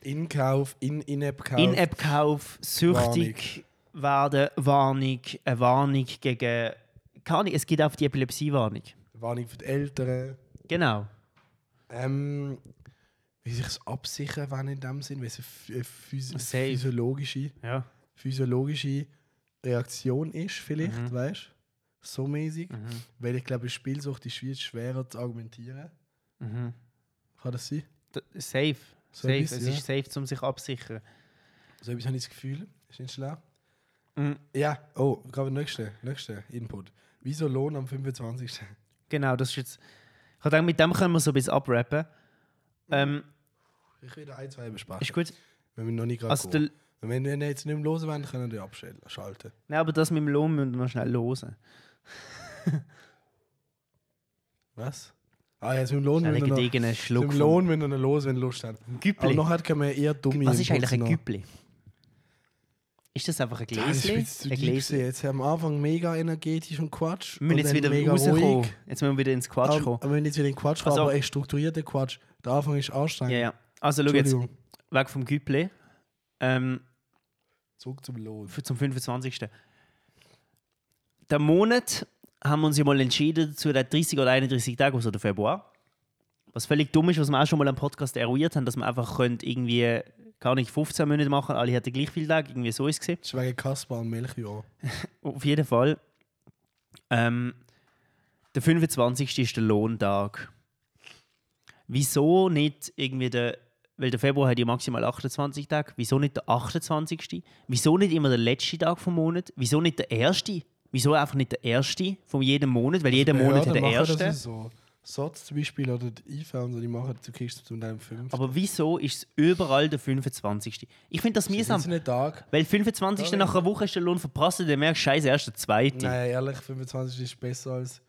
Speaker 2: In-Kauf, in- In-App-Kauf.
Speaker 1: In-App-Kauf, süchtig werden, Warnung, eine Warnung gegen. Keine Ahnung, es gibt auch die Epilepsiewarnung.
Speaker 2: Warnung für die Eltern.
Speaker 1: Genau.
Speaker 2: Ähm, wie sich das absichern wenn in dem Sinn, weil es eine phy- eine äh, phys
Speaker 1: Safe.
Speaker 2: physiologische,
Speaker 1: Ja.
Speaker 2: physiologische Reaktion ist, vielleicht,
Speaker 1: Mhm.
Speaker 2: weißt du? So mäßig.
Speaker 1: Mhm.
Speaker 2: Weil ich glaube, Spielsucht ist viel schwerer zu argumentieren.
Speaker 1: Mhm.
Speaker 2: Kann das sein?
Speaker 1: D- Safe.
Speaker 2: So
Speaker 1: safe.
Speaker 2: ein bisschen,
Speaker 1: es ist safe, um sich absichern.
Speaker 2: So etwas habe ich das Gefühl. Ist nicht schlau.
Speaker 1: Mhm.
Speaker 2: Ja, oh, gerade nächste, nächste Input. Wieso Lohn am 25.?
Speaker 1: Genau, das ist jetzt. Ich denke, mit dem können wir so ein bisschen abrappen. Ähm,
Speaker 2: Ich will ein, zwei besprechen.
Speaker 1: ist gut.
Speaker 2: Wenn wir noch nicht gerade
Speaker 1: Also
Speaker 2: also
Speaker 1: der,
Speaker 2: Wenn wir ihn jetzt nicht mehr hören wollen, können wir ihn abschalten.
Speaker 1: nein, aber das mit dem Lohn müssen wir noch schnell losen.
Speaker 2: Was? Ah ja, zum Lohn,
Speaker 1: Schnell
Speaker 2: wenn er noch,
Speaker 1: einen Schluck.
Speaker 2: zum Lohn, wenn er noch los, wenn er Lust hat.
Speaker 1: vom
Speaker 2: Aber
Speaker 1: Güppli.
Speaker 2: nachher können wir eher dumme
Speaker 1: Was ist eigentlich ein
Speaker 2: Inputs noch-
Speaker 1: Güppli? Ist das einfach ein
Speaker 2: Ja, das ist
Speaker 1: Gläschen?
Speaker 2: ein bisschen zu
Speaker 1: Ein
Speaker 2: deep gewesen.
Speaker 1: Gläschen.
Speaker 2: Jetzt haben wir am Anfang mega energetisch und Quatsch.
Speaker 1: Wir müssen
Speaker 2: und
Speaker 1: jetzt
Speaker 2: dann
Speaker 1: wieder
Speaker 2: mega
Speaker 1: rauskommen.
Speaker 2: ruhig.
Speaker 1: Jetzt müssen wir wieder ins Quatsch
Speaker 2: Aber
Speaker 1: kommen.
Speaker 2: aber wir müssen jetzt wieder in Quatsch
Speaker 1: Also-
Speaker 2: also, aber echt strukturierter Quatsch. Der Anfang ist anstrengend.
Speaker 1: Ja, ja. Also, schau jetzt,
Speaker 2: Entschuldigung.
Speaker 1: weg vom Güppli. Ähm,
Speaker 2: Zurück zum Lohn.
Speaker 1: für- zum 25. Der Monat haben wir uns ja mal entschieden zu den 30 oder 31 Tagen, also der Februar. Was völlig dumm ist, was wir auch schon mal am Podcast eruiert haben, dass man einfach könnt irgendwie gar nicht 15 Monate machen, alle hatten gleich viel Tage, irgendwie so ist es gesehen.
Speaker 2: Das ist wegen Kaspar und Melchior.
Speaker 1: Auf jeden Fall. Ähm, der 25. ist der Lohntag. Wieso nicht irgendwie der. Weil der Februar hat ja maximal 28 Tage. Wieso nicht der 28.? Wieso nicht immer der letzte Tag vom Monat? Wieso nicht der erste? Wieso einfach nicht der erste von jedem Monat? Weil jeder Monat hat
Speaker 2: Behörden
Speaker 1: den
Speaker 2: Also machen das
Speaker 1: ersten.
Speaker 2: So. SOTS zum Beispiel oder die IV und so, die machen, du kriegst zum Teil fünf.
Speaker 1: Aber wieso ist es überall der 25.? Ich finde das mühsam.
Speaker 2: Einzelnen Tag.
Speaker 1: Weil 25.
Speaker 2: Ja,
Speaker 1: nach einer Woche ist der Lohn verpasst und dann merkst du, scheiße, erst der zweite.
Speaker 2: Nein, ehrlich, 25 ist besser als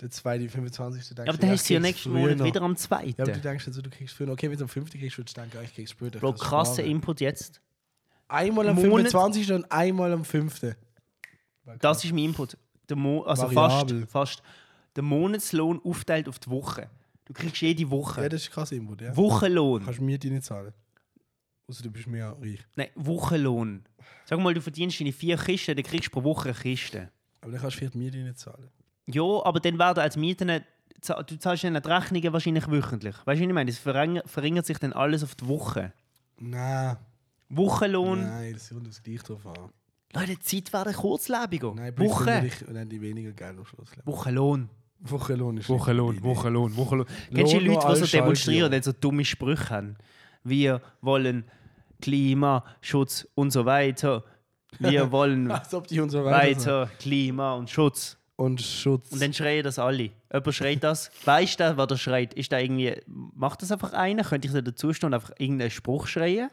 Speaker 2: der zweite, 25. Denkst
Speaker 1: Aber
Speaker 2: du,
Speaker 1: dann
Speaker 2: ja,
Speaker 1: hast du ja
Speaker 2: ich krieg's
Speaker 1: nächsten
Speaker 2: früher
Speaker 1: Monat
Speaker 2: noch.
Speaker 1: wieder am zweiten.
Speaker 2: Ja, aber du denkst also, du kriegst früher. Okay, wenn du am 5. kriegst, würdest du denken, ah, ich krieg's früher. ich
Speaker 1: Bro,
Speaker 2: kann's
Speaker 1: krasser
Speaker 2: sparen.
Speaker 1: Input jetzt.
Speaker 2: Einmal am
Speaker 1: Monat.
Speaker 2: 25. und einmal am 5.
Speaker 1: Das ist mein Input. Der Mo also fast,
Speaker 2: Variabel.
Speaker 1: fast. Der Monatslohn aufteilt auf die Woche. Du kriegst jede Woche.
Speaker 2: Ja, das ist krass Input, ja.
Speaker 1: Wochenlohn.
Speaker 2: Kannst du mir die nicht zahlen? Außer du bist mehr reich.
Speaker 1: Nein, Wochenlohn. Sag mal, du verdienst deine vier Kisten, dann kriegst du pro Woche eine Kiste.
Speaker 2: Aber dann kannst du vielleicht mir die nicht zahlen.
Speaker 1: Ja, aber dann werden als Mieten. Du zahlst dann die Rechnungen wahrscheinlich wöchentlich. Weißt du, was ich meine? Es verringert, verringert sich dann alles auf die Woche.
Speaker 2: Nein.
Speaker 1: Wochenlohn.
Speaker 2: Nein, das kommt das gleich drauf an.
Speaker 1: Leute, die Zeit werden kurzlebiger.
Speaker 2: Nein,
Speaker 1: Woche.
Speaker 2: Ich, und dann die weniger Geld am Schluss.
Speaker 1: Wochenlohn.
Speaker 2: Wochenlohn ist
Speaker 1: Wochenlohn,
Speaker 2: nicht-
Speaker 1: Wochenlohn, Wochenlohn. Kennst du die
Speaker 2: Lohn
Speaker 1: Leute, die
Speaker 2: noch
Speaker 1: so
Speaker 2: als Schalke,
Speaker 1: demonstrieren
Speaker 2: ja.
Speaker 1: und dann so dumme Sprüche haben? Wir wollen Klimaschutz und so weiter. Wir wollen
Speaker 2: Als ob die und so weiter. sind.
Speaker 1: weiter Klima und Schutz.
Speaker 2: Und Schutz.
Speaker 1: Und dann schreien das alle. Jemand schreit das. Weißt du, wer das schreit? Ist da irgendwie. Macht das einfach einer? Könnte ich da dazu stehen und einfach irgendeinen Spruch schreien?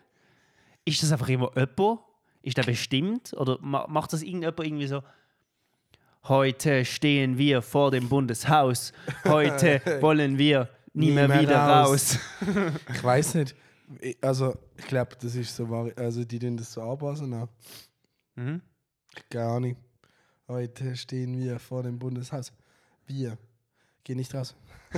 Speaker 1: Ist das einfach immer jemand? Ist der bestimmt? Oder ma- macht das irgendjemand irgendwie so? Heute stehen wir vor dem Bundeshaus. Heute wollen wir nie
Speaker 2: Nie
Speaker 1: mehr,
Speaker 2: mehr
Speaker 1: wieder
Speaker 2: raus.
Speaker 1: raus.
Speaker 2: ich weiß nicht. Ich- Also, ich glaube, das ist so wahr. Also, die tun das so anpassen. ne? Auch.
Speaker 1: Mhm.
Speaker 2: Gar nicht. Heute stehen wir vor dem Bundeshaus. Wir. Geh nicht raus.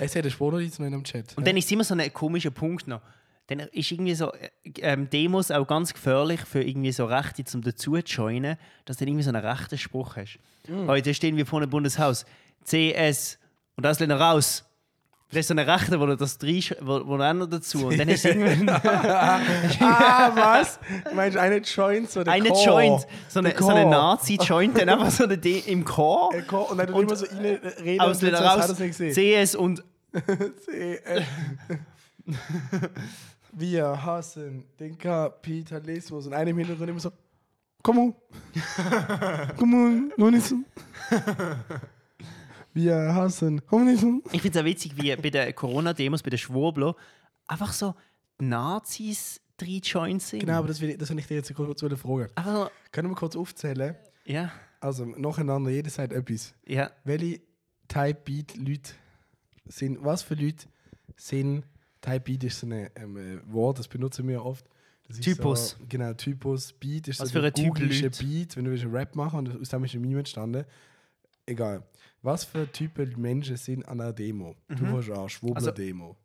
Speaker 2: es hat eine Sportnotiz noch in dem Chat.
Speaker 1: Und dann ist immer so ein komischer Punkt noch. Dann ist irgendwie so äh, ähm, Demos auch ganz gefährlich für irgendwie so Rechte zum dazu zu joinen, dass du dann irgendwie so einen rechten Spruch hast.
Speaker 2: Mm.
Speaker 1: Heute stehen wir vor dem Bundeshaus. CS und das lässt raus. Das ist so eine Rechte, wo du das reinsch- wo, wo du auch noch dazu. Und dann ist irgendwann
Speaker 2: ah, was? Meinst du, eine Joint? So der
Speaker 1: eine
Speaker 2: Chor.
Speaker 1: Joint, so
Speaker 2: Der
Speaker 1: eine, so eine
Speaker 2: Chor.
Speaker 1: Nazi-Joint, dann einfach so eine D im Chor.
Speaker 2: Der Chor. Und dann tut immer so rein reden.
Speaker 1: Aus
Speaker 2: und
Speaker 1: lässt
Speaker 2: so, als hat
Speaker 1: raus.
Speaker 2: er's nicht gesehen.
Speaker 1: CS und
Speaker 2: CL. Wir hassen den Kapitalismus. Und einem im Hintergrund immer so, komm on, komm on, Kommunismus. Wir hassen Kommunismus.
Speaker 1: Ich finde es auch witzig, wie bei den Corona-Demos, bei den Schwurbler, einfach so die Nazis drei Joints sind.
Speaker 2: Genau, aber das, will ich- das will ich dir jetzt kurz eine Frage.
Speaker 1: Einfach so,
Speaker 2: Können wir kurz aufzählen?
Speaker 1: ja,
Speaker 2: Also, nacheinander, jeder sagt etwas.
Speaker 1: ja.
Speaker 2: Welche Type-Beat-Leute sind, was für Leute sind, Type-Beat ist so ein ähm, äh, Wort, das benutzen wir oft. Das ist
Speaker 1: Typus.
Speaker 2: So, genau, Typus, Beat ist
Speaker 1: Was
Speaker 2: so
Speaker 1: für ein Typ
Speaker 2: googlische
Speaker 1: Leute?
Speaker 2: Beat, wenn du willst einen Rap machen und aus dem ist ein Meme entstanden. Egal. Was für Typen Menschen sind an einer Demo? Du
Speaker 1: Mhm.
Speaker 2: hast auch Schwurbler-Demo.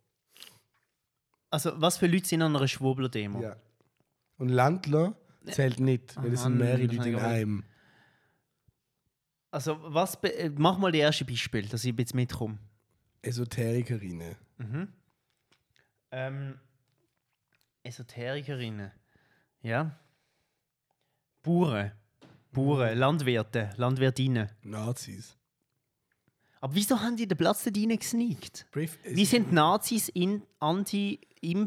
Speaker 1: Also, was für Leute sind an einer Schwurbler-Demo?
Speaker 2: ja. Und Landler zählt nicht, weil das
Speaker 1: Ah,
Speaker 2: sind
Speaker 1: Mann,
Speaker 2: mehrere
Speaker 1: das hab
Speaker 2: Leute
Speaker 1: ich
Speaker 2: in
Speaker 1: gewollt.
Speaker 2: einem.
Speaker 1: Also, was be- äh, mach mal die erste Beispiel, dass ich jetzt mitkomme.
Speaker 2: Esoterikerinnen.
Speaker 1: Ähm, Esoterikerinnen. Ja. Bauern. Bauern,
Speaker 2: Mhm.
Speaker 1: Landwirte, Landwirtinnen.
Speaker 2: Nazis.
Speaker 1: Aber wieso haben die den Platz da rein gesneakt?
Speaker 2: Brief ist,
Speaker 1: Wie sind die Nazis in
Speaker 2: Weil es auch gegen den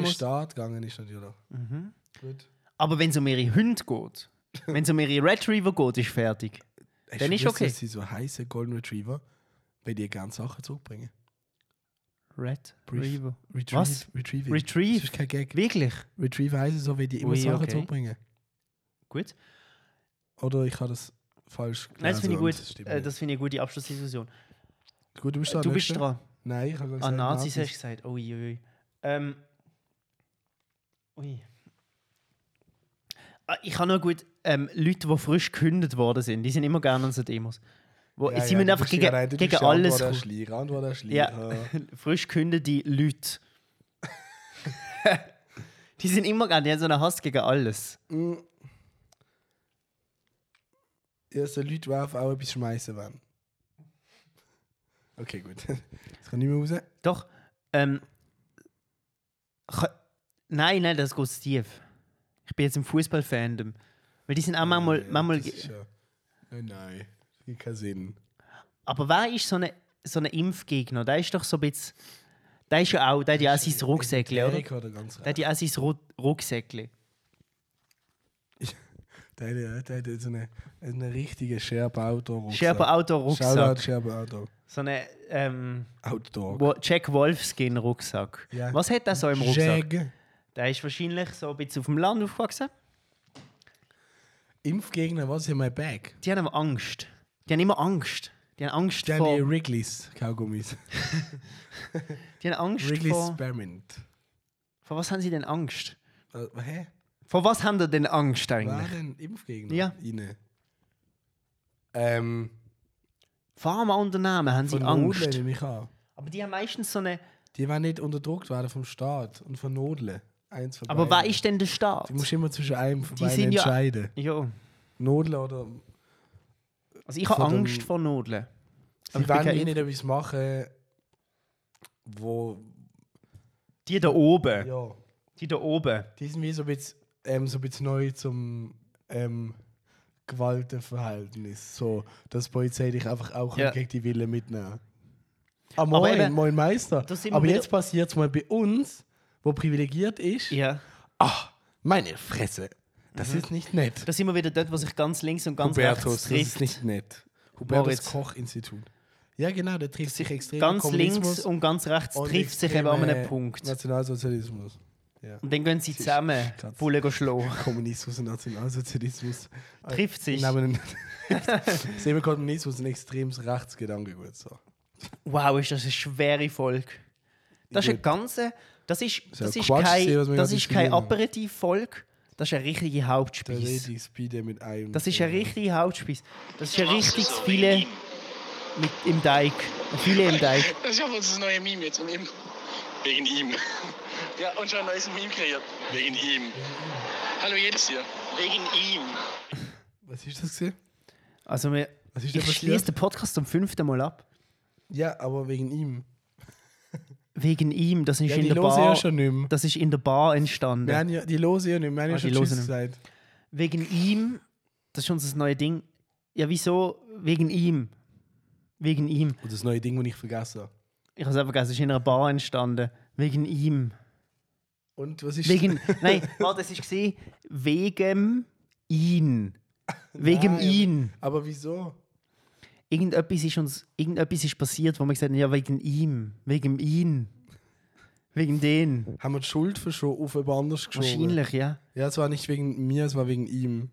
Speaker 1: Anti-Impf-Demos?
Speaker 2: Staat gegangen ist, natürlich.
Speaker 1: Mhm.
Speaker 2: Gut.
Speaker 1: Aber wenn es um ihre Hunde geht, wenn es um ihre Red Retriever geht, ist fertig.
Speaker 2: Hast
Speaker 1: Dann
Speaker 2: du
Speaker 1: ist
Speaker 2: gewusst,
Speaker 1: okay.
Speaker 2: Dass sie so heiße Golden Retriever, weil die gerne Sachen zurückbringen.
Speaker 1: Red
Speaker 2: Brief.
Speaker 1: Retriever.
Speaker 2: Retrieve,
Speaker 1: Was?
Speaker 2: Retrieving.
Speaker 1: Retrieve?
Speaker 2: Das ist kein Gag.
Speaker 1: Wirklich?
Speaker 2: Retrieve heißen so, weil die immer
Speaker 1: Ui,
Speaker 2: Sachen
Speaker 1: okay.
Speaker 2: zurückbringen.
Speaker 1: Gut.
Speaker 2: Oder ich habe das falsch gelesen.
Speaker 1: Nein, das finde ich
Speaker 2: und
Speaker 1: gut.
Speaker 2: stimmt
Speaker 1: Äh,
Speaker 2: nicht.
Speaker 1: Das finde ich eine gute Abschlussdiskussion.
Speaker 2: gut, du bist dran.
Speaker 1: Du bist
Speaker 2: nicht?
Speaker 1: dran.
Speaker 2: Nein, ich habe gerade
Speaker 1: An
Speaker 2: gesagt,
Speaker 1: Nazis hast du gesagt. Ui, ui, ui. Ähm, ui. Ah, Ich habe noch gut ähm, Leute, die frisch gekündigt worden sind. Die sind immer gerne an so Demos. Wo,
Speaker 2: Ja,
Speaker 1: sie
Speaker 2: ja,
Speaker 1: müssen
Speaker 2: du
Speaker 1: einfach
Speaker 2: bist die
Speaker 1: gegen,
Speaker 2: Antwort der
Speaker 1: gegen
Speaker 2: Schleier,
Speaker 1: alles
Speaker 2: Antwort
Speaker 1: kommen.
Speaker 2: der Schleier, Antwort der Schleier.
Speaker 1: Ja, frisch gekündete Leute. die sind immer gerne, die haben so einen Hass gegen alles.
Speaker 2: Mm. Ja, so Leute, die einfach auch etwas schmeißen wollen. Okay, gut. Das kann nicht mehr raus.
Speaker 1: Doch. Ähm, cha- nein, nein, das geht zu tief. Ich bin jetzt im Fußball-Fandom. Weil die sind auch manchmal.
Speaker 2: Ja,
Speaker 1: manchmal
Speaker 2: das ist ja- Nein, nein. Das gibt keinen Sinn.
Speaker 1: aber wer ist so ein so eine Impfgegner? Der ist doch so ein bisschen. Der ist ja auch. Der hat ja auch sein Rucksäckchen, oder?
Speaker 2: Erik hat er ganz
Speaker 1: Der hat
Speaker 2: recht.
Speaker 1: ja auch sein Ru Rucksäckchen.
Speaker 2: Der hat ja- der hat ja so eine, eine richtige Sherpa-Auto-Rucksack.
Speaker 1: Sherpa Outdoor
Speaker 2: Shoutout
Speaker 1: Rucksack.
Speaker 2: Sherpa-Auto.
Speaker 1: So eine ähm,
Speaker 2: Outdoor.
Speaker 1: Wo- Jack Wolfskin Rucksack.
Speaker 2: Ja.
Speaker 1: Was hat der so im Rucksack?
Speaker 2: Jag.
Speaker 1: Der ist wahrscheinlich so ein bisschen auf dem Land aufgewachsen.
Speaker 2: Impfgegner, was ist in meinem Bag?
Speaker 1: Die haben aber Angst. Die haben immer Angst. Die haben Angst
Speaker 2: Dann
Speaker 1: vor.
Speaker 2: die Wrigley's Kaugummis.
Speaker 1: Die haben Angst
Speaker 2: Wrigley's
Speaker 1: vor.
Speaker 2: Spearmint.
Speaker 1: Vor was haben sie denn Angst?
Speaker 2: Äh, Hä?
Speaker 1: Vor was haben die denn Angst
Speaker 2: War
Speaker 1: eigentlich?
Speaker 2: denn Impfgegner?
Speaker 1: Ja.
Speaker 2: Rein? Ähm,
Speaker 1: Pharmaunternehmen haben sie
Speaker 2: von
Speaker 1: Angst.
Speaker 2: Nodeln nehme ich an.
Speaker 1: Aber die haben meistens so eine.
Speaker 2: Die wollen nicht unterdrückt werden vom Staat und von Nodeln. Eins von
Speaker 1: Aber wer
Speaker 2: beiden.
Speaker 1: ist denn der Staat?
Speaker 2: Du musst immer zwischen einem von
Speaker 1: Die
Speaker 2: beiden
Speaker 1: sind ja-
Speaker 2: entscheiden.
Speaker 1: Ja.
Speaker 2: Nodeln oder...
Speaker 1: Also ich habe
Speaker 2: Von dem-
Speaker 1: Angst vor Nudeln. Aber
Speaker 2: Sie
Speaker 1: ich bin
Speaker 2: wollen
Speaker 1: kein
Speaker 2: ja
Speaker 1: Impf-
Speaker 2: nicht etwas machen, wo...
Speaker 1: Die da oben.
Speaker 2: Ja.
Speaker 1: Die da oben.
Speaker 2: Die sind wie so ein bisschen, ähm, so ein bisschen neu zum ähm, Gewaltenverhältnis. So, dass die Polizei dich einfach auch
Speaker 1: Ja.
Speaker 2: gegen die Wille mitnehmen Ah, moin,
Speaker 1: eben,
Speaker 2: moin Meister.
Speaker 1: da sind wir
Speaker 2: Aber
Speaker 1: wieder-
Speaker 2: jetzt passiert es mal bei uns, wo privilegiert ist.
Speaker 1: Ja. Mhm.
Speaker 2: Ach, meine Fresse. Das ist nicht nett.
Speaker 1: Da sind wir wieder dort, wo sich ganz links und ganz rechts
Speaker 2: Hubertus, das ist
Speaker 1: trifft.
Speaker 2: nicht nett. Hubertus
Speaker 1: Moritz.
Speaker 2: Koch-Institut. Ja, genau, der trifft sich extrem.
Speaker 1: Ganz links und ganz rechts trifft sich eben an einem Punkt.
Speaker 2: Nationalsozialismus. Ja.
Speaker 1: Und dann gehen sie
Speaker 2: ist
Speaker 1: zusammen
Speaker 2: krass.
Speaker 1: Bullen go schlagen.
Speaker 2: Kommunismus und Nationalsozialismus.
Speaker 1: Trifft sich.
Speaker 2: Nehmen sehen wir Kommunismus ein extremes Rechtsgedankengut. So.
Speaker 1: Wow, ist das eine schwere Folge. Das ist eine
Speaker 2: Gut.
Speaker 1: ganze. Das ist,
Speaker 2: ja
Speaker 1: das ist
Speaker 2: Quatsch gewesen, was
Speaker 1: kein,
Speaker 2: wir
Speaker 1: das
Speaker 2: gerade
Speaker 1: ist kein
Speaker 2: diskutiert haben.
Speaker 1: Aperitiv-Folge. Das ist eine richtige
Speaker 2: Da
Speaker 1: Hauptspeise.
Speaker 2: rede ich Speedy mit einem.
Speaker 1: Das ist ein richtiger Hauptspeis. Das ist ein richtiges Filet mit im Teig. Ein Filet im Teig.
Speaker 4: Ich habe uns das neue Meme jetzt von ihm. Wegen ihm. Ja, und schon ein neues Meme kreiert. Wegen ihm. Hallo jedes hier. Wegen ihm.
Speaker 2: Was ist das gesehen?
Speaker 1: Also wir,
Speaker 2: Was ist da
Speaker 1: ich
Speaker 2: passiert?
Speaker 1: schließe den Podcast zum fünften Mal ab.
Speaker 2: Ja, aber wegen ihm.
Speaker 1: Wegen ihm. Das ist
Speaker 2: Ja,
Speaker 1: in
Speaker 2: die
Speaker 1: der
Speaker 2: lose ja
Speaker 1: Bar.
Speaker 2: schon nicht mehr.
Speaker 1: Das ist in der Bar entstanden.
Speaker 2: Wir haben ja, die lose ja nicht mehr. Wir haben ja
Speaker 1: Ah,
Speaker 2: schon
Speaker 1: die
Speaker 2: Tschüss
Speaker 1: hören nicht
Speaker 2: gesagt.
Speaker 1: Wegen ihm. Das ist unser neues Ding. Ja, wieso? Wegen ihm. Wegen ihm.
Speaker 2: Und das neue Ding, das ich vergessen habe.
Speaker 1: Ich habe es vergessen, es ist in einer Bar entstanden. Wegen ihm.
Speaker 2: Und was ist
Speaker 1: Wegen. Nein, warte, das war wegen ihn. Wegen
Speaker 2: Nein.
Speaker 1: ihn.
Speaker 2: Ah, Aber wieso?
Speaker 1: Irgendetwas ist uns. Irgendetwas ist passiert, wo wir gesagt haben, ja, wegen ihm. Wegen ihn. Wegen den.
Speaker 2: Haben wir die Schuld für schon auf jemand anders geschoben?
Speaker 1: Wahrscheinlich, ja.
Speaker 2: Ja, es war nicht wegen mir, es war wegen ihm.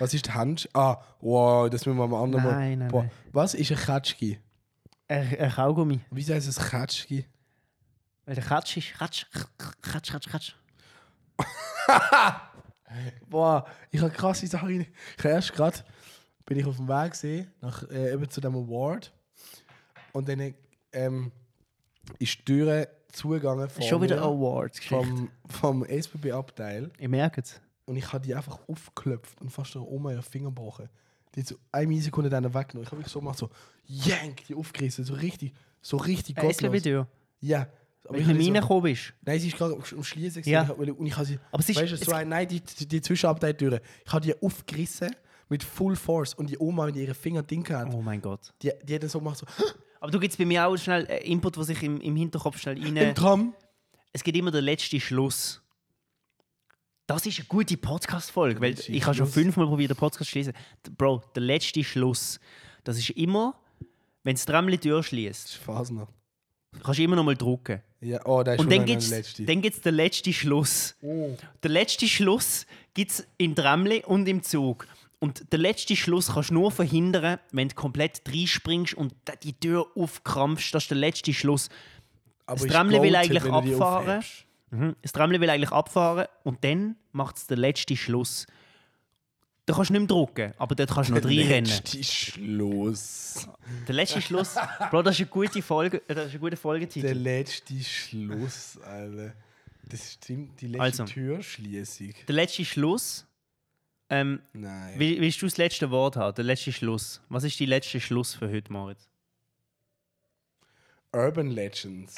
Speaker 2: Was ist die Hand? Ah, wow, das müssen wir mal anderen
Speaker 1: Nein, nein,
Speaker 2: Boah,
Speaker 1: nein.
Speaker 2: Was ist ein Katschki?
Speaker 1: Ein ein Kaugummi.
Speaker 2: Wieso heißt es Katschki?
Speaker 1: Weil der Katsch ist. Katsch, Katsch, Katsch, Katsch.
Speaker 2: Boah, ich habe krasse Sachen. rein- Ich habe erst gerade bin ich auf dem Weg gesehen, nach äh, eben zu dem Award. Und dann ähm, ist die Türe zugegangen von
Speaker 1: Ist Schon wieder
Speaker 2: mir,
Speaker 1: Awards. Geschichte.
Speaker 2: vom, vom SBB-Abteil.
Speaker 1: Ihr merkt es.
Speaker 2: Und ich habe die einfach aufgeklopft und fast der Oma ihren Finger gebrochen. Die hat so eine Sekunde dann weggenommen. Ich habe mich so gemacht, so, yank, die aufgerissen, so richtig, so richtig
Speaker 1: Ein
Speaker 2: gottlos.
Speaker 1: SBB-Tür.
Speaker 2: Ja, Aber
Speaker 1: Weil du
Speaker 2: ich
Speaker 1: nicht
Speaker 2: so,
Speaker 1: reingekommen bist.
Speaker 2: nein, sie ist gerade am Schließen.
Speaker 1: Ja.
Speaker 2: Und ich habe sie.
Speaker 1: Aber es ist-
Speaker 2: weißt du, so
Speaker 1: es-
Speaker 2: ein, nein, die, die, die Zwischenabteiltüre. Ich habe die aufgerissen mit Full Force und die Oma mit ihren Fingern Ding gehabt.
Speaker 1: Oh mein Gott.
Speaker 2: Die, die hat dann so gemacht, so.
Speaker 1: Aber du gibst bei mir auch schnell äh, Input, der sich im, im Hinterkopf schnell rein...
Speaker 2: Im Tram.
Speaker 1: es gibt immer den letzten Schluss. Das ist eine gute Podcast-Folge, weil
Speaker 2: letzte
Speaker 1: ich habe schon
Speaker 2: Schluss.
Speaker 1: fünfmal probiert, den Podcast zu schließen. D- Bro, der letzte Schluss. Das ist immer, wenn das Tram die Tür schließt,
Speaker 2: Fasnacht.
Speaker 1: kannst du immer noch mal drücken.
Speaker 2: Ja, oh, da ist
Speaker 1: Und
Speaker 2: schon
Speaker 1: dann
Speaker 2: noch
Speaker 1: gibt
Speaker 2: eine
Speaker 1: es
Speaker 2: letzte. Oh.
Speaker 1: den letzten Schluss. Der letzte Schluss gibt es im Tramli und im Zug. Und der letzte Schluss kannst du nur verhindern, wenn du komplett reinspringst und da die Tür aufkrampfst. Das ist der letzte Schluss.
Speaker 2: Aber
Speaker 1: das
Speaker 2: ist
Speaker 1: Tramli will
Speaker 2: goated,
Speaker 1: eigentlich
Speaker 2: wenn du die
Speaker 1: abfahren.
Speaker 2: aufhebst.
Speaker 1: Mhm. Das Tramli will eigentlich abfahren und dann macht es den letzten Schluss. Da kannst du nicht mehr drucken, aber dort kannst du noch reinrennen.
Speaker 2: Letzte Schluss.
Speaker 1: Der letzte Schluss. Bro, das ist eine gute Folge, äh, das ist ein guter
Speaker 2: Der
Speaker 1: Folgetitel.
Speaker 2: letzte Schluss, Alter. Das stimmt, die letzte
Speaker 1: Also.
Speaker 2: Türschließung.
Speaker 1: Der letzte Schluss. Ähm,
Speaker 2: Nein.
Speaker 1: will, willst du das letzte Wort haben? Der letzte Schluss. Was ist die letzte Schluss für heute, Moritz?
Speaker 2: Urban Legends,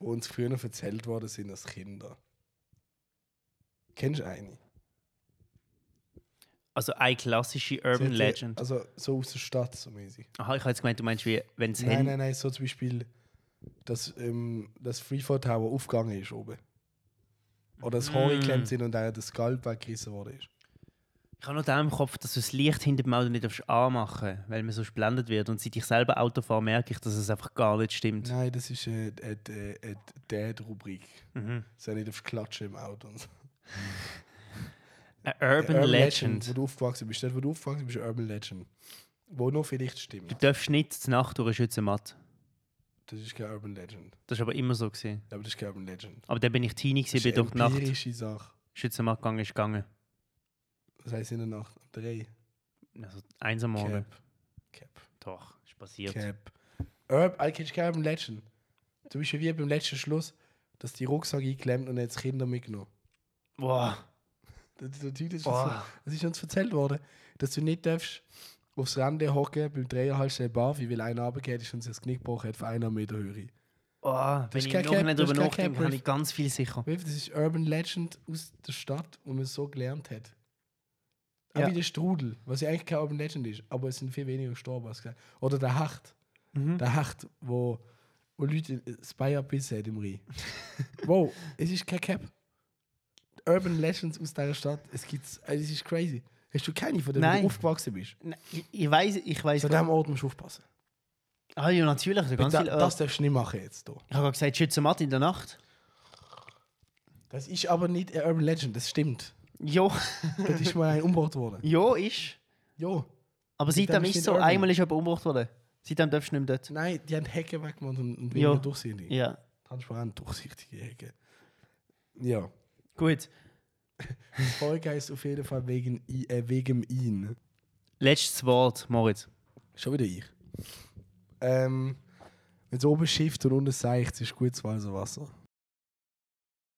Speaker 2: die uns früher noch erzählt worden sind als Kinder. Kennst du eine?
Speaker 1: Also eine klassische Urban
Speaker 2: Die-
Speaker 1: Legend.
Speaker 2: Also so aus der Stadt, so mäßig.
Speaker 1: Aha, ich habe jetzt gemeint, du meinst, wie wenn es
Speaker 2: Nein, nein, nein, so zum Beispiel, dass ähm, das Freefall Tower aufgegangen ist oben. Oder das
Speaker 1: Mm.
Speaker 2: Horn geklemmt sind und einer das Skalp weggerissen worden ist.
Speaker 1: Ich habe noch den im Kopf, dass du das Licht hinter dem Auto nicht darfst anmachen darfst, weil man sonst blendet wird. Und seit ich selber Auto fahre, merke ich, dass es einfach gar nicht stimmt.
Speaker 2: Nein, das ist eine äh, äh, äh, Dad-Rubrik.
Speaker 1: Mhm.
Speaker 2: So nicht auf Klatschen im Auto und so.
Speaker 1: Eine Urban,
Speaker 2: Urban
Speaker 1: Legend.
Speaker 2: Wo du aufgewachsen bist. Dort, wo du aufgewachsen bist, ist eine Urban Legend. Wo noch vielleicht
Speaker 1: Du
Speaker 2: stimmt.
Speaker 1: darfst nicht die Nacht durch eine Schützenmatt.
Speaker 2: Das ist keine Urban Legend.
Speaker 1: Das war aber immer so. Gewesen.
Speaker 2: Aber das ist keine Urban Legend.
Speaker 1: Aber dann bin ich Teenie, gewesen,
Speaker 2: Das
Speaker 1: bin
Speaker 2: ist
Speaker 1: durch die
Speaker 2: eine
Speaker 1: Nacht
Speaker 2: empirische Sache.
Speaker 1: Schützenmatt gegangen. Ist gegangen.
Speaker 2: Das heisst in der Nacht. Ab drei.
Speaker 1: Also eins am Morgen.
Speaker 2: Cap. Cap.
Speaker 1: Doch, ist passiert.
Speaker 2: Cap. Urb, eigentlich kennst du keine Urban Legend. Du bist ja wie beim letzten Schluss, dass die Rucksack eingeklemmt und jetzt Kinder mitgenommen.
Speaker 1: Boah.
Speaker 2: Das, das, das, ist, uns,
Speaker 1: Boah.
Speaker 2: das ist uns erzählt worden, dass du nicht darfst aufs Rande hocken beim Dreierhalb schnell Barfi, weil einer runtergeht ist und sich das Knie gebrochen hat von einer Meter Höhe.
Speaker 1: Oh, wenn
Speaker 2: ist
Speaker 1: ich
Speaker 2: kein
Speaker 1: noch nicht
Speaker 2: Cap, das
Speaker 1: drüber
Speaker 2: ist kein
Speaker 1: nachdenke,
Speaker 2: Cap,
Speaker 1: habe ich ganz viel sicher.
Speaker 2: Weißt du, Das ist Urban Legend aus der Stadt, wo man so gelernt hat. Auch
Speaker 1: Ja.
Speaker 2: wie der Strudel, was ja eigentlich kein Urban Legend ist, aber es sind viel weniger gestorben. Als gesagt. Oder der Hacht.
Speaker 1: Mhm.
Speaker 2: Der Hacht, wo, wo Leute Spire Biss hat im Rhein. wow, es ist kein Cap. Urban Legends aus dieser Stadt, es gibt's, also es ist crazy. Hast du keine von denen, wo
Speaker 1: Nein.
Speaker 2: du aufgewachsen bist?
Speaker 1: Nein, Ich, ich weiß, ich weiß.
Speaker 2: Zu dem Ort musst du aufpassen.
Speaker 1: Ah ja, natürlich. Da ganz
Speaker 2: Da,
Speaker 1: viel, äh,
Speaker 2: das darfst du nicht machen jetzt hier.
Speaker 1: ich habe gesagt, Schützenmatt in der Nacht.
Speaker 2: Das ist aber nicht eine Urban Legend, das stimmt.
Speaker 1: Jo,
Speaker 2: Dort ist mal ein umgebaut worden.
Speaker 1: jo ist.
Speaker 2: Jo.
Speaker 1: Aber
Speaker 2: Seitdem
Speaker 1: seitdem
Speaker 2: ist
Speaker 1: ist
Speaker 2: nicht
Speaker 1: so,
Speaker 2: urban.
Speaker 1: einmal ist jemand umgebracht worden. Seitdem darfst du nicht mehr dort.
Speaker 2: Nein, die haben Hecken weggemacht und,
Speaker 1: Ja.
Speaker 2: und weniger durchsichtig.
Speaker 1: Ja,
Speaker 2: Transparent, durchsichtige Hecken. Ja.
Speaker 1: gut.
Speaker 2: Die Folge heisst auf jeden Fall wegen, I- äh, wegen ihn.
Speaker 1: Letztes Wort, Moritz.
Speaker 2: Schon wieder ich. Ähm, wenn es oben schifft und unten seicht, ist gutes Wasser Wasser.